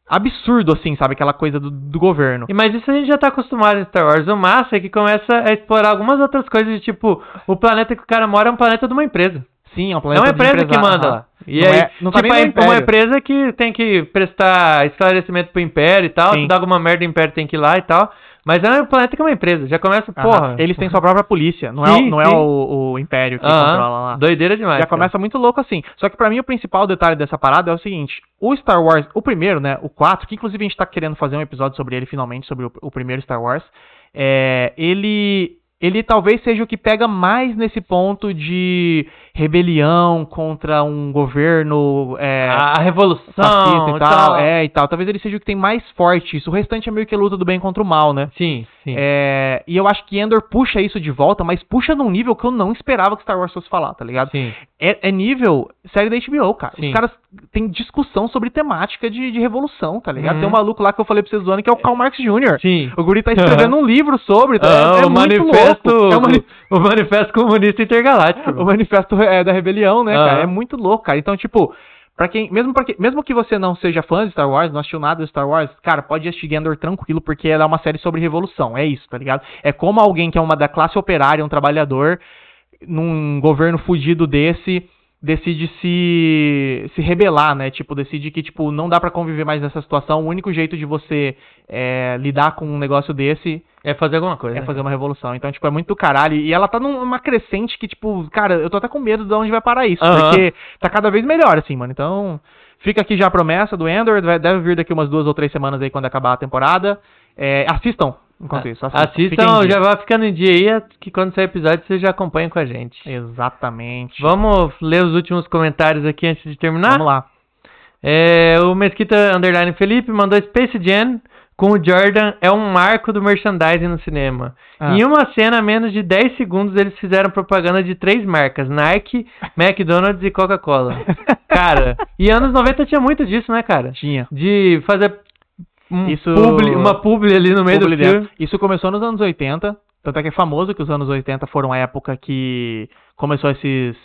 Absurdo, assim, sabe? Aquela coisa do, do governo.
E- Mas isso a gente já tá acostumado em Star Wars. O massa é que começa a explorar algumas outras coisas, de tipo, o planeta que o cara mora é um planeta de uma empresa.
Sim, é um
É
planeta
uma
de
empresa que
empresário.
manda
Aham.
lá. E
Não
aí,
é- não tá
tipo,
nem no
é uma
Império.
empresa que tem que prestar esclarecimento pro Império e tal.
Sim.
Se dá alguma merda, o Império tem que ir lá e tal. Mas é um planeta que é uma empresa. Já começa,
Aham.
porra.
Eles têm sua própria polícia, não é,
Sim,
o- não é
sim.
o, o Império que
Aham. é.
controla lá.
Doideira demais.
Já
cara.
começa muito louco assim. Só que pra mim o principal detalhe dessa parada é o seguinte: o Star Wars, o primeiro, né? O 4, que inclusive a gente tá querendo fazer um episódio sobre ele finalmente, sobre o, o primeiro Star Wars. É, ele. Ele talvez seja o que pega mais nesse ponto de rebelião contra um governo. é,
A, a revolução
fascista e tal,
tal.
é e tal. Talvez ele seja o que tem mais forte isso. O restante é meio que a luta do bem contra o mal, né?
Sim, sim.
É, e eu acho que Endor puxa isso de volta, mas puxa num nível que eu não esperava que Star Wars fosse falar, tá ligado?
sim.
É, é nível série da HBO, cara.
Sim.
Os caras têm discussão sobre temática de, de revolução, tá ligado?
Uhum.
Tem um maluco lá que eu falei pra vocês zoando que é o Karl Marx Jr.
Sim.
O guri tá escrevendo um livro sobre, tá?
Ah,
é, é
o,
muito
manifesto,
louco. É um mani-
o manifesto comunista intergaláctico.
o manifesto é, da rebelião, né,
Aham.
cara? É muito louco, cara. Então, tipo, para quem, mesmo para quem, mesmo que você não seja fã de Star Wars, não assistiu nada de Star Wars, cara, pode assistir Endor tranquilo, porque ela é uma série sobre revolução, é isso, tá ligado? É como alguém que é uma da classe operária, um trabalhador num governo fudido desse decide se se rebelar, né? Tipo, decide que tipo não dá pra conviver mais nessa situação. O único jeito de você é, lidar com um negócio desse
É fazer alguma coisa.
é
né?
fazer uma revolução. Então, tipo, é muito do caralho. E ela tá numa crescente que, tipo, cara, eu tô até com medo de onde vai parar isso.
Aham.
Porque tá cada vez melhor, assim, mano. Então, fica aqui já a promessa do Endor. vai- Deve vir daqui umas duas ou três semanas aí quando acabar a temporada. É, assistam, enquanto isso. Fiquem em
Ah, Assistam,
dia.
já vai ficando em dia aí, é que quando sair episódio você já acompanha com a gente.
Exatamente.
Vamos ler os últimos comentários aqui antes de terminar?
Vamos lá.
É, o Mesquita Underline Felipe mandou Space Jam com o Jordan é um marco do merchandising no cinema.
Ah.
Em uma cena, menos de 10 segundos, eles fizeram propaganda de três marcas: Nike, McDonald's e Coca-Cola. Cara, e anos 90 tinha muito disso, né, cara?
Ah. Tinha.
De fazer um
Isso-
publi- uma publi ali no meio
Publi
do filme.
dentro. Isso começou nos anos 80. Tanto é que é famoso que os anos 80 foram a época que começou esses.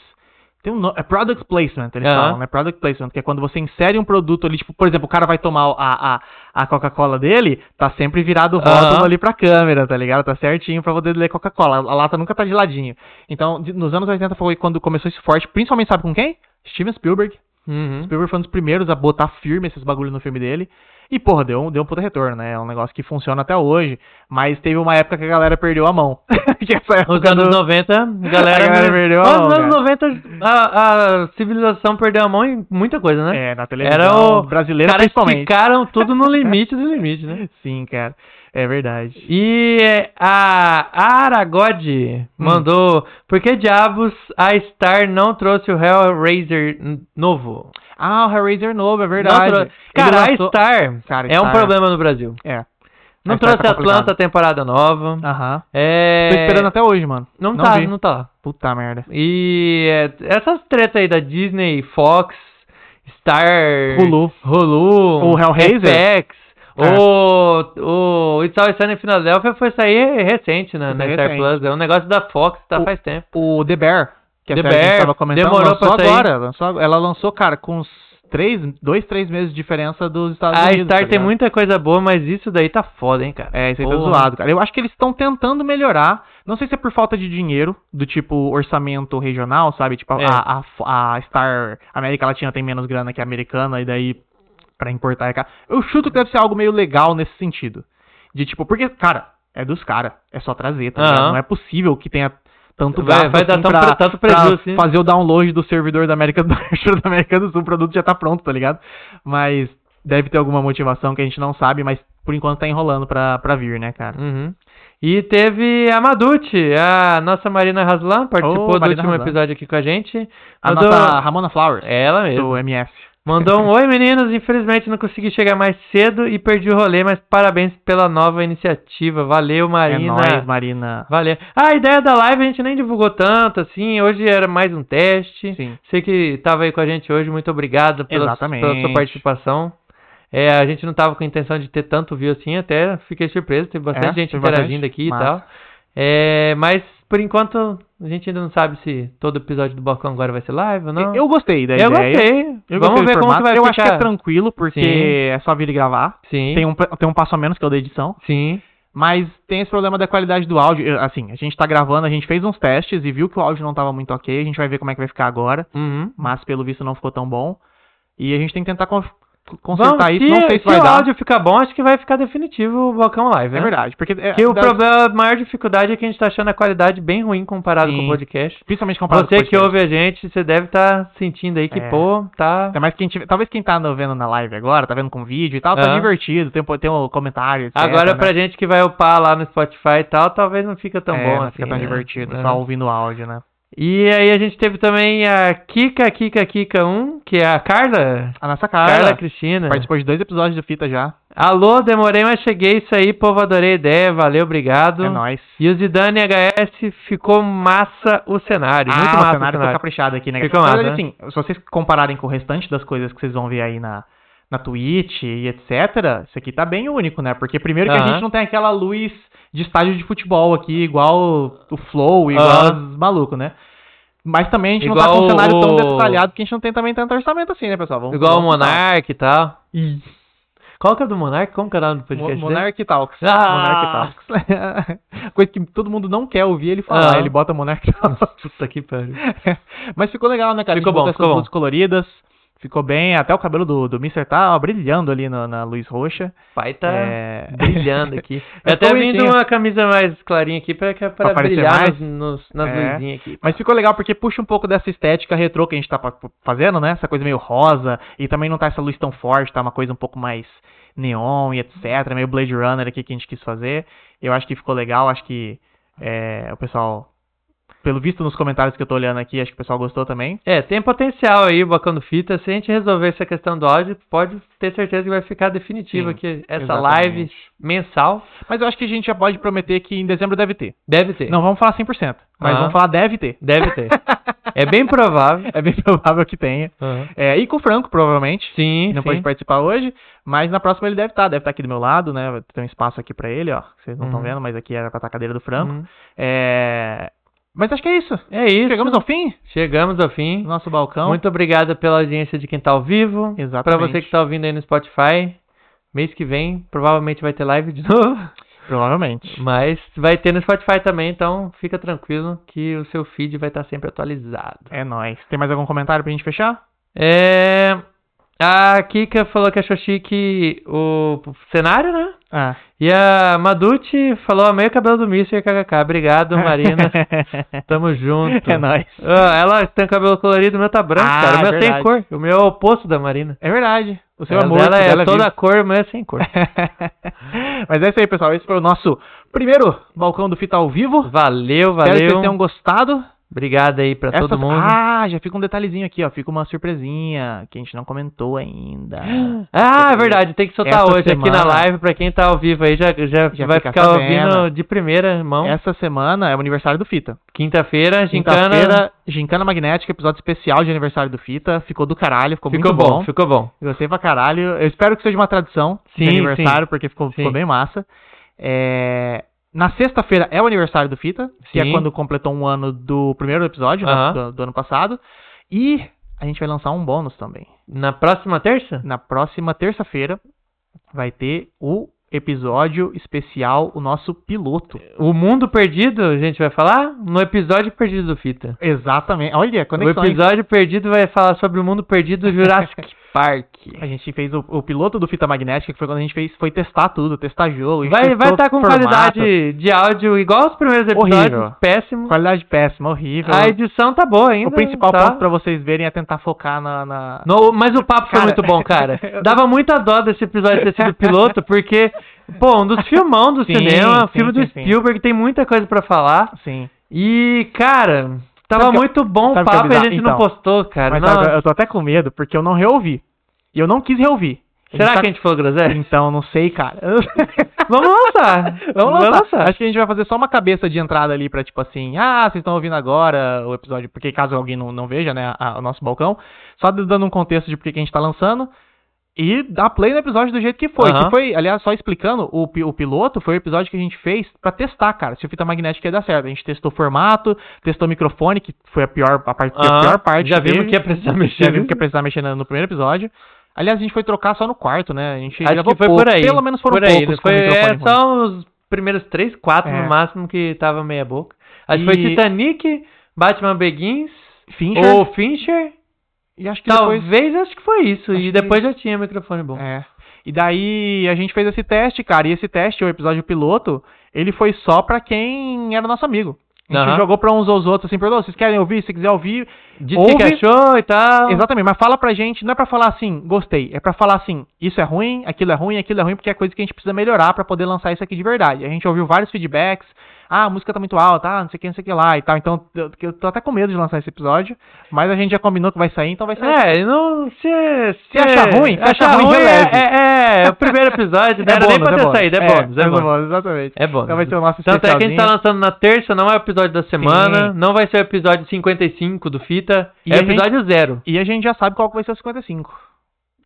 Tem um nome. É product placement, eles
Aham.
falam, né? Product placement, que é quando você insere um produto ali, tipo, por exemplo, o cara vai tomar a, a, a Coca-Cola dele, tá sempre virado o rótulo
Aham.
ali pra câmera, tá ligado? Tá certinho pra poder ler Coca-Cola. A lata nunca tá de ladinho. Então, de- nos anos 80 foi quando começou isso forte, principalmente sabe com quem? Steven Spielberg.
Uhum.
Spielberg foi um dos primeiros a botar firme esses bagulho no filme dele. E, porra, deu, um- deu um puta retorno, né? É um negócio que funciona até hoje. Mas teve uma época que a galera perdeu a mão. que essa
Os
época
anos
do...
90, a galera.
A galera perdeu a
Mas
mão,
Nos
cara.
anos 90, a, a civilização perdeu a mão em muita coisa, né?
É, na televisão
Era o.
brasileira,
caras
principalmente.
ficaram tudo no limite do limite, né?
Sim, cara. É verdade.
E é, a
Hum.
Aragod mandou: Por que diabos a Star não trouxe o Hellraiser n- novo?
Ah, o Hellraiser novo, é verdade.
Não trou-
Ele
Cara,
lançou-
a Star
Cara,
é um
Star-
problema no Brasil.
É.
Não
A Star
trouxe
tá
Atlanta
complicado.
temporada nova.
Aham.
É...
Tô esperando até hoje, mano.
Não,
não
tá,
vi.
não tá lá.
Puta merda.
E é, essas tretas aí da Disney, Fox, Star,
Hulu.
Hulu
O Hellraiser? É.
FX, o, o It's Always Sunny in Philadelphia foi sair recente na,
Foi
na Star
recente.
Plus. É um negócio da Fox, tá
O-
faz tempo.
O The Bear, que a
The
série que a gente
Bear
tava comentando,
demorou
lançou
pra sair.
agora. lançou ag- ela lançou, cara, com uns três, dois, três meses de diferença dos Estados
A
Unidos.
Ah, Star
tá
tem
ligado?
muita coisa boa, mas isso daí tá foda, hein, cara.
É, isso aí tá
Porra.
zoado, cara. Eu acho que eles estão tentando melhorar. Não sei se é por falta de dinheiro, do tipo orçamento regional, sabe? Tipo, a-
É.
a, a, a Star América Latina tem menos grana que a americana, e daí pra importar é caro. Eu chuto que deve ser algo meio legal nesse sentido. De tipo, porque, cara, é dos caras. É só trazer, tá ligado?
Aham.
Não é possível que tenha tanto
Vai-
gasto
vai dar
assim
tão
pra,
pre- tanto
pra
prejuízo, assim.
fazer o download do servidor da América do Norte, da América do Sul, o produto já tá pronto, tá ligado? Mas deve ter alguma motivação que a gente não sabe, mas por enquanto tá enrolando pra, pra vir, né, cara?
Uhum. E teve a Maducci, a nossa Marina Haslam, participou do
Marina
último
Haslam.
episódio aqui com a gente.
A
Mandou-
nossa Ramona Flowers,
Ela É mesmo.
do MS.
Mandou um oi meninos, infelizmente não consegui chegar mais cedo e perdi o rolê, mas parabéns pela nova iniciativa. Valeu,
É
Marina.
nóis, Marina.
Valeu. Ah, a ideia da live a gente nem divulgou tanto, assim. Hoje era mais um teste.
Sim.
Você que estava aí com a gente hoje, muito obrigado pela,
Exatamente.
pela sua participação. É, a gente não estava com intenção de ter tanto view assim, até fiquei surpreso. Teve bastante
É,
gente
teve
interagindo
bastante.
aqui
Massa.
e tal. É, mas, por enquanto, a gente ainda não sabe se todo episódio do Balcão agora vai ser live ou não.
Eu gostei da
Eu
ideia.
gostei.
Eu
Vamos
gostei do
ver como que
formato.
vai
Eu
ficar.
acho que é tranquilo, porque
Sim.
é só vir e gravar.
Sim,
Tem um, tem um passo a menos que é o da edição.
sim.
Mas tem esse problema da qualidade do áudio. Eu- Assim, a gente tá gravando, a gente fez uns testes e viu que o áudio não tava muito ok. A gente vai ver como é que vai ficar agora.
Uhum.
Mas pelo visto não ficou tão bom. E a gente tem que tentar con- consertar
Vamos,
isso. tá Não sei se vai
o
dar.
áudio ficar bom, acho que vai ficar definitivo o Balcão Live,
É
né?
verdade. Porque é-
Porque o
da-
problema, a maior dificuldade é que a gente tá achando a qualidade bem ruim comparado com o
Sim.
podcast.
principalmente comparado
você
com o
que
podcast.
ouve a gente, você deve estar sentindo aí que,
É.
pô, tá.
Até mais quem tiver- talvez quem tá no- vendo na live agora, tá vendo com vídeo e tal, tá
Aham.
divertido, tem, tem um comentário, etc,
Agora, é
né?
pra gente que vai upar lá no Spotify e tal, talvez não fica tão
é,
bom
não
assim.
fica tão
né?
divertido,
É.
só ouvindo o áudio, né?
E aí a gente teve também a Kika Kika Kika 1, que é a Carla.
A nossa cara
Carla Cristina.
participou de dois episódios do Fita já.
Alô, demorei, mas cheguei. Isso aí, povo, adorei a ideia. Valeu, obrigado.
É nóis.
E o Zidane HS ficou massa o cenário. muito
ah,
massa
o cenário
o
tá
cenário.
caprichado aqui, né?
Fica
Na
massa,
verdade, assim, se vocês compararem com o restante das coisas que vocês vão ver aí na, na Twitch e etc, isso aqui tá bem único, né? Porque primeiro que a
Aham.
gente não tem aquela luz de estádio de futebol aqui, igual o Flow, igual
Aham.
os malucos, né? Mas também a gente não tá
Igual
com um cenário tão
o-
detalhado que a gente não tem também tanto orçamento assim, né, pessoal? Vamos-
Igual o
vamos citar.
Monark e tal.
Ih,
Qual que é do Monark? Como que é o nome do
Mo-
podcast? dele?
Monarch Talks.
Ah!
Monarch Talks. Coisa que todo mundo não quer ouvir ele falar,
Aham.
ele bota Monarch Talks.
Ah. Puta que pariu.
Mas ficou legal, né, cara?
Ficou
A gente
bom,
botou
ficou
essas
bom.
luzes coloridas. Ficou bem, até o cabelo do, do Mister tá ó, brilhando ali na, na luz roxa.
O pai tá
É.
brilhando aqui.
Mas
Eu até
ficou
vim de
bonitinho.
uma camisa mais clarinha aqui pra, que é para
aparecer
brilhar
mais?
nos, nos- nas
É.
luzinhas aqui.
Mas ficou legal porque puxa um pouco dessa estética retrô que a gente tá pa- fazendo, né? Essa coisa meio rosa. E também não tá essa luz tão forte, tá uma coisa um pouco mais neon e etc. Meio Blade Runner aqui que a gente quis fazer. Eu acho que ficou legal, acho que é, o pessoal. Pelo visto nos comentários que eu tô olhando aqui, acho que o pessoal gostou também.
É, tem potencial aí o Bacano Fita. Se a gente resolver essa questão do áudio, pode ter certeza que vai ficar definitivo
Sim,
que essa
exatamente.
live mensal
Mas eu acho que a gente já pode prometer que em dezembro deve ter.
deve ter.
Não vamos falar 100%, mas
Aham.
vamos falar deve ter.
Deve ter. é bem provável.
É bem provável que tenha. É, e com o Franco, provavelmente.
Sim,
Ele não
sim.
pode participar hoje, mas na próxima ele deve estar. Deve estar aqui do meu lado, né? Tem um espaço aqui pra ele, ó. que Vocês não estão
Uhum.
vendo, mas aqui era pra estar a cadeira do Franco.
Uhum.
É... Mas acho que é isso.
É isso.
Chegamos ao fim
Chegamos ao fim.
do nosso balcão.
Muito obrigado pela audiência de quem tá ao vivo.
Exatamente.
Pra você que tá ouvindo aí no Spotify, mês que vem provavelmente vai ter live de novo.
Provavelmente.
Mas vai ter no Spotify também, então fica tranquilo que o seu feed vai estar sempre atualizado.
É nóis. Tem mais algum comentário pra gente fechar?
É. A Kika falou que achou chique o cenário, né?
Ah.
E a Maduti falou, amei o cabelo do Mr. KKK. Obrigado, Marina. Tamo junto.
né? é nóis.
Ah, ela tem cabelo colorido, o meu tá branco,
Ah,
cara. O meu
verdade.
tem cor. O meu é o oposto da Marina.
É verdade. O seu
Ela-
amor
ela é
dela
toda
vivo.
cor, mas é sem cor.
Mas é isso aí, pessoal. Esse foi o nosso primeiro balcão do Fita ao vivo.
Valeu,
Espero que vocês
valeu.
tenham gostado.
um Obrigado aí pra
Essas-
Tá todo mundo.
Ah, já fica um detalhezinho aqui, ó. Fica uma surpresinha que a gente não comentou ainda.
Ah, é verdade, tem que soltar
Essa
hoje aqui na
semana-
live, pra quem tá ao vivo aí já, já,
Já
vai
fica
ficar
sabendo.
ouvindo de primeira mão.
Essa semana é o aniversário do Fita.
Quinta-feira, gincana,
Quinta-feira, Gincana Magnética, episódio especial de aniversário do Fita. Ficou do caralho, ficou,
ficou
muito
bom,
bom.
ficou bom.
Gostei pra caralho. Eu espero que seja uma tradição
Sim,
de aniversário, porque ficou, ficou
Sim.
bem massa. É, Na sexta-feira é o aniversário do Fita, que
Sim.
é quando completou um ano do primeiro episódio né,
Aham.
do- do ano passado. E a gente vai lançar um bônus também.
Na próxima terça?
Na próxima terça-feira vai ter o episódio especial, o nosso piloto.
O Mundo Perdido, a gente vai falar no episódio perdido do Fita.
Exatamente. Olha,
O
conexões.
episódio perdido vai falar sobre o Mundo Perdido do Jurassic Park.
A gente fez o, o piloto do Fita Magnética, que foi quando a gente fez, foi testar tudo, testar jogo. a gente
Vai
testou
vai tá com
formato.
qualidade de áudio igual aos primeiros episódios,
Horrível.
péssimo.
Qualidade péssima, horrível.
A edição tá boa ainda.
o principal
tá?
ponto pra vocês verem é tentar focar na. na-
No- mas o papo foi
Cara,
muito bom, cara.
eu-
Dava muita dó desse episódio ter sido piloto, porque, pô, um dos filmão do
Sim,
cinema, um
sim,
filme do
sim, sim.
Spielberg, tem muita coisa pra falar.
Sim.
E, cara, tava
Sabe que eu-
muito bom o
sabe que é
papo e a
bizarro?
gente não
Então,
postou, cara.
Mas
Nossa,
sabe, eu tô até com medo, porque eu não reouvi. E eu não quis reouvir.
será
tá-
que a gente falou groselha?
Então, não sei, cara.
Vamos lançar.
Vamos lançar.
lançar.
Acho que a gente vai fazer só uma cabeça de entrada ali pra, tipo assim, ah, vocês estão ouvindo agora o episódio, porque caso alguém não, não veja, né, a- o nosso balcão, só dando um contexto de por que que a gente tá lançando. E dar play no episódio do jeito que foi.
Aham.
Que foi, aliás, só explicando, o, pi- o piloto foi o episódio que a gente fez pra testar, cara, se o fita magnética ia dar certo. A gente testou formato, testou microfone, que foi a pior, a parte,
Aham,
a pior parte.
já vimos
teve.
que ia precisar mexer.
Já vimos que ia precisar mexer no no primeiro episódio. Aliás, a gente foi trocar só no quarto, né? A gente
Acho
gravou
que foi
pouco.
por aí.
Pelo menos foram
por aí.
poucos com
Foi,
o microfone
é,
ruim.
só os primeiros três, quatro
então. É.
no máximo que tava meia boca. Acho que foi
E-
Titanic, Batman Begins,
Fincher.
ou Fincher.
E acho que
Talvez,
depois.
acho que foi isso.
Acho que-
e depois já tinha microfone bom.
É. E daí a gente fez esse teste, cara. E esse teste, o episódio piloto, ele foi só pra quem era nosso amigo. A gente
Aham.
jogou pra uns aos outros assim, perguntou, vocês querem ouvir? Se quiser ouvir.
Diz o que
Houve-
achou e tal.
Exatamente, mas fala pra gente, não é pra falar assim, gostei. É pra falar assim, isso é ruim, aquilo é ruim, aquilo é ruim, porque é coisa que a gente precisa melhorar pra poder lançar isso aqui de verdade. A gente ouviu vários feedbacks. Ah, a música tá muito alta, ah, não sei o que, não sei o que lá e tal. Então, eu, eu tô até com medo de lançar esse episódio. Mas a gente já combinou que vai sair, então vai sair.
É, e não. Se, se,
achar ruim, se
achar
achar ruim,
ruim é,
releve.
é, é, é o primeiro episódio. Não era nem pra ter saído, é bônus. É, bônus.
exatamente.
É bônus.
Então vai ser o nosso
Tanto é que a gente tá
especialzinho.
lançando na terça, não é o episódio da semana, não vai ser o episódio 55 do Fita,
E
é
a
o episódio zero.
E a gente já sabe qual que vai ser o 55.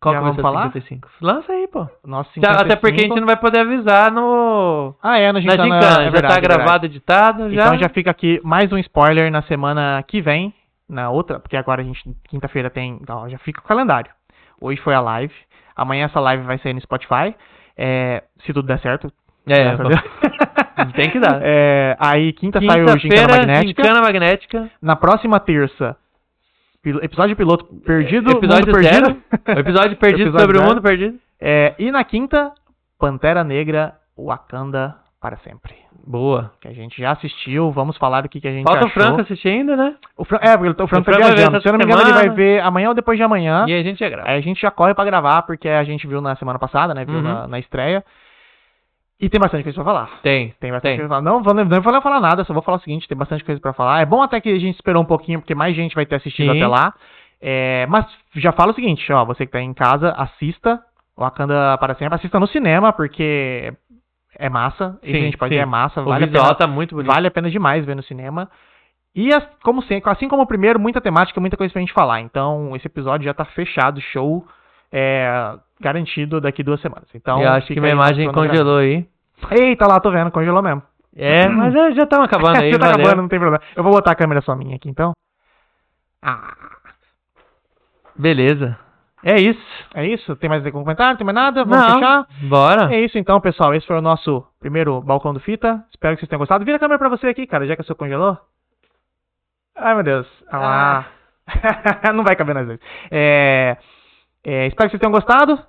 Qual
Já
que vai
vamos
ser o
falar?
55? Lança aí, pô.
O Nosso
Já-
55.
Até porque a gente não vai poder avisar no...
Ah, é, a gente
na
tá
Gincana,
é
já tá
verdade, é verdade.
gravado, editado, já...
Então já fica aqui mais um spoiler na semana que vem, na outra, porque agora a gente, quinta-feira tem, então já fica o calendário. Hoje foi a live, amanhã essa live vai sair no Spotify, é, se tudo der certo.
É,
graças a
bom.
Deus.
Tem que dar.
É, aí quinta, sai tá o Gincana
Quinta-feira,
Magnética.
Gincana Magnética,
Na próxima terça, pil- episódio piloto perdido,
É, episódio
mundo perdido.
zero, o episódio perdido
Episódio
sobre o
zero.
mundo perdido.
É, e na quinta, Pantera Negra, Wakanda para sempre.
Boa.
Que a gente já assistiu, vamos falar do que, que a gente
Falta o
achou.
Franco assistir ainda, né?
O Fran- é, porque ele- o Franco
O
tá
Franco vai ver
viajando.
essa
Se eu não me engano, ele vai
semana.
ver amanhã ou depois de amanhã.
E aí a gente já grava.
Aí a gente é já corre pra gravar, porque a gente viu na semana passada, né? Viu
Uhum.
na, na estreia. E tem bastante coisa pra falar.
Tem,
Tem bastante
tem.
coisa pra falar. Não, vou- não vou falar nada, só vou falar o seguinte, tem bastante coisa pra falar. É bom até que a gente esperou um pouquinho, porque mais gente vai ter assistido
Sim.
até lá. É, mas já fala o seguinte, ó, você que tá em casa, assista Wakanda para sempre, assista no cinema, porque é massa. Esse
Sim,
a gente pode
sim.
ver é massa,
O
vale a
visual
pena.
tá muito bonito.
Vale a pena demais ver no cinema. E as- como sempre, assim como o primeiro, muita temática, muita coisa pra gente falar. Então, esse episódio já tá fechado, show. É, garantido daqui duas semanas. Então,
Eu acho que
fica
minha
aí na
imagem
cronograma.
congelou aí.
Eita, lá, tô vendo, congelou mesmo.
É, mas é, já estamos acabando aí,
Já tá
valeu.
acabando, não tem problema. Eu vou botar a câmera só minha aqui, então. Ah,
Beleza. É isso.
é isso? Tem mais algum comentário? Tem mais nada? Vamos
Não,
fechar?
bora.
Tá É isso então, pessoal. Esse foi o nosso primeiro balcão do fita. Espero que vocês tenham gostado. Vira a câmera pra você aqui, cara, já que o seu congelou. Ai, meu Deus. Ah, lá.
Ah.
Não vai caber nas vezes. É, é, espero que vocês tenham gostado.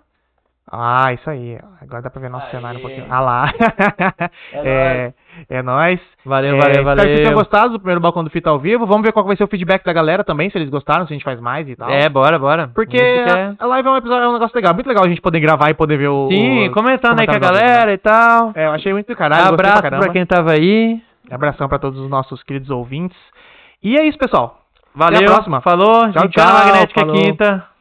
Ah, isso aí. Agora dá pra ver nosso
Aí.
cenário um pouquinho. Ah lá.
É
é, é nóis.
Valeu,
É,
valeu,
Espero que vocês tenham
valeu.
gostado do primeiro Balcão do Fita ao vivo. Vamos ver qual que vai ser o feedback da galera também, se eles gostaram, se a gente faz mais e tal.
É, bora, bora.
Porque
Música é-
a, a live é um, episódio, é um negócio legal. Muito legal a gente poder gravar e poder ver o...
Sim,
o-
comentando aí com a
comentário da
galera e tal.
É, eu achei muito do caralho. gostei
Abraço
pra
pra,
caramba.
quem tava aí.
Abração pra todos os nossos queridos ouvintes. E é isso, pessoal.
Valeu.
próxima.
Falou.
Tchau,
Gincana
tchau,
Magnética
falou.
Quinta.